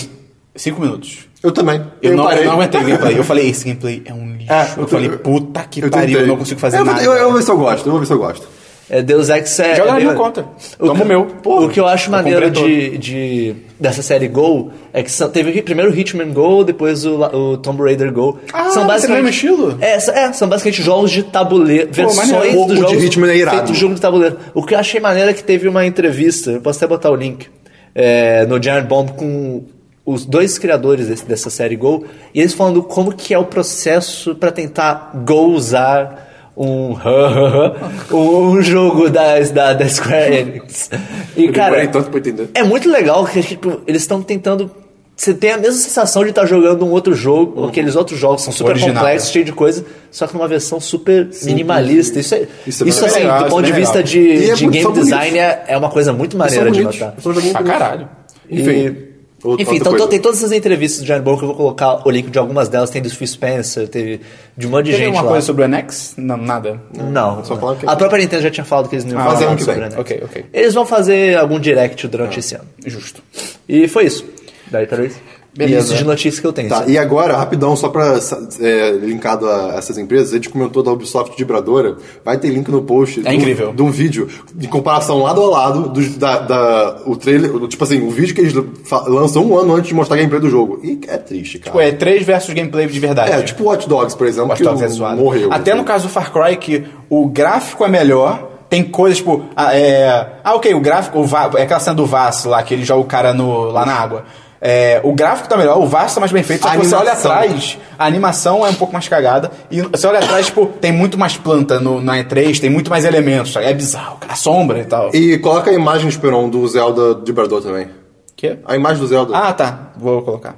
cinco minutos.
Eu também.
Eu, não,
parei.
eu não aguentei o gameplay. Eu falei, esse gameplay é um lixo.
É,
eu,
tô-
falei, puta que
eu
pariu, eu
tentei. É,
não consigo fazer
eu,
nada.
Eu, eu vou ver se eu gosto, eu vou ver se eu gosto.
É, Deus Ex é.
Joga na
é
minha
bem-
conta.
O
Toma
que-
o meu. Pô,
o que eu acho
eu
maneiro
comprei
de, de- dessa série Go é que são- teve o primeiro Hitman Go, depois o, la- o Tomb Raider Go.
Ah, mas é do mesmo estilo?
É, sa- é, são basicamente jogos de tabuleiro, versões
maneiro.
O- o
dos
de
jogos.
Hitman é irado.
feitos de jogo de tabuleiro. O que eu achei maneiro é que teve uma entrevista, eu posso até botar o link, é, no Giant Bomb com os dois criadores desse- dessa série Go, e eles falando como que é o processo pra tentar gousar um, um jogo da, da, da Square Enix. E, cara,
demorei tanto pra entender.
é muito legal que tipo, eles estão tentando... Você tem a mesma sensação de estar jogando um outro jogo, porque aqueles outros jogos são super
Original.
complexos, cheio de coisa, só que numa versão super minimalista. Isso, é,
Isso
isso,
é bem
assim,
legal,
do
isso é
ponto de
bem
vista
legal.
E
de,
é
de
muito-
game
são bonitos.
design é, é uma coisa muito
Eles são
maneira de
bonitos,
notar.
eles são joguinhos
Pra
bonitos.
caralho.
Enfim. outra-
Enfim,
outra
então
coisa.
tem todas essas entrevistas do John Bowl que eu vou colocar o link de algumas delas, tem do Phil Spencer, teve de um monte de
Tem
gente
alguma
lá.
coisa sobre o NX? Não, nada.
Não,
Só falar que-
a própria Nintendo já tinha falado que eles não iam
Ah,
falar
fazer
nada
ano que
sobre
vem.
a Nintendo.
Ok, ok.
Eles vão fazer algum direct durante
Ah.
esse ano.
Justo.
E foi isso. Daí para isso.
Beleza.
Isso de notícias que eu tenho.
Tá,
sabe?
e agora, rapidão, só pra é, linkado a essas empresas, a gente comentou da Ubisoft de Bradora, vai ter link no post
É
do-
incrível.
de um vídeo de comparação lado a lado dos, da, da- o trailer, o- tipo assim, o vídeo que eles fa- lançam um ano antes de mostrar a gameplay do jogo. E é triste, cara.
Pô, é 3 versus gameplay de verdade.
É, tipo Watch Dogs, por exemplo,
Watch
que
Dogs é
não-
zoado.
morreu. né?
Até no caso do Far Cry, que o gráfico é melhor, tem coisas tipo. Ah, é... ah, ok, o gráfico. O va... É aquela cena do Vasso lá, que ele joga o cara no... lá na água. É, o gráfico tá melhor, o Vasso tá mais bem feito, só
A
que você olha
animação.
atrás, a animação é um pouco mais cagada, e você olha atrás, tipo, tem muito mais planta no, na E3, tem muito mais elementos, tá? é bizarro, cara, a sombra e tal.
E coloca a imagem, Esperon, do Zelda de Brador também.
Quê?
A imagem do Zelda.
Ah, tá, vou colocar.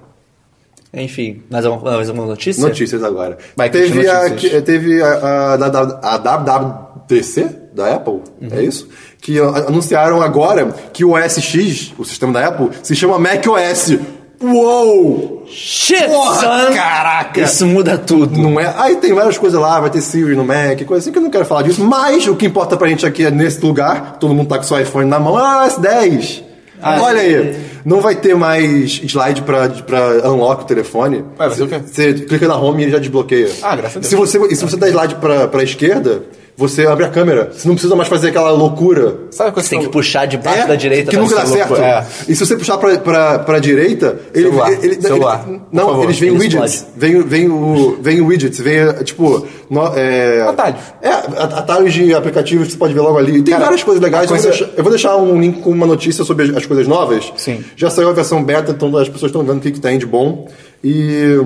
Enfim, mais alguma, mais alguma notícia?
Notícias agora.
Vai,
teve
Cristian,
a,
notícias.
que- teve a, a, da- da- a WWDC da Apple,
Uhum.
é isso? Que a- anunciaram agora que o OS X, o sistema da Apple, se chama macOS. Uou!
Shit,
Porra,
son!
caraca!
Isso muda tudo.
Não é? Aí tem várias coisas lá, vai ter Siri no Mac, coisa assim que eu não quero falar disso, mas o que importa pra gente aqui é nesse lugar, todo mundo tá com seu iPhone na mão, ah, S10!
Ah,
Olha aí, não vai ter mais slide pra, pra unlock o telefone.
Ué, vai ser o quê?
Você clica na home e ele já desbloqueia.
Ah, graças a Deus.
Se você, e se você dá slide pra, pra esquerda, você abre a câmera. Você não precisa mais fazer aquela loucura.
Sabe a coisa
Tem
que
que
eu-
puxar de baixo
É,
da direita.
Que
tá
pra
nunca dá
você
certo.
louco- É.
E se você puxar pra, pra, pra direita, ele,
Celular,
ele, ele-
celular,
ele-
por
não,
favor,
eles vêm
ele
widgets. Vem, vem, o, vem o widgets, vem eh, tipo. No, é,
Atalhos.
É, at- atalhos de aplicativos que você pode ver logo ali. E tem
Cara,
várias coisas legais.
uma
Eu vou
coisa-
deixar- Eu, vou deixar, um link com uma notícia sobre as, as coisas novas.
Sim.
Já saiu a versão beta, então as pessoas estão vendo o que, que tem de bom. E.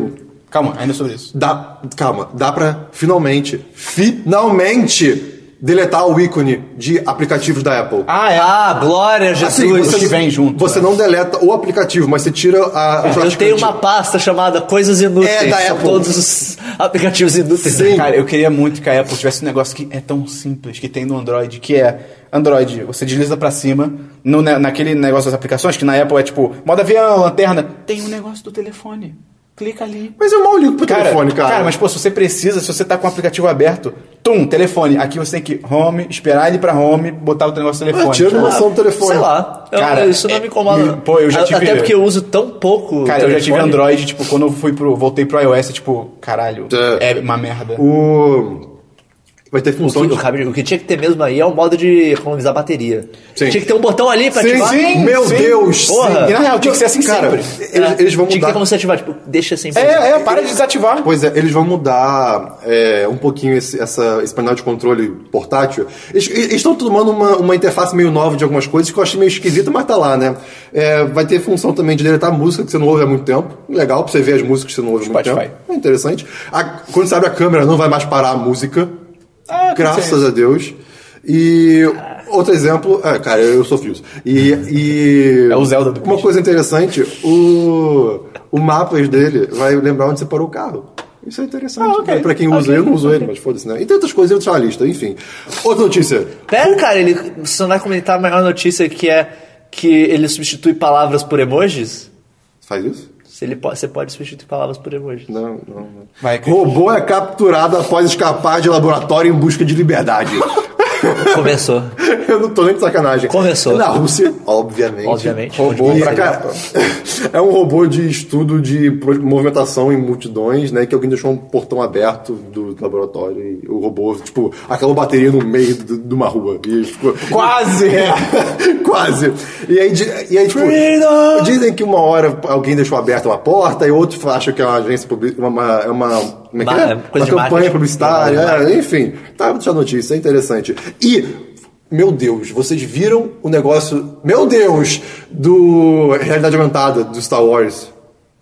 Calma, ainda sobre é isso.
Dá, calma, dá pra finalmente, finalmente deletar o ícone de aplicativos da Apple.
Ah, é.
Ah, glória a
Assim,
Jesus.
que vem junto,
Você não deleta o aplicativo, mas você tira a.
eu tenho uma pasta chamada Coisas Inúteis.
É, da
São
Apple.
todos os aplicativos inúteis.
Sim.
Cara, eu queria muito que a Apple tivesse um negócio que é tão simples, que tem no Android, que é... Android, você desliza pra cima, no, ne- naquele negócio das aplicações, que na Apple é tipo, modo avião, lanterna, tem um negócio do telefone. Clica ali.
Mas eu mal ligo pro telefone, cara.
mas pô, se você precisa, se você tá com o aplicativo aberto, tum, telefone. Aqui você tem que home, esperar ele pra home, botar o negócio do
Ah,
telefone.
tira a noção do telefone.
Sei lá. Eu-
Cara,
isso não me incomoda.
é- pô, eu já
A-
tive-
Até porque eu uso tão pouco.
Cara, eu já tive
telefone.
Android, tipo, quando eu fui pro, voltei pro iOS, tipo, caralho,
É.
é uma merda.
O... Vai ter
O que,
função de.
o cabri- o que tinha que ter mesmo aí é o modo de economizar bateria.
Sim.
Tinha que ter um botão ali pra ativar.
sim,
Meu
sim.
Deus!
Porra.
E na real, tinha que ser assim
Cara,
sempre.
eles, eles vão
É. Tinha que ter
mudar.
como você ativar, tipo, deixa sem
É, é, para de desativar.
Pois é, eles vão mudar é, um pouquinho esse, essa, esse painel de controle portátil. Eles eles estão tomando uma, uma interface meio nova de algumas coisas que eu achei meio esquisita, mas tá lá, né? É, vai ter função também de deletar música que você não ouve há muito tempo. Legal, pra você ver as músicas que você não ouve há muito
Spotify.
tempo. É interessante. A- quando você abre a câmera, não vai mais parar a música. graças a Deus. E outro exemplo, é, cara, eu sou fios. E, e
É o Zelda do
uma
bicho.
coisa interessante, o, o mapas dele vai lembrar onde você parou o carro. Isso é interessante.
Ah, ok.
né? Pra quem usa, eu não uso ele, mas foda-se, né? E tem outras coisas, eu vou deixar a lista, enfim. Outra notícia.
Pera, cara, ele você não vai comentar a maior notícia que é que ele substitui palavras por emojis?
Faz isso?
Se ele pode, você pode substituir palavras por emojis.
Não, não. não.
Vai, cara.
Robô é capturado após escapar de laboratório em busca de liberdade.
Começou.
eu não tô nem de sacanagem.
Começou.
Na Rússia, obviamente.
Obviamente.
Robô
Onde
pra
mais
cara. É um robô de estudo de pro- movimentação em multidões, né? Que alguém deixou um portão aberto do laboratório e o robô, tipo, acabou a bateria no meio do- de uma rua. E ficou.
Quase!
É, quase. E aí, di- e aí tipo, dizem que uma hora alguém deixou aberta uma porta e outro acha que é uma agência publici- uma, uma, é uma, como é que
Ma-
é?
é
uma
coisa de
campanha
marketing.
publicitária,
É,
é, enfim. Tá, vou deixar a notícia, é interessante. E meu Deus, vocês viram o negócio, meu Deus, do realidade aumentada do Star Wars?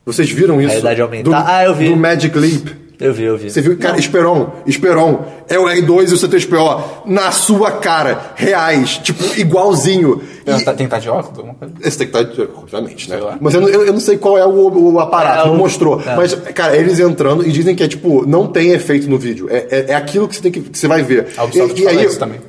Vocês viram isso?
Realidade aumentada.
Do-
Ah, eu vi.
Do Magic Leap.
Eu vi, eu vi.
Você viu, cara, Esperon, Esperon, é o R2 e o C3PO na sua cara, reais, tipo, igualzinho.
É,
E-
Tá- Tem que estar de óculos? alguma coisa?
esse tem que estar, obviamente, né? Mas eu, não- eu- eu não sei qual é o, o aparato,
É,
não
o-
mostrou.
é.
Mas, cara, eles entrando e dizem que é tipo, não tem efeito no vídeo. É, é, é aquilo que você, tem que, que você vai ver.
A Ubisoft fala isso também.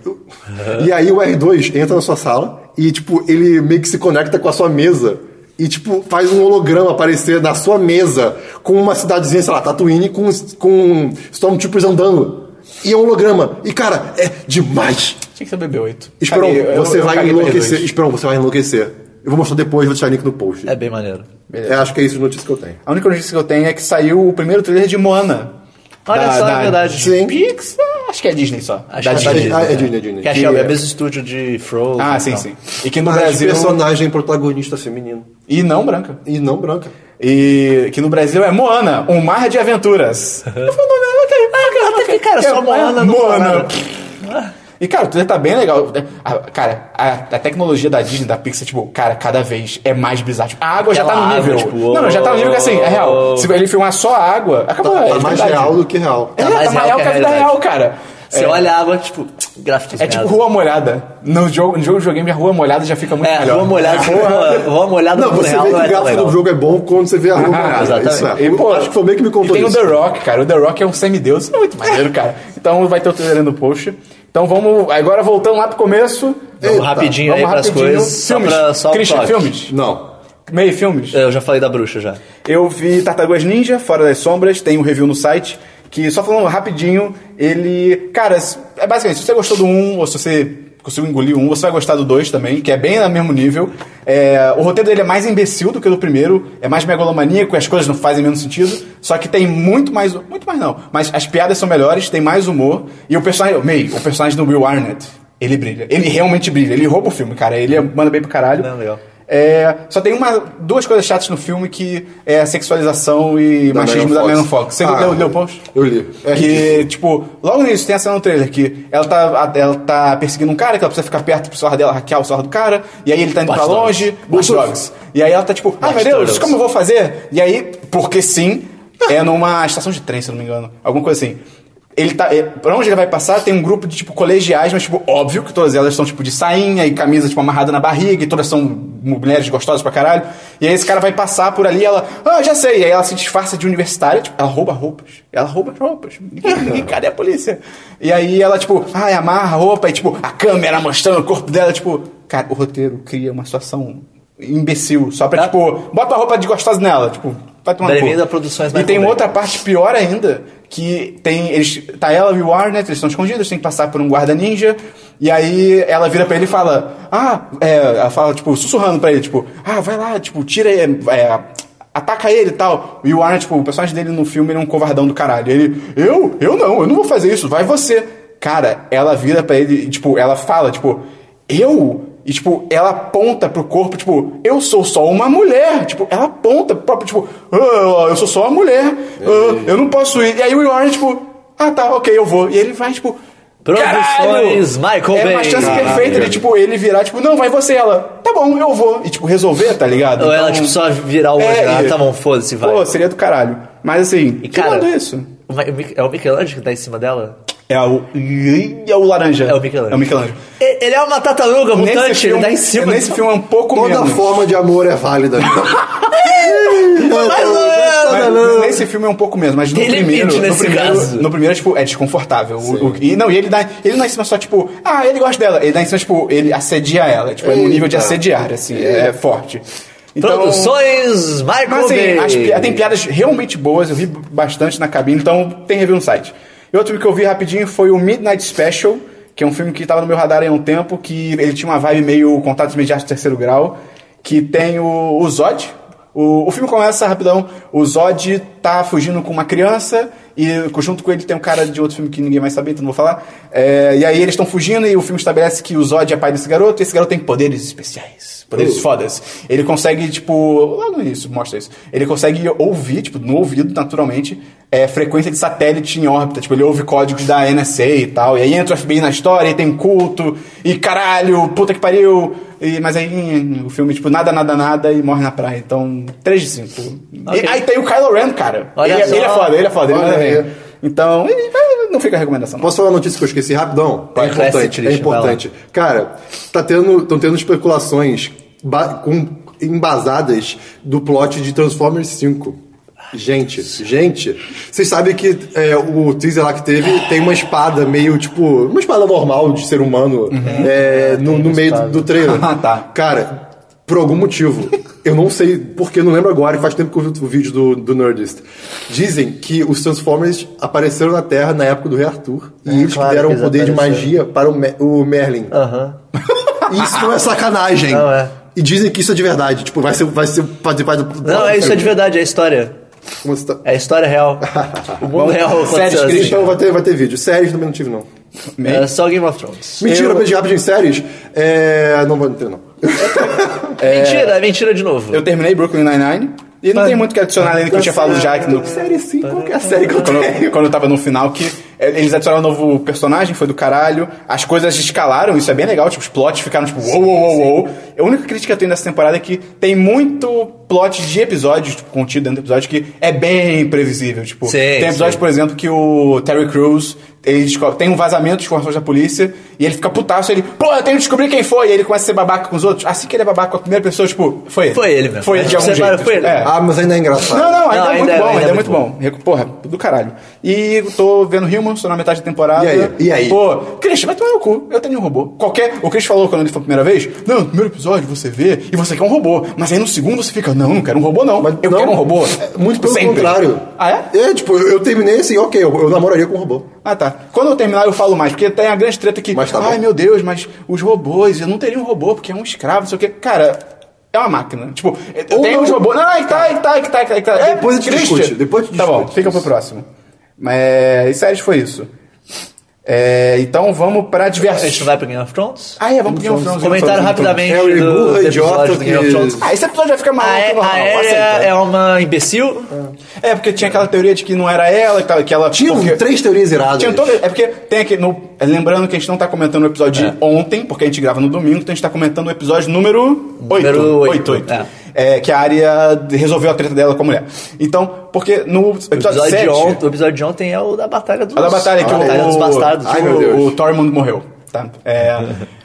E aí o R2 entra na sua sala e, tipo, ele meio que se conecta com a sua mesa. E, tipo, faz um holograma aparecer na sua mesa com uma cidadezinha, sei lá, Tatooine, com, com Stormtroopers andando. E é um holograma. E, cara, é demais.
Tinha que ser BB-8.
Esperon,
Caguei, eu-
você
eu
vai
caguei pra
enlouquecer.
R2.
Esperon, você vai enlouquecer. Eu vou mostrar depois, vou deixar link no post.
É bem maneiro.
É, acho que é isso de notícia que eu tenho.
A única notícia que eu tenho é que saiu o primeiro trailer de Moana.
Olha
Da-
só,
da
é verdade.
Sim.
Pixar? Acho que é Disney só.
Acho
Da
que é da
Disney.
Disney.
Ah, é
né?
Disney, é Disney.
Que acho
Que-
que é o mesmo estúdio de Frozen. então.
Ah,
e
sim,
tal.
sim. E que no
Mas
Brasil...
personagem protagonista feminino.
E não branca.
E não branca.
E que no Brasil é Moana, um mar de aventuras. Eu falei, não, não, ok, ok,
Até
ok.
que, cara, só
É,
Moana não fala
Moana.
nada.
E, cara, o trailer tá bem legal. A- cara, a, a tecnologia da Disney, da Pixar, tipo, cara, cada vez é mais bizarro. Tipo, a água já tá
Aquela
no nível.
água, tipo,
não, não, já tá no nível que assim, é real. Se ele filmar só a água, acabou.
Tá,
Ah,
é
tá mais
verdade.
real do que real.
É,
Tá
tá
mais
mais real que a vida
realidade.
real, cara.
Você
é,
olha a água, tipo, gráficos
é tipo
merda.
rua molhada. No jogo, no jogo de videogame, a rua molhada já fica muito
É,
melhor.
rua molhada. Rua, rua molhada
Ah, Não,
no mundo
você
real
vê que
não é
o
tão
gráfico
legal.
do jogo é bom quando você vê a rua
Ah,
molhada. Isso é.
E, pô,
acho que foi meio que me contou
e tem
isso.
o The Rock, cara. O The Rock é um semideus. Isso é muito maneiro, cara. Então vai ter o trailer no post. Então vamos... Agora voltando lá pro começo.
Eita,
Vamos rapidinho
Vamos
aí pras
rapidinho.
coisas. Só
Filmes.
pra só o
Christian,
toque.
filmes.
Não.
Meio filmes.
Eu já falei da bruxa já.
Eu vi Tartarugas Ninja, Fora das Sombras, tem um review no site, que só falando rapidinho, ele. Cara, s- é basicamente, se você gostou do 1, ou se você conseguiu engolir um, você vai gostar do 2 também, que é bem no mesmo nível. É, o roteiro dele é mais imbecil do que o do primeiro, é mais megalomaníaco, as coisas não fazem menos sentido, só que tem muito mais. Muito mais não, mas as piadas são melhores, tem mais humor, e o personagem. Meio, o personagem do Will Arnett, ele brilha. Ele realmente brilha, ele rouba o filme, cara, ele manda bem pro caralho.
Não, legal.
É, só tem uma, duas coisas chatas no filme que é a sexualização e
Da
machismo
Megan
da
é Fox.
Megan Fox. Você
Ah,
leu, leu o post?
Eu li. É
que, tipo, logo no início tem a cena no trailer que ela tá, a- ela tá perseguindo um cara, que ela precisa ficar perto pro celular dela, hackear o celular do cara, e aí ele tá indo
Watch
pra
Dogs.
longe, Watch Dogs. E aí ela tá tipo, ai meu Deus,
Dogs.
como eu vou fazer? E aí, porque sim, é numa estação de trem, se eu não me engano, alguma coisa assim. Ele tá. é, Pra onde ele vai passar, tem um grupo de, tipo, colegiais, mas, tipo, óbvio que todas elas são, tipo, de sainha e camisa, tipo, amarrada na barriga, e todas são mulheres gostosas pra caralho. E aí esse cara vai passar por ali e ela. Ah, já sei. E aí ela se disfarça de universitária, tipo, ela rouba roupas. Ela rouba as roupas. Ninguém, ninguém- cadê a polícia? E aí ela, tipo, ai, amarra a roupa, e tipo, a câmera mostrando o corpo dela, tipo, cara, o roteiro cria uma situação imbecil, só pra,
Ah.
tipo, bota a roupa de gostosa nela, tipo, vai tomar no cu.
Bem-vindo a Produções
E
Michael
tem
Bay.
outra parte pior ainda, que tem. Eles, tá ela e o Warnet, eles estão escondidos, tem que passar por um guarda ninja. E aí ela vira pra ele e fala. Ah, é, ela fala, tipo, sussurrando pra ele, tipo, ah, vai lá, tipo, tira. é, é, ataca ele e tal. E o Warnet, tipo, o personagem dele no filme ele é um covardão do caralho. Ele, eu? Eu não, eu não vou fazer isso, vai você. Cara, ela vira pra ele e, tipo, ela fala, tipo, eu? E, tipo, ela aponta pro corpo, tipo, eu sou só uma mulher. Tipo, ela aponta pro próprio, tipo, "Ah, eu sou só uma mulher, ah, eu não posso ir. E aí o Warren, tipo, ah tá, ok, eu vou. E ele vai, tipo.
Produções
caralho!
Michael
É uma
Bay.
chance
Caralho.
perfeita de, tipo, ele virar, tipo, não, vai você, ela. Tá bom, eu vou. E, tipo, resolver, tá ligado?
Ou ela,
Então,
tipo, só virar o olho.
É,
ah,
e-
tá bom, foda-se, vai.
Pô, seria do caralho. Mas, assim,
E, cara,
tirando isso.
o Ma- o Mi- É o Michelangelo que tá em cima dela?
É o. É o laranja.
É o Michelangelo.
É o Michelangelo.
E- Ele é uma tartaruga mutante, ele tá em cima.
nesse filme é um pouco
Toda
menos.
forma de amor é válida.
Mas nesse filme é um pouco mesmo, mas no
Tem limite
primeiro, no
nesse
primeiro,
caso.
no primeiro, tipo, é desconfortável. O- o- e não, e ele dá, ele não é em cima só tipo, ah, ele gosta dela, ele dá em cima tipo, ele assedia ela, tipo, é no nível de assediar, assim, é, forte. Então,
Produções Michael
mas assim,
Bay.
as pi- tem piadas realmente boas, eu vi bastante na cabine, então tem review no site. E outro filme que eu vi rapidinho foi o Midnight Special, que é um filme que tava no meu radar há um tempo, que ele tinha uma vibe meio contatos imediatos do terceiro grau, que tem o, o Zod. O, o filme começa rapidão, o Zod tá fugindo com uma criança e junto com ele tem um cara de outro filme que ninguém vai saber, então não vou falar. É, e aí eles estão fugindo e o filme estabelece que o Zod é pai desse garoto e esse garoto tem poderes especiais, poderes fodas. Ele consegue, tipo, lá no início mostra isso. Ele consegue ouvir, tipo, no ouvido, naturalmente, é, frequência de satélite em órbita. Tipo, ele ouve códigos da NSA e tal. E aí entra o FBI na história e tem um culto e caralho, puta que pariu. E, mas aí hum, o filme, tipo, nada, nada, nada e morre na praia. Então, 3 de 5. E, aí tem o Kylo Ren, cara.
Olha
ele, é-
só.
ele é foda, ele é foda. Ele
Olha
manda
aí.
bem. Então, e- e- não fica a recomendação. não.
Posso falar uma notícia que eu esqueci rapidão?
Vai,
é
vai,
importante,
Citrix,
é importante. Cara, tá tendo, estão tendo especulações ba- com- embasadas do plot de Transformers 5. Gente, gente, vocês sabem que é, o teaser lá que teve tem uma espada meio tipo. Uma espada normal de ser humano
Uhum.
é, no, no meio do, do trailer.
Ah, tá.
Cara, por algum motivo, eu não sei porque, não lembro agora, e faz tempo que eu vi o vídeo do, do Nerdist. Dizem que os Transformers apareceram na Terra na época do Rei Arthur e eles
É, claro
que deram
que
o
eles
poder de
apareceram.
magia para o, Me- o Merlin.
Aham.
Isso não é sacanagem.
Não é.
E dizem que isso é de verdade. Tipo, vai ser. Vai ser vai ser- vai ser-
Não, é isso é de verdade, é história.
Como você tá-
É história real. O mundo real
É
séries,
aconteceu assim.
Então vai ter, vai ter vídeo. Séries também não tive, não.
É só Game of Thrones.
Mentira, eu... pedi rápido em séries. É. Não vou ter, não.
Mentira, é mentira de novo.
Eu terminei Brooklyn Nine-Nine. E
Tá
não tem muito o que adicionar além do que eu tinha falado já que no, Tá
Série sim, qualquer série que eu
quando,
tenho.
eu- quando eu tava no final, que é, eles adicionaram um novo personagem, foi do caralho. As coisas escalaram, isso é bem legal. Tipo, os plots ficaram tipo, uou, uou, uou, uou. A única crítica que eu tenho dessa temporada é que tem muito plot de episódios, tipo, contido dentro do episódio, que é bem previsível. Tipo,
Sim,
tem episódio,
sim.
por exemplo, que o Terry Crews. Ele descobre- tem um vazamento de informações da polícia e ele fica putaço. Ele, pô, eu tenho que descobrir quem foi. E ele começa a ser babaca com os outros. Assim que ele é babaca com a primeira pessoa, tipo, foi ele.
Foi ele mesmo.
Foi ele de
Tipo,
algum
você fala,
jeito.
foi ele.
É.
Ah, mas ainda é engraçado.
Não, não,
Não,
ainda é
ainda
muito
é-
bom, ainda,
ainda
é muito bom. Recu- Porra, do caralho. E tô vendo Human, tô na metade da temporada.
E aí? E aí?
Pô, Christian, vai tomar no cu. Eu tenho um robô. Qualquer. O Christian falou quando ele foi a primeira vez: Não, no primeiro episódio você vê e você quer um robô. Mas aí no segundo você fica: Não, não quero um robô, não. eu
não,
quero um robô.
é, Muito pelo
Sempre.
contrário.
Ah, é?
tipo, eu, eu terminei assim, ok, eu, eu namoraria com um robô.
Ah, tá. Quando eu terminar, eu falo mais, porque tem a grande treta que.
Mas tá
Ai,
bom.
meu Deus, mas os robôs, eu não teria um robô, porque é um escravo, não sei o quê. Cara. É uma máquina. Tipo,
Ou
tem
não.
um robô. Não, aí tá, aí tá, aí tá, aí tá. É,
Depois a gente
Christian.
discute, depois a gente
Tá bom,
discute
fica
isso.
pro próximo. Mas, e séries foi isso. É, então vamos pra
A gente
diversos.
não vai pro Game of Thrones?
Ah, é, vamos pro Game
um
of Thrones.
Comentário
Game of Thrones,
rapidamente
É o
do,
Ibu,
do
idiota
episódio do Game of
que-
Thrones.
um Ah, esse episódio vai ficar
A,
maluco,
é-
normal.
a
aceita.
Arya é uma imbecil.
É, porque tinha aquela teoria de que não era ela, que, tava- que ela.
Tinham
porque-
três teorias iradas.
Tinha todo- é porque tem aqui. No, é, lembrando que a gente não tá comentando o episódio de ontem, porque a gente grava no domingo, então a gente tá comentando o episódio número 8.
Número oito, é.
é, que a área resolveu a treta dela com a mulher. Então, porque no
O
episódio,
episódio,
7,
de ontem, o episódio de ontem é o da Batalha dos
a da batalha que o,
Batalha dos Bastardos.
que
Ai, meu
o-
Deus.
o Tormund morreu. Tá? É,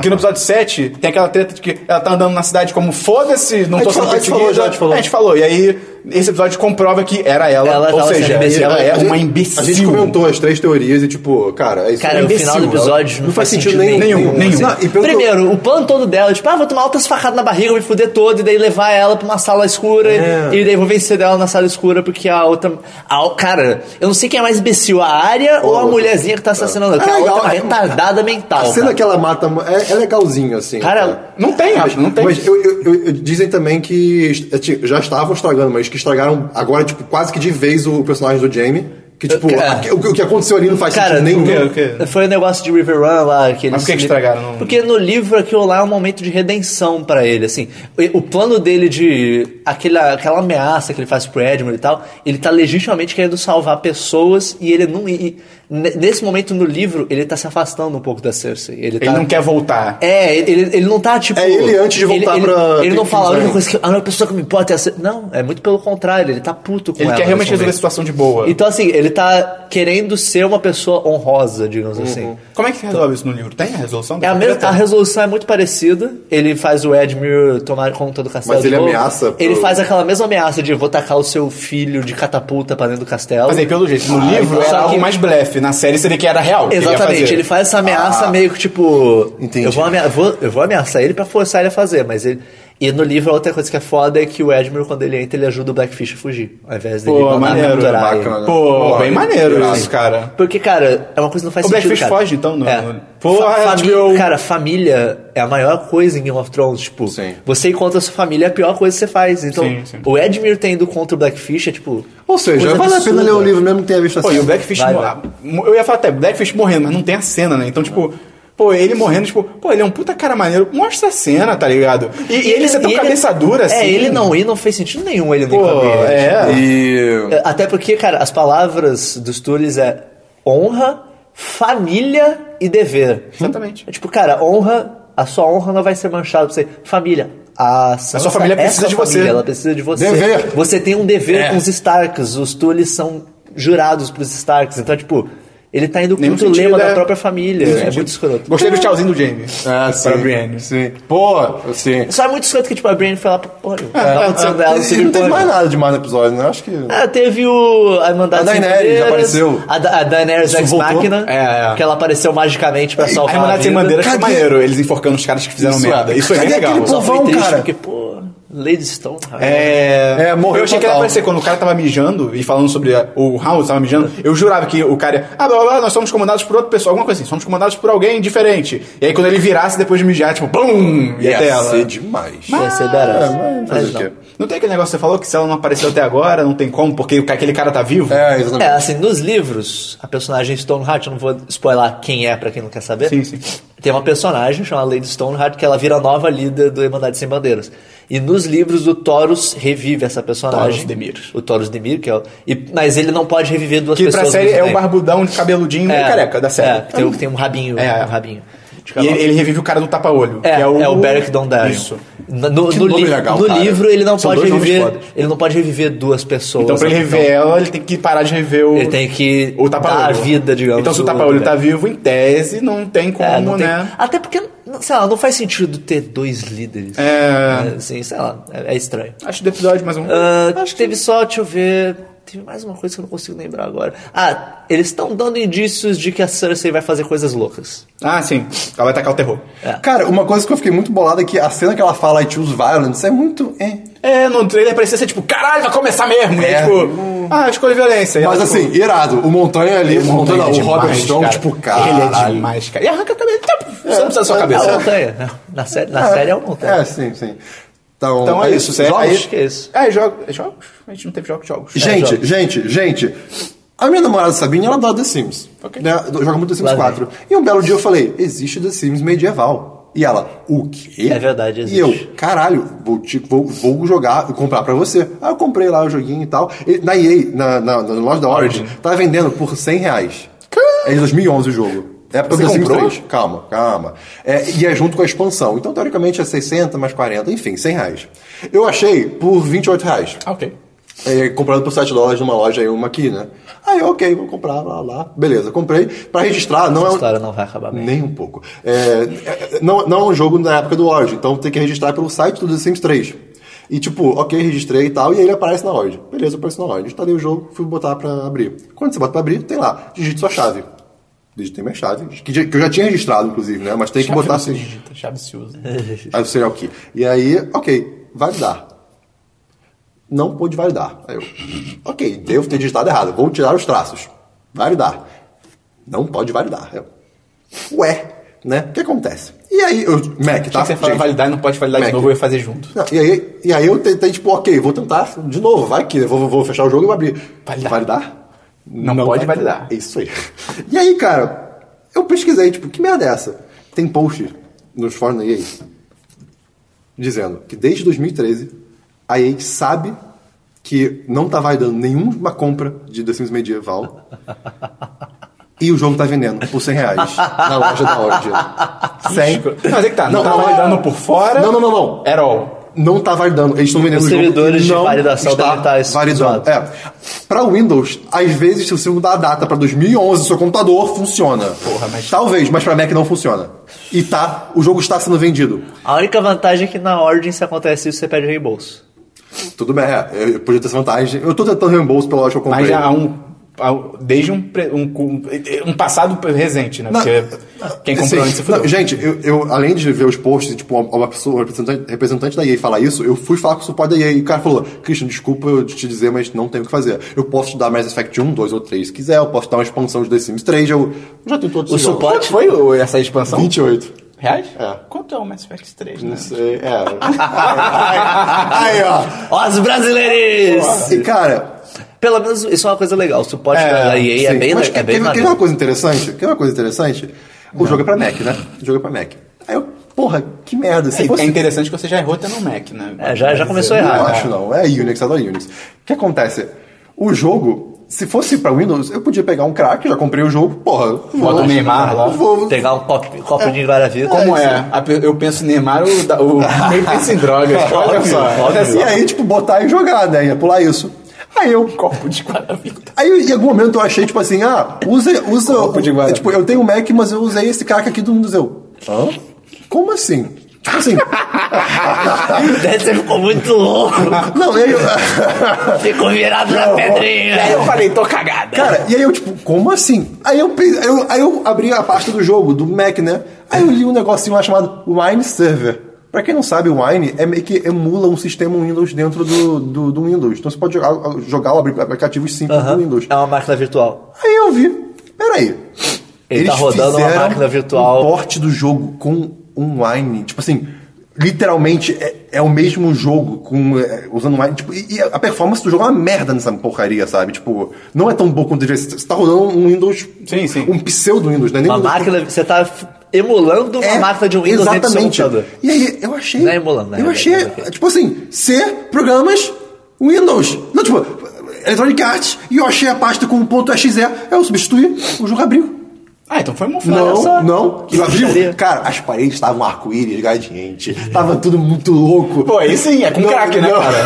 que no episódio 7 tem aquela treta de que ela tá andando na cidade como foda-se, não
A
tô
gente
sendo
falou- a gente
perseguida.
falou já, a gente
É,
falou.
a gente falou. E aí, esse episódio comprova que era ela.
Ela
ou
tava
seja,
sendo imbecil.
ela é
A gente-
uma imbecil.
A gente comentou as três teorias e, tipo, cara, é isso
Cara,
É
o final do
imbecil,
episódio
ela-
não faz sentido
nenhum. Nenhum.
Não, e pelo que eu-
Assim, Primeiro, o plano todo dela, tipo, ah, vou tomar altas facadas na barriga, vou me fuder todo, e daí levar ela pra uma sala escura,
É.
e daí vou vencer dela na sala escura, porque a outra. A, cara, eu não sei quem é mais imbecil, a área ou a
outra.
mulherzinha que tá assassinando. ela,
É
Cara, a
legal,
outra é
é-
uma retardada mental.
A cena
cara.
que ela mata é, é legalzinho, assim.
Cara,
Não tem, acho, não tem.
Mas eu- eu- eu- eu- dizem também que est- é, ti- já estavam estragando, mas que estragaram agora, tipo, quase que de vez o personagem do Jamie. Que, tipo,
É.
a- o, o que aconteceu ali não faz
Cara,
sentido nenhum.
o quê?
Foi o negócio de River Run lá que eles.
Mas por que que estragaram? Não-
Porque no livro aquilo lá é um momento de redenção pra ele, assim. O o plano dele de. Aquela, aquela ameaça que ele faz pro Edmund e tal, ele tá legitimamente querendo salvar pessoas e ele não. e- e ne- nesse momento no livro, ele tá se afastando um pouco da Cersei. Ele,
Ele não quer voltar.
É, ele, ele não tá tipo.
É ele antes de voltar
ele,
pra
Ele, ele não
King's
fala a única
Landing."
coisa que. A única pessoa que me importa é a Cersei. Não, é muito pelo contrário, ele tá puto com
Ele
ela
quer realmente resolver
nesse
a
momento.
situação de boa.
Então, assim, ele tá querendo ser uma pessoa honrosa, digamos assim.
Como é que resolve isso no livro? Tem a resolução?
É a,
dessa
mesma-
treta?
a resolução é muito parecida. Ele faz o Edmure tomar conta do castelo.
Mas
de
ele
novo.
ameaça
Ele
pro-
faz aquela mesma ameaça de vou tacar o seu filho de catapulta pra dentro do castelo.
Mas aí, pelo jeito, no livro
então-
era
Só que-
algo mais blefe. Na série seria que era real. que ele ia
Exatamente,
fazer. Ah.
ele faz essa ameaça meio que tipo.
Entendi.
Eu vou, amea- vou- eu vou ameaçar ele pra forçar ele a fazer, mas ele. E no livro, a outra coisa que é foda é que o Edmure, quando ele entra, ele ajuda o Blackfish a fugir, ao invés dele
Pô,
mandar
maneiro, é
capturar ele.
bacana. né?
Pô,
Pô,
bem
aí,
maneiro
irado.
isso, cara.
Porque, cara, é uma coisa que não faz
O
sentido.
Blackfish
cara.
foge, então, no-
É.
no- Porra,
Fa- fami-
HBO.
Cara, família é a maior coisa em Game of Thrones. Tipo,
Sim.
você ir contra a sua família é a pior coisa que você faz. Então,
Sim, sim.
o Edmure ter ido contra o Blackfish é tipo.
Ou seja,
coisa
vale a pena
absurda.
ler o livro mesmo que tenha visto assim.
Pô, e o Blackfish.
Vai,
mo-
vai.
ah, mo- Eu ia falar até Blackfish morrendo, mas não tem a cena, né? Então, tipo. Pô, ele morrendo, tipo, pô, ele é um puta cara maneiro, mostra a cena, tá ligado? E, e ele ser tão
e
cabeça dura assim.
É, ele não ir não fez sentido nenhum ele nem
Pô,
família.
é.
E.
É, Até porque, cara, as palavras dos Tules é honra, família e dever.
Exatamente.
É tipo, cara, honra, a sua honra não vai ser manchada pra você. Família. A, Sansa
sua família
é
precisa
sua
de você.
família, Ela precisa de você.
Dever.
Você tem um dever
É.
com os Starks. Os Tules são jurados pros Starks. Então, é tipo, ele tá indo
Nenhum
contra o
sentido,
lema
é.
da própria família. É muito escroto.
Gostei do tchauzinho do Jamie.
Ah, sim.
Pra Brienne.
Sim. Pô, assim, sim.
Só é muito escroto que, tipo, a Brienne foi lá, pô,
É.
tá acontecendo dela,
E Ah, não teve mais nada demais no episódio, né? Acho que.
Ah, teve o. A Irmandade
A
Sem
Daenerys
Bandeiras,
já apareceu.
A, da, a Daenerys Ex
voltou?
Machina.
É, é.
Que ela apareceu magicamente pra
A
salvar. a
Irmandade Sem
vida.
Bandeira foi
Cadê?
maneiro, eles enforcando os caras que fizeram
Isso,
merda.
é.
Isso foi bem
Cadê
legal.
aquele
Só foi
povão,
triste,
cara?
Porque, pô, Lady Stone.
É,
É, morreu
Eu achei que
total.
era parecer quando o cara tava mijando e falando sobre a- o House tava mijando. Eu jurava que o cara ia, ah, blá, blá, blá, nós somos comandados por outro pessoal, alguma coisa assim, somos comandados por alguém diferente. E aí quando ele virasse depois de mijar, tipo, BUM! E
Ia
a tela.
ser demais.
Ia ser
Ah,
badass.
mas fazer
Mas
o
não.
quê?
Não tem aquele negócio que você falou que se ela não apareceu até agora, não tem como, porque o ca- aquele cara tá vivo?
É, exatamente.
É, assim, nos livros, a personagem Stoneheart, eu não vou spoiler quem é pra quem não quer saber.
Sim, sim.
Tem uma personagem chamada Lady Stoneheart que ela vira a nova líder do Irmandade Sem Bandeiras. E nos livros, o Taurus revive essa personagem.
Taurus Demir.
O Taurus Demir, que é o... e- Mas ele não pode reviver duas
Que
pessoas.
pra
ao
série
mesmo
é o
tempo.
barbudão de cabeludinho e careca da
É,
série.
que tem, o- que tem um rabinho.
É.
um rabinho. de
E
cavalo.
ele, ele revive o cara do tapa-olho.
É,
que
é o, Beric
Beric
Dondarrion.
Isso.
No, no,
Que
no
nome
li-
legal,
no
cara.
livro ele não
São
pode
dois nomes
reviver.
fodas.
Ele não pode reviver duas pessoas.
Então, pra ele rever ela, ele tem que parar de rever o.
Ele tem que
o
dar a
tapa-olho.
vida, digamos,
Então, se o
do-
tapa-olho
do
tá vivo, em tese, não tem como,
É, não tem-
né?
Até porque, não- sei lá, não faz sentido ter dois líderes.
É.
assim, sei lá, é, é estranho.
Acho do episódio mais um.
Ah, teve só, deixa eu ver. Teve mais uma coisa que eu não consigo lembrar agora. Ah, eles estão dando indícios de que a Cersei vai fazer coisas loucas.
Ah, sim. Ela vai atacar o terror.
Cara, uma coisa que eu fiquei muito bolado é que a cena que ela fala I choose violence é muito. É.
É, no trailer parecia ser tipo, caralho, vai começar mesmo. E aí,
É.
tipo, ah, eu escolhi violência. E ela,
Mas
tipo,
assim, irado. O Montanha ali, o Montanha, não, o Robert Stone, tipo,
é
cara.
Ele é demais, cara. E arranca a cabeça. Tchau, Você não precisa da sua
É
cabeça.
uma montanha. né? Na, sé na série é uma montanha.
É, sim, sim. Então,
Então é isso, sério.
Jogos?
Aí-
acho que é isso.
Ah, é jogo- é jogos? A gente não teve jogos,
É,
jogos.
Gente, gente, gente. A minha namorada Sabine, ela adora The Sims. Né? Joga muito The Sims
Lá vem.
4. E um belo dia eu falei, existe The Sims medieval. E ela, o quê?
É verdade, existe.
E eu, caralho, vou, te- vou, vou jogar, vou comprar pra você. Aí eu comprei lá o joguinho e tal. E na EA, na, na, na loja da Origin, tava vendendo por 100 reais. É de 2011 o jogo. Época
Você
do Sims
comprou?
3. Calma, calma. É, e é junto com a expansão. Então, teoricamente, é 60 mais 40, enfim, 100 reais. Eu achei por 28 reais.
Ah, ok.
É, comprando por 7 dólares numa loja e uma aqui, né? Aí, ok, vou comprar lá, lá. Beleza, comprei. Pra registrar, não
A
é um...
história não vai acabar bem.
Nem um pouco. É, é, não, não é um jogo da época do Origin, então tem que registrar pelo site do The Sims 3. E tipo, ok, registrei e tal, e aí ele aparece na Origin. Beleza, apareceu na Origin. Instalei o jogo, fui botar pra abrir. Quando você bota pra abrir, tem lá, digite sua chave. Digitei minha chave, que, já- que eu já tinha registrado, inclusive, né? Mas tem que botar assim.
Digita, chave se usa.
Aí o serial key. E aí, ok, validar. Não pôde validar. Aí eu, ok, devo ter digitado errado. Vou tirar os traços. Validar. Não pode validar. Eu, ué, né? O que acontece? E aí, eu, Mac, tá?
Tá, você fala
Gente,
validar e não pode validar de
Mac.
novo, eu ia fazer junto.
não, e, aí, e aí eu tentei, tipo, ok, vou tentar de novo, vai que eu vou, vou fechar o jogo e vou abrir.
Validar.
Não,
pode
vai-
validar.
É Isso aí. E aí, cara, eu pesquisei, tipo, que merda é essa? Tem post nos fóruns da EA dizendo que desde 2013 a EA sabe que não tá validando nenhuma compra de The Sims Medieval e o jogo tá vendendo por 100 reais na loja da Origin. 100.
Não, mas é que tá, não, tá validando por fora.
Não, não, não, não
At all.
não tá validando. Eles estão vendendo
Os
o jogo
servidores
e
de
não
validação
está
devem tá estar
validando. É. Para Windows, às vezes se você mudar a data para 2011, seu computador funciona.
mas-
Talvez, mas para Mac não funciona. E tá, o jogo está sendo vendido.
A única vantagem é que na ordem, se acontece isso, você pede reembolso.
Tudo bem, é, eu eu podia ter essa vantagem. Eu tô tentando reembolso pela loja que eu comprei.
Mas já há um. há um- Desde um, pre- um, cu- um passado recente, né?
Não,
Porque quem comprou
Assim,
antes se fudeu.
não, gente, eu, eu, além de ver os posts, tipo, uma, uma pessoa, um representante, representante da EA falar isso, eu fui falar com o suporte da EA e o cara falou, Christian, desculpa eu te dizer, mas não tenho o que fazer. Eu posso te dar Mass Effect 1, 2 ou 3 se quiser, eu posso te dar uma expansão de The Sims 3, eu já tenho todos
O
os jogos.
suporte
foi o- essa expansão?
28.
Reais?
É.
Quanto é o Mass Effect 3, né?
Não sei, é. aí, ó.
Ó, os brasileiros!
E, cara,
Pelo menos isso é uma coisa legal. O suporte
É,
da EA é
sim,
bem,
mas
é bem
quer- quer ver
maneiro.
uma coisa interessante? Quer ver uma coisa interessante? O jogo é pra Mac, né? O jogo é pra Mac. Aí eu, porra, que merda. se
É,
fosse-
é interessante que você já errou até no Mac, né?
É, já, já começou
Não
errado.
acho não, é Unix, adoro Unix. O que acontece? O jogo, se fosse pra Windows, eu podia pegar um crack, já comprei o jogo, porra.
Bota o Neymar lá.
Vou,
Pegar um copo, copo de guaravita.
Como é? A pe- Eu penso em Neymar, o, da- o meio pensa em drogas. É, Olha só. É,
Óbvio. E aí, tipo, botar e jogar, né? Ia pular isso. Aí eu.
Copo de guaravita.
Aí em algum momento eu achei, tipo assim, ah, usa. usa
Copo de guarda.
tipo, eu tenho um Mac, mas eu usei esse crack aqui do Windows. Eu. Hã? Como assim? Tipo assim.
Você ficou muito louco.
não, e aí eu.
Ficou virado na pedrinha.
É, Eu falei, tô cagada.
Cara, e aí eu, tipo, como assim? Aí eu, pe- aí eu, aí eu abri a pasta do jogo, do Mac, né? Aí eu li um negocinho lá chamado Wine Server. Pra quem não sabe, o Wine é meio que emula um sistema Windows dentro do, do, do Windows. Então você pode jogar, jogar ou abrir aplicativos simples do Windows.
É uma máquina virtual.
Aí eu vi, peraí.
Ele tá rodando uma
fizeram
máquina virtual.
Um porte do jogo com um Wine. Tipo assim, literalmente é, é o mesmo jogo com, é, usando Wine. Tipo, e, e a performance do jogo é uma merda nessa porcaria, sabe? Tipo, não é tão boa quanto deveria ser. Você tá rodando um Windows.
Sim, sim.
Um pseudo Windows, né? Nem
Uma
Windows-
máquina... Você tá f- emulando uma
É,
máquina de um Windows dentro do seu
Exatamente.
computador.
E aí, eu achei.
Não é emulando, né?
Eu achei,
É, é, é.
tipo assim, C, programas, Windows. Não, tipo, Electronic Arts, e eu achei a pasta com ponto .exe, eu substituí, o jogo abriu.
Ah, então foi uma
Não,
falha só.
não.
Que
Eu abri-
bruxaria.
Cara, as paredes estavam arco-íris, gradiente. Tava tudo muito louco.
Pô, aí sim, é com
Não,
crack, né,
não.
cara?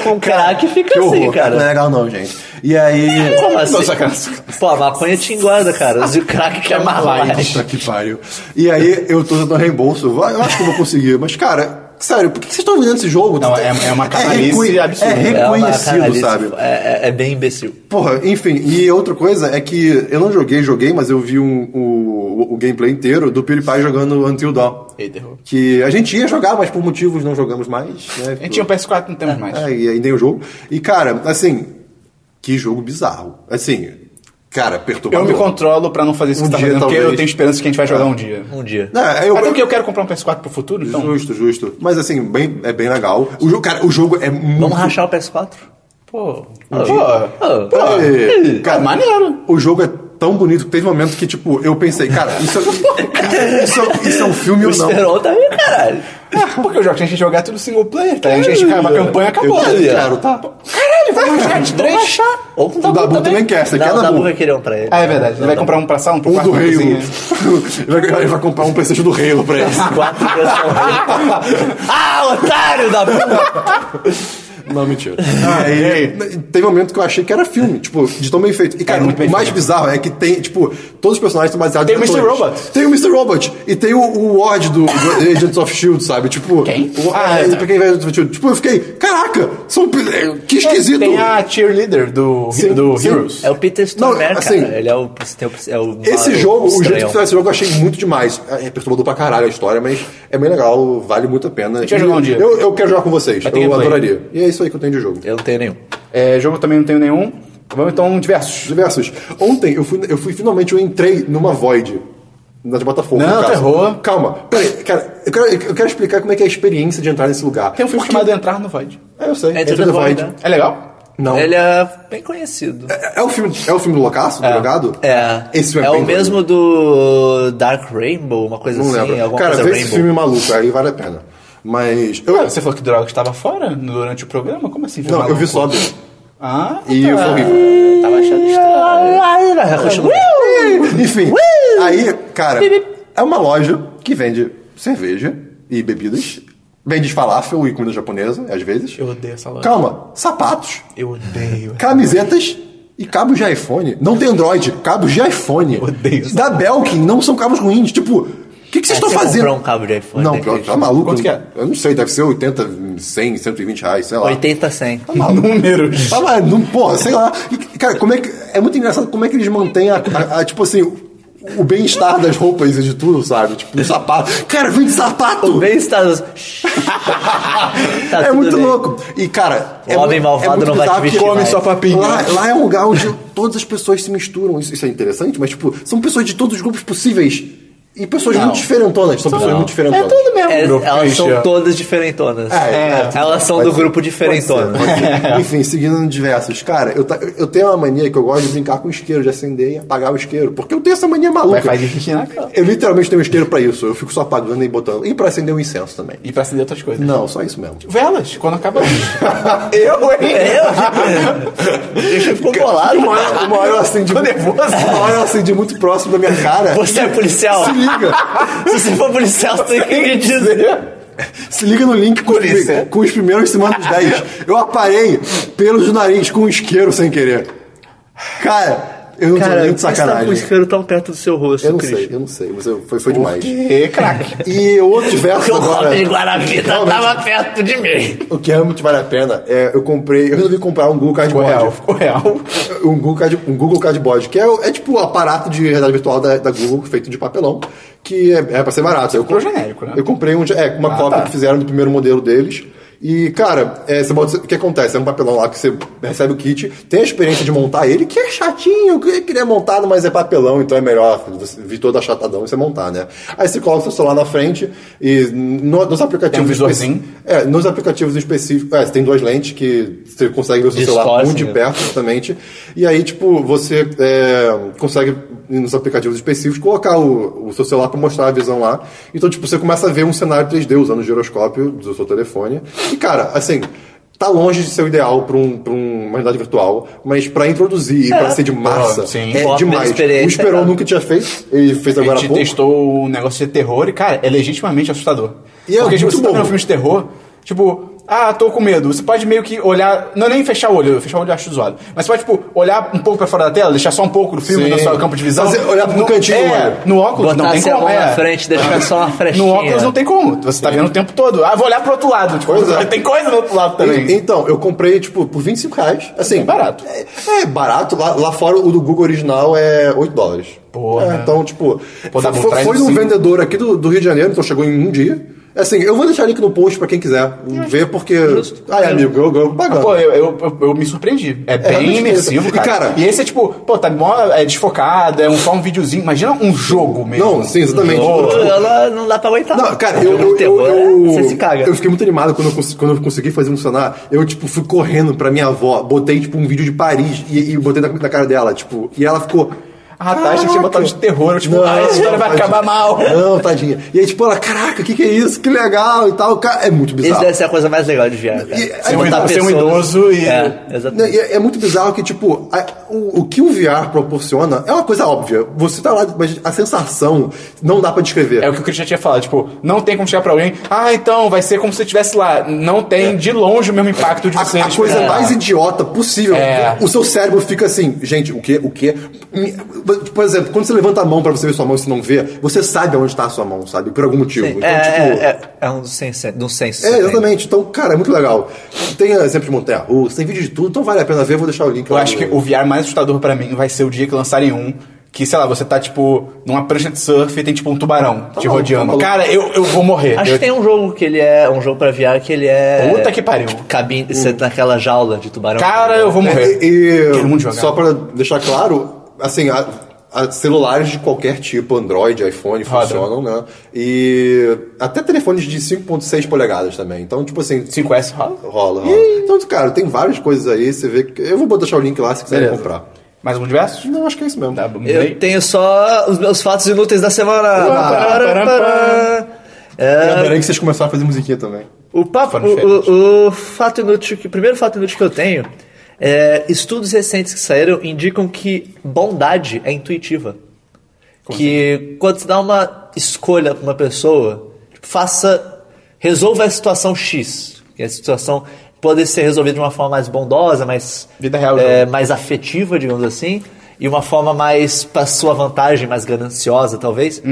É, com crack fica
Que
assim,
horror, cara. Não é
cara.
legal não, gente. E aí...
Como assim?
Nossa, cara.
Pô, a maconha te engorda, cara. E o crack que é
Tá
mais light.
Puta que pariu. E aí eu tô tentando reembolso. Eu acho que eu vou conseguir, mas cara... Sério, por que vocês estão vendendo esse jogo?
Não, é- é uma canalice
reconhe-
absurda.
É
É uma
reconhecido,
canalice,
sabe?
É, é- é bem imbecil.
Porra, enfim, e outra coisa é que eu não joguei, joguei, mas eu vi um- o, o gameplay inteiro do PewDiePie jogando Until Dawn.
Eita, errou.
Que a gente ia jogar, mas por motivos não jogamos mais. Né?
A gente tinha um o PS4, não temos mais.
É, e aí nem o jogo. E, cara, assim, que jogo bizarro. Assim, cara,
Eu
perturbador.
me controlo pra não fazer isso
Um
que você tá
dia,
fazendo, porque
talvez.
eu tenho esperança que a gente vai jogar um dia.
Um dia.
Não, eu,
Até porque eu quero comprar um PS4 pro futuro, então.
Justo, justo. Mas, assim, bem, é bem legal. O jogo, cara, o jogo é muito... um
Vamos rachar o PS4?
Pô,
Pô,
pô,
Pô, é,
cara, maneiro.
O jogo é tão bonito que teve um momento que, tipo, eu pensei, cara, isso é, isso é- isso é um filme
O
ou não?
Esperon tá aí, caralho.
Ah, Porque o jogo que a gente jogar é tudo single player, tá? A gente acaba a campanha,
Eu
acabou.
quero, tá?
Caralho, querer um Jet 3.
achar. Ou com
O Dabu também quer, você
Não,
quer,
o
Dabu?
Dabu vai querer um pra ele.
Ah, é verdade. Ele vai comprar um pra sala, um pro
Um
quarto.
do
pra
Halo.
cozinha.
ele, vai, ele vai comprar um PlayStation do Halo pra ele.
Quatro pessoas. ah, otário, Dabu!
Não, mentira.
Ah, é.
Aí, teve um momento que eu achei que era filme, tipo, de tão bem feito. E, cara,
muito bem
o mais
feito.
bizarro é que tem, tipo, todos os personagens estão baseados
Tem
em
o Mr.
atores.
Robot.
Tem o Mr. Robot. E tem o, o Ward do, do Agents of S.H.I.E.L.D., sabe? Tipo...
Quem?
O,
Ah,
ah,
é,
é,
tá.
pra quem vai- Tipo, eu fiquei, caraca, são... é, Que esquisito.
É, Tem a cheerleader do,
Sim,
do
sim.
Heroes.
É o Peter Stormare,
Não, assim,
cara. Ele é o... tem o- É o
Esse
é o
jogo, o jeito
estranhão.
que fizeram esse jogo eu achei muito demais. É perturbador pra caralho a história, mas é bem legal, vale muito a pena.
gente vai jogar um dia.
Eu, eu quero jogar com vocês,
ter
eu
gameplay.
adoraria. E é isso aí que eu tenho de jogo.
Eu não tenho nenhum.
É, jogo eu também não tenho nenhum. Vamos então, diversos.
Diversos. Ontem eu fui, eu fui finalmente, eu entrei numa Void. Na de Botafogo.
Não,
no caso.
terror.
Calma, peraí, cara, eu quero, eu quero explicar como é que é a experiência de entrar nesse lugar.
Tem um filme
Porque-
chamado Entrar no Void.
É, eu sei.
Enter
Enter
the Void, né?
É legal?
Não.
Ele é bem conhecido.
É, é o filme, é o filme do Loucaço, do drogado?
É.
Esse filme
é
bem
o
doido.
mesmo do Dark Rainbow, uma coisa
Não
assim.
lembro.
Alguma
Cara,
coisa
vê
Rainbow.
esse filme maluco, aí vale a pena. Mas. Eu,
Cara, É, você falou que droga estava fora durante o programa? Como assim?
não, eu vi
só.
só. dele.
Ah,
E foi horrível.
tava achando estranho.
Enfim, aí, cara, é uma loja que vende cerveja e bebidas. Vende falafel e comida japonesa, às vezes.
Eu odeio essa loja.
Calma, sapatos,
Eu odeio.
camisetas e cabos de iPhone. Não tem Android, cabos de iPhone.
Odeio essa
Da Belkin, não são cabos ruins. Tipo, o que, que vocês
É,
estão
você
fazendo?
comprou um cabo de iPhone,
Não,
né,
pior, que tá
Cristian?
maluco.
Quanto que é?
Eu não sei, deve ser 80, 100, 120 reais, sei lá.
80 100.
Números.
Ah, mas não, porra, sei lá. E, Cara, como é que. É muito engraçado como é que eles mantêm a. a- a, tipo assim. o- O bem-estar das roupas e de tudo, sabe? Tipo, o sapato. Cara, vende sapato!
Bem Estados Unidos. Tá
é
tudo
muito
bem.
louco. E, cara.
O
é
homem
mu-
malvado
muito
não vai te
bizarro que
vestir Come mais. sua
papinha. Lá, lá é um lugar onde todas as pessoas se misturam. Isso, isso é interessante, mas, tipo, são pessoas de todos os grupos possíveis. E pessoas muito diferentonas. São pessoas muito diferentonas.
mesmo.
É,
Grupo
elas são
Christian.
todas diferentonas.
É,
Elas são do grupo diferentona.
Pode ser, pode ser.
né?
Enfim, seguindo diversos. Cara, eu, ta- eu tenho uma mania que eu gosto de brincar com isqueiro, de acender e apagar o isqueiro. Porque eu tenho essa mania
Vai
maluca.
fazer xixi na cara.
Eu literalmente tenho um isqueiro pra isso. Eu fico só apagando e botando. E pra acender um incenso também.
E pra acender outras coisas.
Não, só isso mesmo.
Velas, quando acaba. eu,
É,
hein?
Você ficou bolado.
Uma hora, uma hora eu acendi. Tô nervoso. Uma hora eu acendi muito próximo da minha cara.
Você é policial.
Se liga!
Se você for policial, você tem que me dizer.
Se liga no link com, os, prime- com os primeiros semanas 10. Eu aparei pelos do nariz com um isqueiro sem querer. Cara, eu não tô
Cara, por
nem de
que você tá
sacanagem.
com o isqueiro tão perto do seu rosto,
Eu não
Christian?
sei, eu não sei, mas eu- foi, foi demais.
E craque.
E outro verso
Porque o
agora,
Robin de Guaravita
Realmente.
tava perto de mim.
o que realmente vale a pena, é, eu comprei, eu resolvi comprar um Google
Ficou real,
Cardboard.
ficou real.
Um Google, Card, um Google Cardboard, que é, o- é tipo o aparato de realidade virtual da, da Google, feito de papelão, que é, é pra ser barato. Eu
Ficou
comprei-
genérico, né?
Eu comprei um, é, uma cópia
tá.
que fizeram do primeiro modelo deles. E, cara, é, você bota- o que acontece? É um papelão lá que você recebe o kit, tem a experiência de montar ele, que é chatinho, que ele é montado, mas é papelão, então é melhor você vir todo achatadão e você montar, né? Aí você coloca o seu celular na frente e no- nos aplicativos.
Tem um visorzinho.
especi- É, nos aplicativos específicos. É, você tem duas lentes que você consegue ver o seu celular um
Distorce,
de
né?
perto, justamente. E aí, tipo, você é, consegue, nos aplicativos específicos, colocar o, o seu celular para mostrar a visão lá. Então, tipo, você começa a ver um cenário 3D usando o giroscópio do seu telefone. E, cara, assim. Tá longe de ser o ideal para um, pra uma realidade virtual, mas para introduzir e para ser de massa,
sim.
é
É. Boa
demais.
experiência,
O Esperon
cara.
nunca tinha feito, ele fez
A
agora há
gente
pouco.
testou um negócio de terror e, cara, é legitimamente assustador.
E é
Porque, tipo,
muito
você tá
bom.
vendo um filme de terror, tipo, ah, tô com medo. Você pode meio que olhar. Não, é nem fechar o olho, fechar o olho eu acho zoado. Mas você pode, tipo, olhar um pouco pra fora da tela, deixar só um pouco do filme
Sim.
no seu campo de visão.
Fazer- olhar pro
no
cantinho do
é,
olho.
No óculos não
Botar
tem
assim a
como.
mão
é.
na frente, deixar só uma frestinha.
No óculos não tem como. Você tá vendo o tempo todo. Ah, vou olhar pro outro lado. Tipo,
Pois é.
Tem coisa no outro lado também.
E- Então, eu comprei, tipo, por 25 reais. Assim,
É barato.
É, é barato. Lá, lá fora, o do Google original é 8 dólares.
Porra.
É, então, tipo,
Pô, dá
foi,
por trás
foi
do
um
cinco.
vendedor aqui do, do Rio de Janeiro, então chegou em um dia. Assim, eu vou deixar link no post pra quem quiser ver, porque... Ai, amigo, eu, eu pagando.
Ah, Pô, eu, eu, eu- eu me surpreendi. É bem
realmente
imersivo,
mesmo. E,
cara.
cara-
E esse é tipo, pô, tá mó é, desfocado, é um, só um videozinho. Imagina um jogo mesmo.
Não, sim, exatamente.
Pô,
Ela não dá pra aguentar.
Não, cara, eu,
Filme de
eu,
terror,
eu-
né? Você se caga.
eu fiquei muito animado quando eu, cons- quando eu consegui fazer funcionar. Eu, tipo, fui correndo pra minha avó, botei, tipo, um vídeo de Paris e, e botei na, na cara dela, tipo, e ela ficou.
Ah, tá, achei que tinha
Caraca.
botado de terror. eu, Tipo,
Não,
ah, essa história vai
tadinha.
acabar mal.
Não, tadinha. E aí, tipo, ela, caraca, o que, que é isso? Que legal e tal. Cara, é muito
Isso
bizarro.
deve ser a coisa mais legal de viagem. cara.
E-
Você
é um
botar
idoso- ser um
pessoas-
idoso e-
É,
Não,
exatamente.
e É, é muito bizarro que, tipo, a- o, o que o VR proporciona é uma coisa óbvia. Você tá lá, mas a sensação não dá pra descrever.
É o que o Christian tinha falado, tipo, não tem como chegar pra alguém, ah, então, vai ser como se você estivesse lá. Não tem de longe o mesmo impacto de
É. a,
você.
a coisa mais idiota possível.
É.
O seu cérebro fica assim, gente, o que? O que? Por exemplo, quando você levanta a mão pra você ver sua mão e você não vê, você sabe onde tá a sua mão, sabe? Por algum motivo. Então,
É,
tipo,
é, é, é um senso. De um senso
É, exatamente. Então, cara, é muito legal. Tem ah, exemplo de montanha russa, tem vídeo de tudo, então vale a pena ver, vou deixar o link
Eu
lá.
acho
no-
que o VR mais assustador pra mim vai ser o dia que lançarem um. Que, sei lá, você tá, tipo, numa prancha de surf e tem, tipo, um tubarão te
maluco, tá
rodeando.
maluco.
Cara, eu, eu vou morrer.
Acho
Eu-
que tem um jogo que ele é. Um jogo pra VR que ele é.
Puta que pariu. Hum.
Cabine, Você tá naquela jaula de tubarão.
Cara, eu vou morrer.
É, E, e-
Quero é, muito jogar.
só pra deixar claro, assim, a- a celulares de qualquer tipo, Android, iPhone,
Roda.
funcionam, né? E até telefones de 5.6 polegadas também. Então, tipo assim,
5S rola?
rola, rola. Então, cara, tem várias coisas aí, você vê que... Eu vou deixar o link lá se quiser
Beleza.
comprar.
Mais um diverso?
Não, acho que é isso mesmo.
Tá bom.
Eu tenho só os meus fatos inúteis da semana.
param, param.
Eu adorei que vocês começaram a fazer musiquinha também.
O, papo,
Foram
o,
férias.
o, o fato inútil, que- o primeiro fato inútil que eu tenho é estudos recentes que saíram indicam que bondade é intuitiva. que
assim?
quando você dá uma escolha pra uma pessoa, tipo, faça, resolva a situação X. Que a situação pode ser resolvida de uma forma mais bondosa, mais
Vida real,
é,
né?
mais afetiva, digamos assim, e uma forma mais para sua vantagem, mais gananciosa, talvez.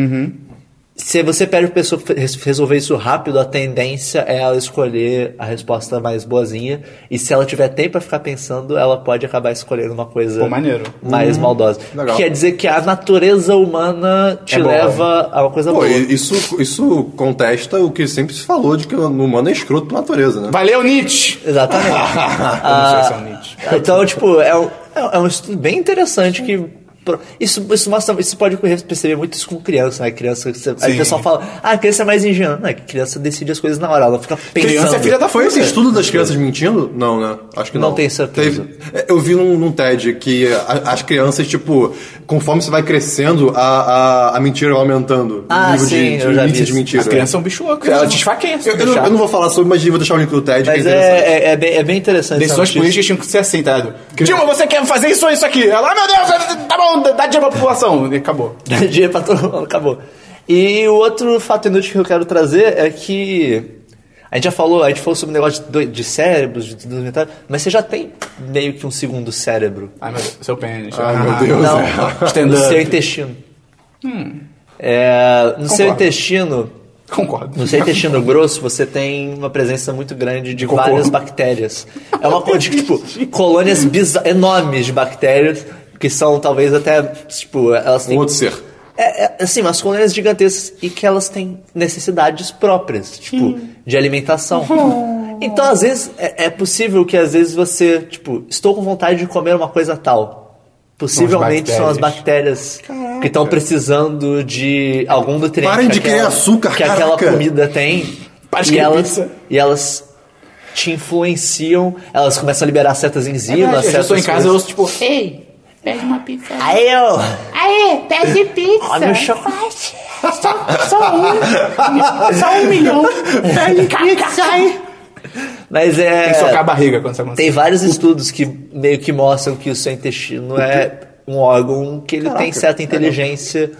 Se você pede pra pessoa res- resolver isso rápido, a tendência é ela escolher a resposta mais boazinha. E se ela tiver tempo pra ficar pensando, ela pode acabar escolhendo uma coisa
Pô, maneiro.
mais maldosa.
legal.
Quer dizer que a natureza humana te
É boa,
leva a uma coisa
Pô,
boa.
e- isso, isso contesta o que sempre se falou de que o humano é escroto por natureza, né?
Valeu, Nietzsche!
Exatamente.
Eu não sei se é um Nietzsche.
Então, tipo, é um, é um estudo bem interessante que. pro- Isso, isso, mostra, isso pode perceber muito isso com criança, né? Criança, você- aí
Sim.
o pessoal fala, ah, a criança é mais ingênua. Não, é que criança decide as coisas na hora, ela fica pensando.
Criança é filha da
Foi esse
força.
estudo das crianças mentindo? Não, né? Acho que não.
Não tenho certeza.
Teve- é, eu vi num, num TED que a- as crianças, tipo, conforme você vai crescendo, a, a, a mentira vai aumentando.
Ah,
O nível
sim,
de,
eu já vi
índice de
isso.
mentira.
As crianças são bicho louco.
Cara,
Ela te esfaqueia. se
eu, eu, não,
deixar.
eu não vou falar sobre, mas eu vou deixar o link do TED,
Mas
que é
é,
interessante.
é, é bem, é bem interessante. essa
Decisões
notícia.
políticas tinham que ser assim, tá? Dilma, você quer fazer isso ou isso aqui? Ela, ah, meu Deus, tá bom, dá dinheiro pra população. E acabou.
Dá dinheiro pra todo mundo, acabou. E o outro fato inútil que eu quero trazer é que. A gente já falou, a gente falou sobre o negócio de, do- de cérebros, de, dos mentais, mas você já tem meio que um segundo cérebro.
Ai, meu Deus, seu pênis. ah,
Ai, Ah, meu Deus.
Não,
Stand
no
up.
seu intestino. É, no seu
Hum. Concordo.
intestino,
Concordo. É
no seu
é
intestino grosso, você tem uma presença muito grande de
Cocô.
várias bactérias. É uma coisa de, tipo, colônias biza- enormes de bactérias, que são talvez até, tipo, elas
Um
têm
outro ser.
é, é, assim, umas colônias gigantescas e que elas têm necessidades próprias, tipo, de alimentação.
Oh.
Então, às vezes, é, é possível que às vezes você, tipo, estou com vontade de comer uma coisa tal. Possivelmente são as bactérias que estão precisando de algum nutriente.
Parem
que
de querer
aquela-
açúcar,
Que aquela
caraca.
comida tem.
Parem de
E
querer
elas,
pizza.
e elas te influenciam, elas começam a liberar certas enzimas,
É eu já
certas
estou em casa, eu
coisas.
ouço, tipo,
Ei, pede uma pizza.
Aí eu...
Aê, pede pizza.
Olha meu chocolate.
Só, só um. Só um milhão. Pede pizza.
Mas é...
tem que socar a barriga quando você acontece.
Tem vários estudos que meio que mostram que o seu intestino é um órgão que ele tem certa inteligência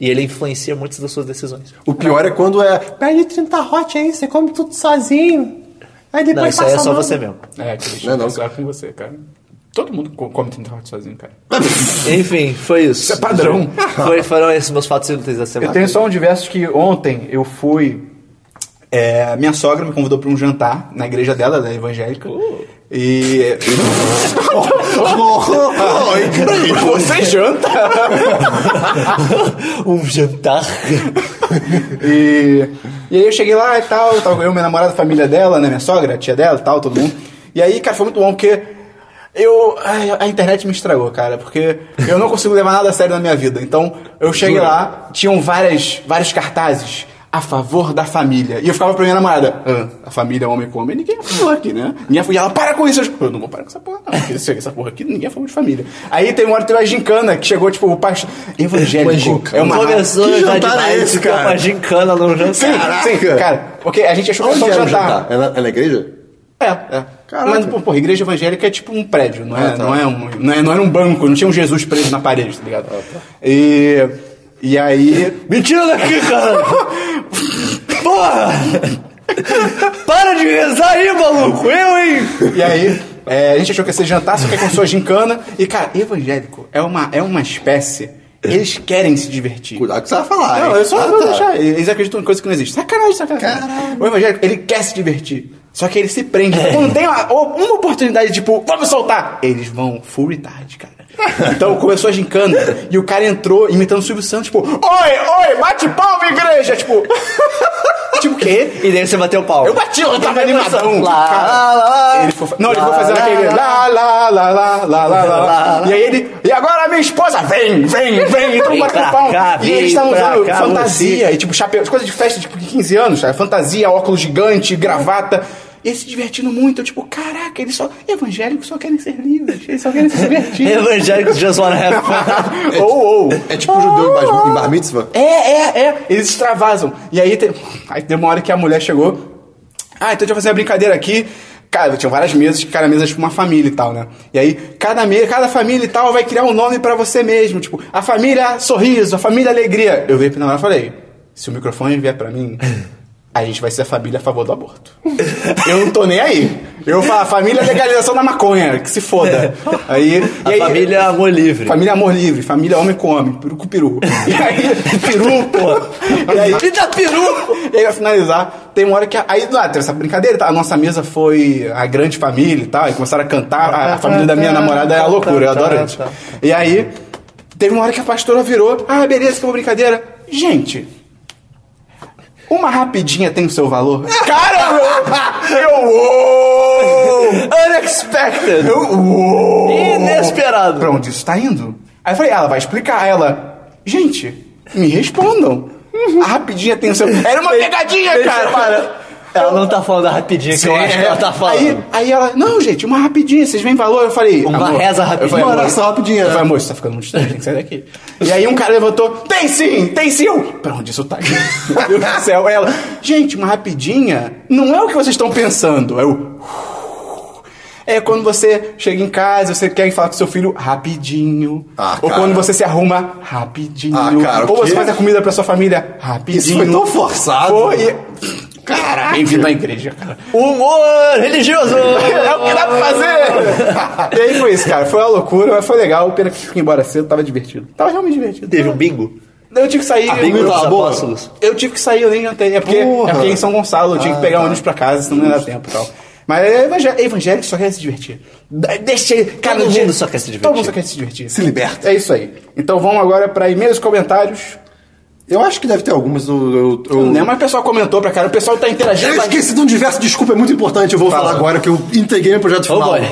e ele influencia muitas das suas decisões.
O pior é quando é.
Perde 30 hot aí, você come tudo sozinho. Aí depois
Não, isso aí
passa
é só
mal.
você mesmo.
É, Christian,
Não é não.
não, não. com você, cara. Todo mundo co- come 30 hot sozinho, cara.
Enfim, foi isso. Isso
é padrão.
Foi, foram esses meus fatos inúteis da semana.
Eu tenho só um diversos que ontem eu fui. é, minha sogra me convidou para um jantar na igreja dela, da evangélica. E. Você janta?
um jantar.
E, e aí eu cheguei lá e tal, tal, eu, minha namorada, a família dela, né, minha sogra, a tia dela e tal, todo mundo. E aí, cara, foi muito bom, porque eu... ai, a internet me estragou, cara, porque eu não consigo levar nada a sério na minha vida. Então, eu cheguei lá, tinham várias, vários cartazes. a favor da família. E eu ficava pra minha namorada, "Ah, a família é homem com homem, ninguém é a favor aqui, né? Ninguém é a favor. E ela, para com isso. Eu, tipo, eu não vou parar com essa porra, não. Porque se essa porra aqui, ninguém é a favor de família. Aí tem uma hora que teve a gincana, que chegou, tipo, o pastor evangélico.
Uma gincana.
É uma
Começou
que
já
jantar
demais,
é esse,
ficou
cara?
uma gincana no jantar.
Sim, sim, cara. Porque a gente achou que era
Onde
só
era o
jantar.
jantar? É na, é na igreja?
É, é.
Caraca.
Mas, pô, porra, igreja evangélica é tipo um prédio, não é,
Ah, tá.
não, é um, não, é, não era um banco, não tinha um Jesus preso na parede, tá ligado?
Ah,
E. E aí.
Mentira daqui, cara! Porra! Para de rezar aí, maluco! Eu, hein?
E aí, é, a gente achou que ia ser jantar, só que começou a gincana. E, cara, evangélico é uma, é uma espécie. Eles querem se divertir.
Cuidado que você vai falar,
Não,
hein?
eu só
Ah,
vou
tá.
deixar. Eles acreditam em coisas que não existem. Sacanagem, sacanagem. O evangélico, ele quer se divertir. Só que ele se prende. Quando tem uma, uma oportunidade, tipo, vamos soltar. Eles vão full retard, cara. Então começou a gincana e o cara entrou imitando o Silvio Santos, tipo, oi, oi, bate palma, igreja! Tipo, tipo o quê?
E daí você bateu o pau.
Eu bati, eu tava animadão.
Lá,
cara.
lá, lá.
Ele ficou, fa- não, ele ficou fazendo aquele. Lá, lá, lá, lá, lá, lá, lá, lá. E aí ele. E agora a minha esposa vem, vem, vem. Então
Vem
bateu
pra
pau.
cá,
E eles
vem
estavam
pra
usando
cá,
fantasia e tipo chapéu, coisa de festa tipo, de 15 anos, sabe? Fantasia, óculos gigante, gravata. E eles se divertindo muito, eu, tipo, caraca, eles só. Evangélicos só querem ser livres, eles só querem se
É
divertir.
Evangélicos just wanna have fun.
ou, ou.
É tipo o judeu em bar, em bar mitzvah?
É, é, é. Eles extravasam. E aí, tem... aí tem uma hora que a mulher chegou. Ah, então deixa eu fazer uma brincadeira aqui. Cara, tinha várias mesas, cada mesa é tipo uma família e tal, né? E aí, cada, me... cada família e tal vai criar um nome pra você mesmo. Tipo, a família Sorriso, a família Alegria. Eu veio pra namorada e falei, se o microfone vier pra mim, a gente vai ser a família a favor do aborto. eu não tô nem aí. Eu falo, a família legalização da maconha, que se foda. Aí,
A
e aí-
família é amor livre.
Família amor livre, família homem com homem, peru com peru. E aí, peru, pô. E aí,
Eita, tá peru!
e aí, pra finalizar, tem uma hora que. a- Aí, lá, teve essa brincadeira, tá? a nossa mesa foi a grande família e tal, e começaram a cantar. A, a família da minha namorada é a loucura, eu adoro isso. E aí, teve uma hora que a pastora virou: ah, beleza, que é uma brincadeira. Gente. Uma rapidinha tem o seu valor? Cara, eu- eu... uou!
Unexpected!
Eu... uou!
Inesperado!
pra onde isso tá indo? Aí eu falei, ah, ela vai explicar. Aí ela, gente, me respondam. A rapidinha tem o seu. Era uma pegadinha, cara! é.
Ela não tá falando da rapidinha que eu acho que ela tá
Aí,
falando.
aí ela, não, gente, uma rapidinha, vocês veem valor. Eu falei,
Uma
amor,
reza rapidinha.
Eu falei,
Uma
amor,
oração
rapidinha. Eu falei, amor, isso tá ficando muito estranho, tem que sair daqui. E aí um cara levantou, tem sim, tem sim. Eu, pra onde isso tá indo? Meu Deus do céu. Ela, gente, uma rapidinha não é o que vocês estão pensando. Eu, é quando você chega em casa, você quer falar com seu filho rapidinho.
Ah,
ou
cara.
quando você se arruma rapidinho.
Ah, cara, o
ou você
quê?
faz a comida pra sua família rapidinho.
Isso foi tão forçado.
Foi. Caraca. Bem-vindo à igreja, cara.
Humor religioso!
É o que dá pra fazer! e aí foi isso, cara. Foi uma loucura, mas foi legal. Pena que eu fui embora cedo, tava divertido. Tava realmente divertido.
Teve um bingo?
Eu tive que sair.
bingo
eu,
tava
eu,
boa?
eu tive que sair, eu nem jantei. É porque,
Porra.
é porque em São Gonçalo eu tinha que pegar o ônibus pra casa, senão não ia dar tempo e tal. Mas é evangé- evangélico só quer se divertir. Da- Deixa ele. Cara,
Todo
no dia-
mundo só quer se divertir.
Todo mundo só quer se divertir.
Se liberta.
É isso aí. Então vamos agora pra e-mails e comentários.
Eu acho que deve ter algumas. Eu, eu, eu-
Né? Mas o pessoal comentou pra cara, o pessoal tá interagindo.
Eu
tá-
esqueci de um diverso, desculpa, é muito importante. Eu vou falar agora que eu entreguei meu projeto final.
boy.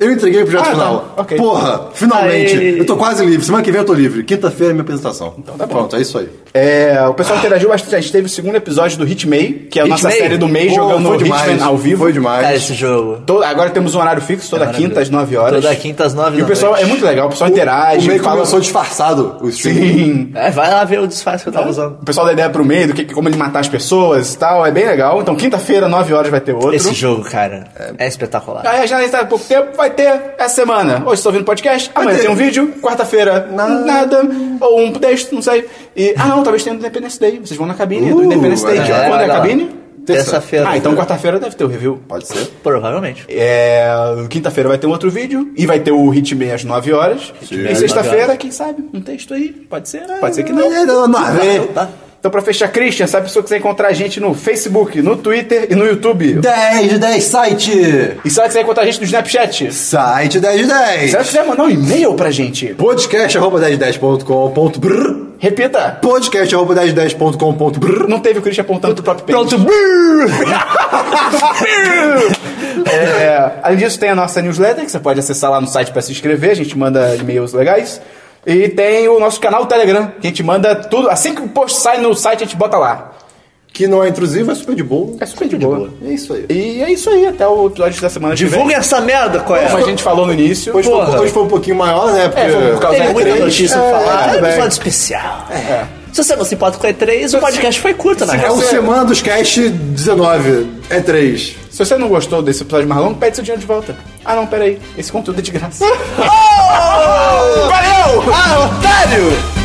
Eu entreguei o projeto
Ah, tá.
final.
Ok.
Porra, finalmente.
Aê.
Eu tô quase livre. Semana que vem eu tô livre. Quinta-feira é minha apresentação. Então tá Pronto, é isso aí.
É, o pessoal interagiu bastante. A gente teve o segundo episódio do Hitmay, que é a
Hit
nossa
May?
série do May
Pô,
jogando Hitman ao vivo.
Foi demais.
É,
Cara, É esse jogo.
Todo- agora temos um horário fixo, toda
É maravilhoso.
quinta às 9 horas.
Toda quinta às 9
E o
da
pessoal
noite.
é muito legal, o pessoal
o
interage,
meio
fala.
começou disfarçado o stream.
Sim.
É, vai lá ver o disfarce que eu tava usando.
O pessoal dá ideia pro meio do que, como ele matar as pessoas e tal, é bem legal. Então, quinta-feira, 9 horas, vai ter outro.
Esse jogo, cara, é, espetacular.
Aí a janela está há pouco tempo, vai ter essa semana. Hoje estou ouvindo podcast, amanhã tem um vídeo, quarta-feira nada. ou um texto, não sei. E, ah não, talvez tenha do Independence Day, vocês vão na cabine do Independence Day.
é,
Quando é
olha
a
Uh, lá.
cabine?
Terça-feira. né?
Ah, então quarta-feira deve ter o review.
Pode ser.
Provavelmente.
É, quinta-feira vai ter um outro vídeo e vai ter o Hitman às 9 horas. E sexta-feira, quem sabe, um texto aí. Pode ser, é pode ser que não.
É, não, não, vem.
Tá?
Então, pra fechar, Christian, se a pessoa quiser encontrar a gente no Facebook, no Twitter e no YouTube.
10 de 10 site.
E se ela quiser encontrar a gente no Snapchat, se
Site 10 de 10.
ela quiser mandar um e-mail pra gente,
Podcast arroba 1010.com.br
repita.
Podcast arroba 1010.com.br
Não teve o Christian apontando pro próprio pênis.
Pronto, brrr!
É, além disso, tem a nossa newsletter, que você pode acessar lá no site pra se inscrever. A gente manda e-mails legais. E tem o nosso canal do Telegram, que a gente manda tudo. Assim que o post sai no site, a gente bota lá.
que não é intrusivo, é super de boa.
É super de boa.
É isso aí.
E é isso aí, até o episódio da semana que
Divulga
vem.
essa merda, qual é?
Como a gente falou no início.
Hoje foi, um
Porra.
pouco- hoje foi um pouquinho maior, né? Porque...
foi por causa-
Teve
é
muita
três,
notícia pra
é,
falar.
tudo
É um
bem.
episódio especial. Se você não se importa com a E3, o podcast foi curto, né?
É o Semana dos Cast 19. É 3.
Se você não gostou desse episódio mais longo, pede seu dinheiro de volta. Ah não, peraí. Esse conteúdo é de graça.
Ah, otário!